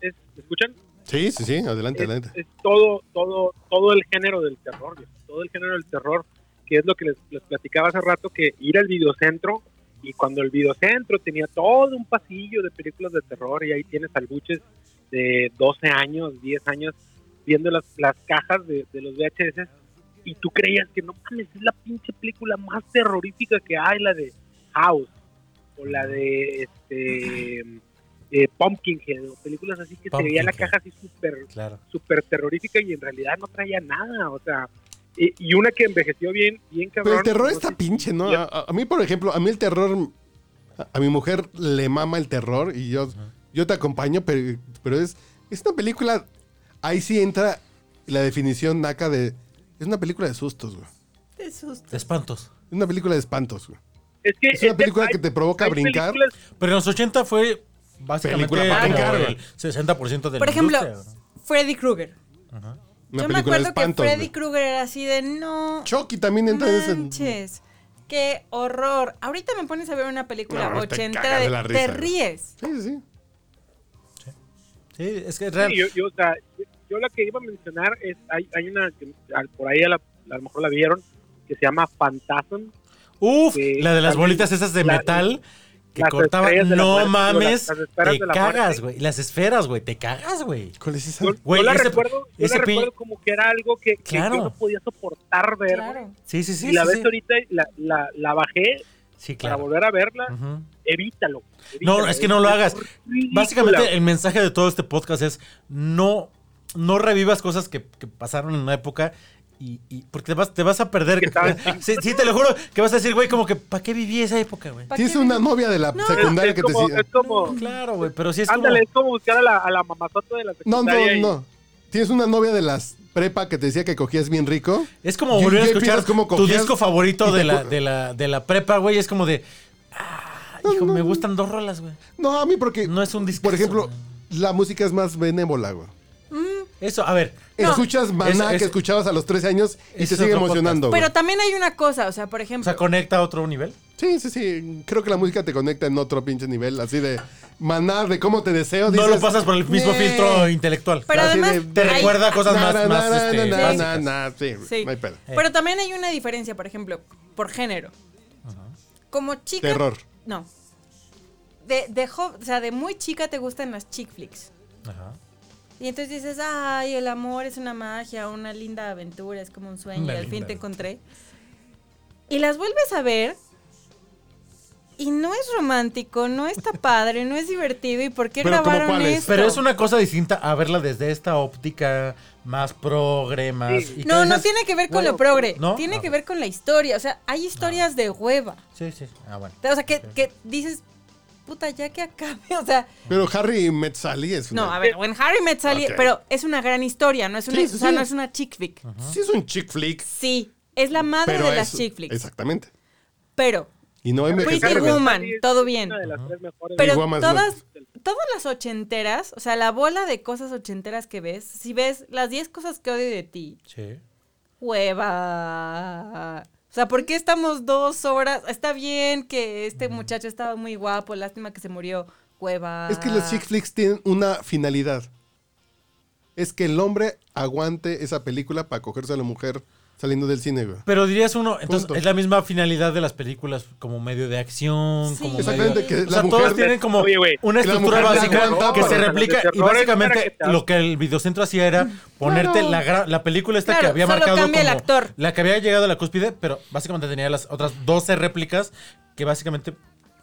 S5: es, ¿escuchan?
S1: Sí, sí, sí,
S4: Eh,
S1: adelante,
S5: Es,
S1: adelante.
S5: es todo, todo, todo el género del terror, viejo, todo el género del terror, que es lo que les, les platicaba hace rato, que ir al videocentro, y cuando el videocentro tenía todo un pasillo de películas de terror, y ahí tienes al Buches de 12 años, 10 años, viendo las, las cajas de, de los VHS, y tú creías que no mames, es la pinche película más terrorífica que hay, la de House, o la de este eh, Pumpkinhead, o películas así que se veía la
S2: Pumpkinhead.
S5: caja así súper
S2: Claro.
S5: super terrorífica y en realidad no traía nada, o sea, y, y una que envejeció bien, bien cabrón.
S1: Pero el terror
S5: no
S1: está
S5: sé-
S1: pinche, ¿no? A, a- a mí, por ejemplo, a mí el terror. A, a mi mujer le mama el terror y yo, yo te acompaño, pero, pero es, es una película. Ahí sí entra la definición naca de. Es una película de sustos, güey.
S4: Te susto.
S2: De espantos.
S1: Es una película de espantos, güey.
S5: Es, que,
S1: es una
S5: que
S1: película
S5: hay-
S1: que te provoca
S5: hay
S1: brincar.
S5: películas
S2: Pero en los 80 fue básicamente
S1: Película para
S2: como
S1: brincar, güey.
S2: el 60% de la
S4: Por ejemplo,
S2: industria, ¿no?
S4: Freddy Krueger.
S1: Una
S4: Yo me
S1: película de
S4: acuerdo que
S1: espantos.
S4: Freddy
S1: güey.
S4: Krueger era así de no.
S1: Chucky también entra en ese.
S4: Manches, qué horror. Ahorita me pones a ver una película
S1: No, te
S4: ochentera
S1: cagas de la
S4: de-
S1: risa,
S4: te
S1: güey.
S4: ríes.
S1: Sí, sí, sí.
S2: Sí, es que es real.
S5: Sí, yo, yo, o sea, yo la que iba a mencionar es, hay, hay una, que al- por ahí a, la- a lo mejor la vieron, que se llama Phantasm.
S2: Uf,
S5: Sí,
S2: la de las
S5: también.
S2: bolitas esas de
S5: La-
S2: metal que
S5: las
S2: cortaban.
S5: estrellas de la
S2: No
S5: muerte,
S2: mames,
S5: las- las esferas
S2: te
S5: de la
S2: cagas,
S5: muerte.
S2: güey. Las esferas, güey, te cagas, güey.
S1: ¿Cuál es esa?
S5: Yo,
S2: Güey,
S5: yo la
S2: ese-
S5: recuerdo, yo
S2: ese
S5: la
S2: pi-
S5: recuerdo como que era algo que, que
S2: Claro.
S5: yo no podía soportar ver.
S4: Claro.
S2: Sí, sí, sí.
S5: y la
S2: sí,
S5: ves
S2: sí.
S5: ahorita, y la, la, la bajé
S2: Sí,
S5: para
S2: claro.
S5: volver a verla,
S2: Ujú.
S5: evítalo,
S2: No,
S5: evítalo,
S2: es que no lo
S5: es
S2: hagas.
S5: ridícula.
S2: Básicamente, el mensaje de todo este podcast es: no, no revivas cosas que, que pasaron en una época. Y, y- porque te vas, te vas a perder.
S5: estaban-
S2: Sí, sí, te lo juro que vas a decir, güey, como que, ¿para qué viví esa época, güey?
S4: ¿Pa'
S1: Tienes
S4: qué
S1: una
S4: digo?
S1: novia de la
S4: No,
S5: Es-
S1: secundaria
S5: es
S1: que
S5: como-
S1: te sigue.
S5: es como-
S2: Claro, güey, pero sí es como.
S5: ándale, es como buscar a la, a la mamazota de la
S1: No, no,
S5: secundaria y-
S1: no. Tienes una novia de las prepa que te decía que cogías bien rico.
S2: Es como
S1: Y-
S2: volver a
S1: y
S2: escuchar
S1: empiezas como
S2: tu
S1: cogías
S2: disco favorito
S1: y te
S2: de la,
S1: acu-
S2: de, la, de la prepa, güey. Es como de. Ah, hijo, me gustan dos rolas, güey.
S1: No, a mí porque.
S2: No es un discazo,
S1: Por ejemplo,
S2: güey.
S1: la música es más benévola, güey.
S2: Eso, a ver.
S1: Escuchas maná
S2: Eso-
S1: que
S2: eso-
S1: escuchabas a los 13 años y te
S2: Ese es
S1: sigue
S2: otro
S1: emocionando, güey.
S4: Pero también hay una cosa, o sea, por
S2: O
S4: ejemplo,
S2: sea, conecta a otro nivel.
S1: Sí, sí, sí. Creo que la música te conecta en otro pinche nivel. Así de maná, de cómo te deseo.
S2: No
S1: dices,
S2: lo pasas por el mismo
S1: "Nee".
S2: filtro intelectual.
S4: Pero
S1: Así
S4: además,
S1: de-
S2: Te
S4: hay-
S2: recuerda a cosas más.
S1: Na, na,
S2: más,
S1: na,
S2: este,
S1: na, na, na,
S2: básicas.
S1: na, sí, güey,
S4: Sí.
S1: No hay pedo.
S2: Eh.
S4: Pero también hay una diferencia, por ejemplo, por género. Como chica.
S1: Terror.
S4: No. De, de jo- o sea, de muy chica te gustan las chick flicks.
S2: Ajá.
S4: Y entonces dices, ay, el amor es una magia, una linda aventura, es como un sueño,
S2: Una
S4: y al fin
S2: linda
S4: te
S2: aventura.
S4: encontré. Y las vuelves a ver. Y no es romántico, no está padre, no es divertido. ¿Y por qué
S1: Pero, ¿cómo
S4: grabaron
S1: cuál es?
S4: esto?
S2: Pero es una cosa distinta a verla desde esta óptica más progre, más.
S5: Sí.
S2: y que
S4: No, no
S2: dices-
S4: tiene que ver con
S2: Bueno,
S4: lo progre.
S2: ¿no?
S4: Tiene
S2: Ah,
S4: que
S2: ok.
S4: ver con la historia. O sea, hay historias de hueva.
S2: Sí, sí. Ah, bueno.
S4: O sea, que, que dices, puta, ya que acabe. O sea,
S1: Pero Harry Metzali es.
S4: no,
S1: una-
S4: a ver, when Harry Met Sally,
S1: Ok.
S4: pero es una gran historia, no es una,
S1: Sí, sí,
S4: o sea,
S1: sí.
S4: no es una chick flick.
S1: Sí, es un chick flick.
S4: Sí, es la madre
S1: Pero
S4: de las
S1: es-
S4: chick flicks.
S1: Exactamente.
S4: Pero,
S1: Y no
S5: Harry
S4: Pretty
S1: envejecer,
S5: Potter
S1: güey.
S4: Woman,
S5: es
S4: todo
S5: una
S4: bien.
S5: de las tres mejores
S4: pero
S1: Woman,
S4: todas, todas las ochenteras, o sea, la bola de cosas ochenteras que ves, si ves las 10 cosas que odio de ti,
S2: Sí.
S4: hueva. O sea, ¿por qué estamos dos horas? Está bien que este
S2: Mm.
S4: muchacho estaba muy guapo, lástima que se murió. Hueva.
S1: Es que los chick flicks tienen una finalidad. Es que el hombre aguante esa película para cogerse a la mujer saliendo del cine, güey.
S2: Pero dirías uno, entonces
S1: Punto.
S2: es la misma finalidad de las pellas como medio de acción,
S4: Sí.
S2: como
S1: Exactamente,
S2: medio-
S1: que
S2: o
S1: la
S2: sea,
S1: mujer
S2: todos
S1: le-
S2: tienen como
S5: Oye, güey,
S2: una
S1: que la
S2: estructura
S1: mujer le
S2: básica
S1: aguanta
S2: que
S1: para
S2: se
S1: que
S2: replica
S5: te
S2: y
S5: roben para
S2: básicamente
S5: que te
S2: lo que el videocentro hacía era ponerte la, gra- la película esta que
S4: Mm. Claro,
S2: había
S4: solo
S2: marcado
S4: cambia el
S2: como
S4: actor.
S2: la que había llegado a la cúspide, pero básicamente tenía las otras 12 réplicas que básicamente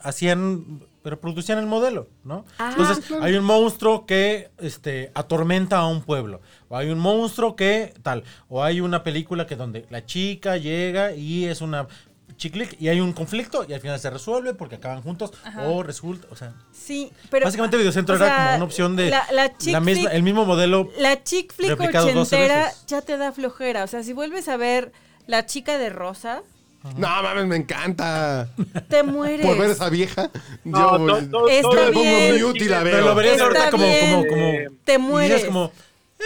S2: hacían reproducían el modelo, ¿no?
S4: Ah.
S2: Entonces, hay un monstruo que este, atormenta a un pueblo, o hay un monstruo que tal, o hay una película que donde la chica llega y es una chicle y hay un conflicto y al final se resuelve porque acaban juntos o resulta, o sea,
S4: Sí, pero.
S2: básicamente Videocentro
S4: o
S2: era
S4: sea,
S2: como una opción de
S4: La, la chick
S2: la misma,
S4: flick-
S2: el mismo modelo
S4: la chick flick
S2: replicado 12
S4: ochentera
S2: veces.
S4: ya te da flojera. O sea, si vuelves a ver La chica de rosa,
S1: No mames, me encanta.
S4: te mueres.
S1: Por ver esa vieja.
S5: No,
S1: yo,
S5: no,
S1: güey,
S5: no, no,
S4: Está
S1: yo le
S5: no,
S4: bien.
S1: pongo mute y la
S2: Pero lo
S1: veo.
S2: verías
S4: Está
S2: ahorita como, como,
S4: bien.
S2: como.
S4: Te
S2: y dirías
S4: mueres.
S2: como. eh,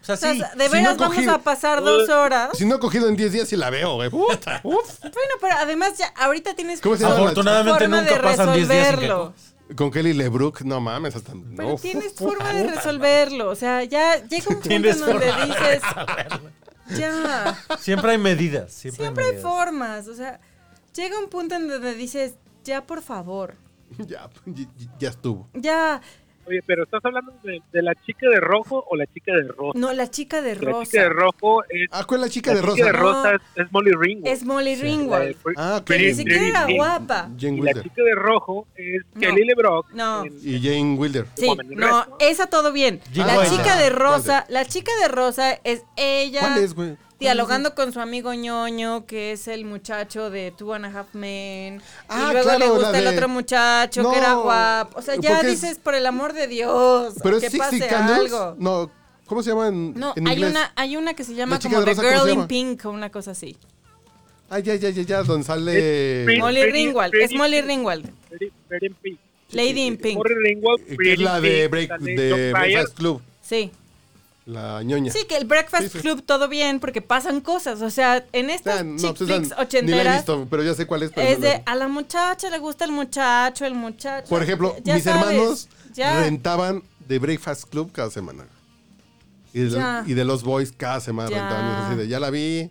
S2: o sea,
S4: O sea,
S2: sí.
S4: de
S1: si no
S4: veras
S1: cogí-
S4: vamos a pasar dos horas.
S1: Si no he cogido en 10 días, sí la veo, güey. Puta. Uf.
S4: Bueno, pero además ya ahorita tienes
S1: ¿Cómo se llama?
S2: Afortunadamente
S4: forma de
S2: nunca pasan 10 días sin que-
S4: resolverlo.
S1: Con Kelly LeBrook, no mames, hasta.
S4: Pero
S1: no,
S4: tienes
S1: uf,
S4: forma de resolverlo. O sea, ya llega un punto
S2: Tienes
S4: en donde
S2: forma de
S4: dices, ya,
S2: Siempre hay medidas. Siempre,
S4: siempre
S2: hay
S4: hay
S2: medidas.
S4: formas. O sea, llega un punto en donde dices, ya, por favor,
S1: Ya, ya, ya estuvo.
S4: ya.
S5: Oye, pero estás hablando de, de la chica de rojo o la chica de rosa.
S4: No, la chica de
S5: La chica de
S4: rosa.
S5: rojo es,
S1: Ah, ¿cuál es la chica
S5: la
S1: de
S5: chica de
S1: rosa?
S5: rosa es, es Molly Ringwald.
S4: Es Molly Ringwald.
S1: Ah, ok.
S4: Que ni
S5: Pretty-
S4: siquiera era
S5: Pretty-
S4: guapa.
S1: Jane
S5: Y la
S1: Wilder.
S5: chica de rojo es
S4: No.
S5: Kelly LeBrock.
S4: No.
S5: en-
S1: Y Jane Wilder.
S4: Sí,
S5: Woman in Red,
S4: no,
S5: ¿no?
S4: esa todo bien.
S2: Jim
S4: La
S2: Wilder.
S4: chica de
S1: Ah,
S4: rosa, la chica de rosa es ella.
S1: ¿Cuál es, güey?
S4: Dialogando con su amigo ñoño, que es el muchacho de Two and a Half Men.
S1: Ah,
S4: y luego
S1: claro,
S4: le
S1: la
S4: gusta el
S1: de-
S4: otro muchacho
S1: No,
S4: que era guapo. O sea, ya
S1: porque es-
S4: dices, por el amor de Dios,
S1: Pero
S4: que
S1: es Sixty
S4: pase
S1: Candles.
S4: algo.
S1: No, ¿cómo se llama en,
S4: No,
S1: en
S4: hay
S1: inglés?
S4: una, hay una que se llama
S1: La chica
S4: como
S1: de
S4: The
S1: rosa, ¿cómo se
S4: Girl in
S1: llama?
S4: Pink o una cosa así.
S1: Ay, ya, ya, ya, ya, donde sale. eh,
S5: Pretty-
S4: Molly
S5: Pretty-
S4: Ringwald,
S5: Pretty
S4: es Molly
S5: Pink.
S4: Ringwald.
S5: Pretty- Pretty in Pink.
S4: Lady in Pink.
S5: Molly Ringwald,
S1: Que es
S5: Pretty
S1: la de,
S5: Pink,
S1: break,
S5: sale
S1: de
S5: John Mayer.
S1: Breakfast Club.
S4: Sí.
S1: La ñoña.
S4: Sí, que el Breakfast
S1: Sí, sí.
S4: Club todo bien porque pasan cosas. O sea, en estas
S1: Ah, no,
S4: chick
S1: pues esa
S4: flicks
S1: ni la he
S4: ochenteras
S1: visto, pero ya sé cuál es. pero
S4: es
S1: no la-
S4: de a la muchacha le gusta el muchacho, el muchacho.
S1: Por ejemplo,
S4: Ya
S1: mis
S4: sabes,
S1: hermanos
S4: ya.
S1: rentaban de Breakfast Club cada semana. Y de,
S4: Ya.
S1: y de Los Boys cada semana
S4: Ya.
S1: rentaban. Es así de, ya la vi.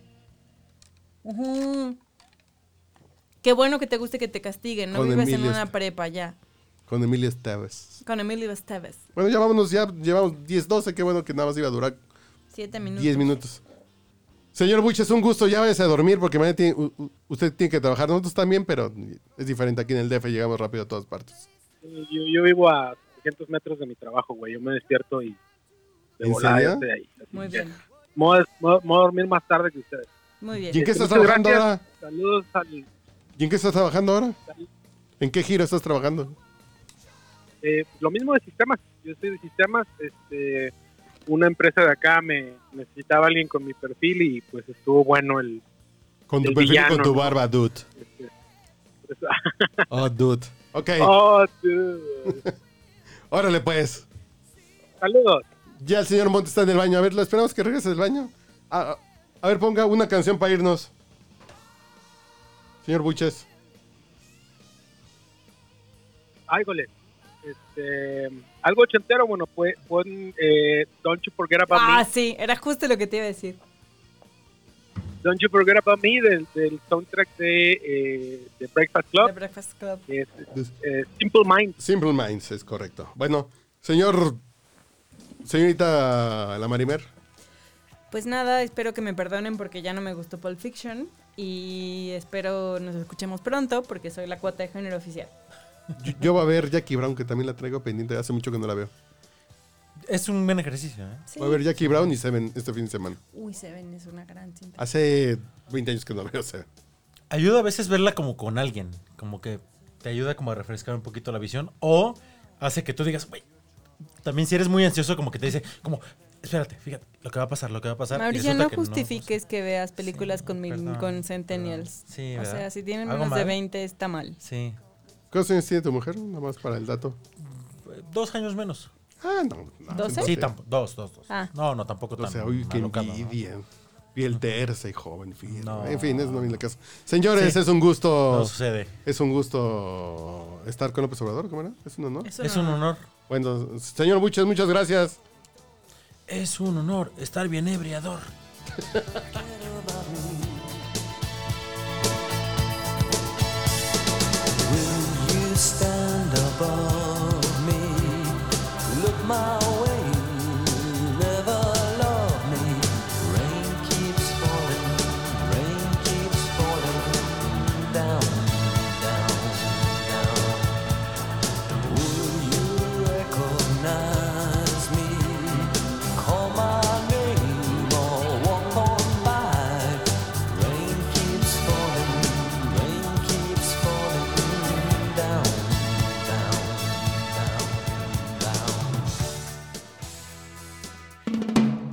S4: Ujú. Qué bueno que te guste que te castiguen. No
S1: Con
S4: vives en
S1: Emilio
S4: una
S1: Estevez.
S4: prepa ya.
S1: Con Emilio Esteves.
S4: Con Emilio Esteves.
S1: Bueno, ya vámonos, ya llevamos 10, 12. Qué bueno que nada más iba a durar
S4: Siete minutos.
S1: 10 minutos. Señor Buch, es un gusto. Ya váyase a dormir porque mañana tiene- u- u- usted tiene que trabajar. Nosotros también, pero es diferente. Aquí en el DF llegamos rápido a todas partes.
S5: Yo, yo vivo a 300 metros de mi trabajo, güey. Yo me despierto y de
S1: ¿En
S5: volada
S1: serio?
S5: ya estoy ahí. Así
S4: Muy
S5: que
S4: bien.
S5: Me voy, a- me voy a- me voy a dormir más tarde que ustedes.
S4: Muy
S1: ¿Y en
S4: bien.
S1: qué
S5: Este,
S1: estás
S5: muchas
S1: trabajando
S5: gracias.
S1: ahora?
S5: Saludos al...
S1: ¿Y en qué estás trabajando ahora? ¿En qué giro estás trabajando?
S5: eh, lo mismo de sistemas. Yo estoy de sistemas. Este, una empresa de acá me necesitaba alguien con mi perfil y pues estuvo bueno el...
S1: Con tu
S5: El
S1: perfil y con
S5: villano,
S1: tu
S5: ¿no?
S1: barba, dude. Oh, dude. Ok,
S5: Oh, dude.
S1: órale pues.
S5: Saludos.
S1: Ya el señor Monte está en el baño. A ver, lo esperamos que regrese del baño. A, a ver, ponga una canción para irnos. Señor Buches.
S5: Ay, gole. Este, algo ochentero, bueno, pues pon eh, Don't You Forget About
S4: Ah,
S5: Me.
S4: sí, era justo lo que te iba a decir.
S5: Don't You Forget About Me del, del soundtrack de, eh, de Breakfast
S4: The
S5: Club.
S4: Breakfast Club.
S5: que es, eh, Simple Minds.
S1: Simple Minds, es correcto. Bueno, señor. Señorita La Marimer.
S4: Pues nada, espero que me perdonen porque ya no me gustó Pulp Fiction. Y espero nos escuchemos pronto porque soy la cuota de género oficial.
S1: Yo, yo voy a ver Jackie Brown, que también la traigo pendiente. Hace mucho que no la veo.
S2: Es un buen ejercicio, ¿eh?
S4: Sí.
S1: Voy a ver Jackie Brown y Seven este fin de semana.
S4: Uy, Seven es una gran
S2: Ah,
S4: cinta.
S1: Hace 20 años que no veo Seven.
S2: Ayuda a veces verla como con alguien, como que te ayuda como a refrescar un poquito la visión o hace que tú digas, güey, también si eres muy ansioso como que te dice, como, espérate, fíjate, lo que va a pasar, lo que va a pasar. y
S4: Mauricio,
S2: resulta
S4: no
S2: que
S4: justifiques que veas películas
S2: Sí,
S4: con, mil-
S2: perdón,
S4: con centennials.
S2: perdón. Sí,
S4: o
S2: ¿verdad?
S4: sea, si tienen
S2: ¿Algo
S4: menos de
S2: mal?
S4: 20 está mal.
S2: Sí,
S1: ¿Cuántos años tiene tu mujer? Nada más para el dato.
S2: dos años menos.
S1: Ah, no. no,
S4: ¿Doce?
S1: no
S2: Sí,
S1: sé.
S2: tampoco, dos, dos, dos.
S4: Ah.
S2: No, no, tampoco
S1: O
S2: tan
S1: sea, uy, qué
S2: alocado, ¿no?
S1: envidia. Piel tersa y joven, fiel.
S2: No.
S1: En fin, es no viene la casa. Señores,
S2: Sí.
S1: es un gusto.
S2: No sucede.
S1: Es un gusto estar con López Obrador, ¿cómo era? Es un honor.
S4: Eso
S2: Es
S4: no-
S2: un honor.
S1: Bueno, señor, muchas, muchas gracias.
S2: Es un honor estar bien ebriador.
S9: You stand above me, look my way, never love me. Rain keeps falling, rain keeps falling, down, down, down. Will you recognize me? Call my name or walk on by. Rain keeps falling, rain keeps falling, down, down, down, down.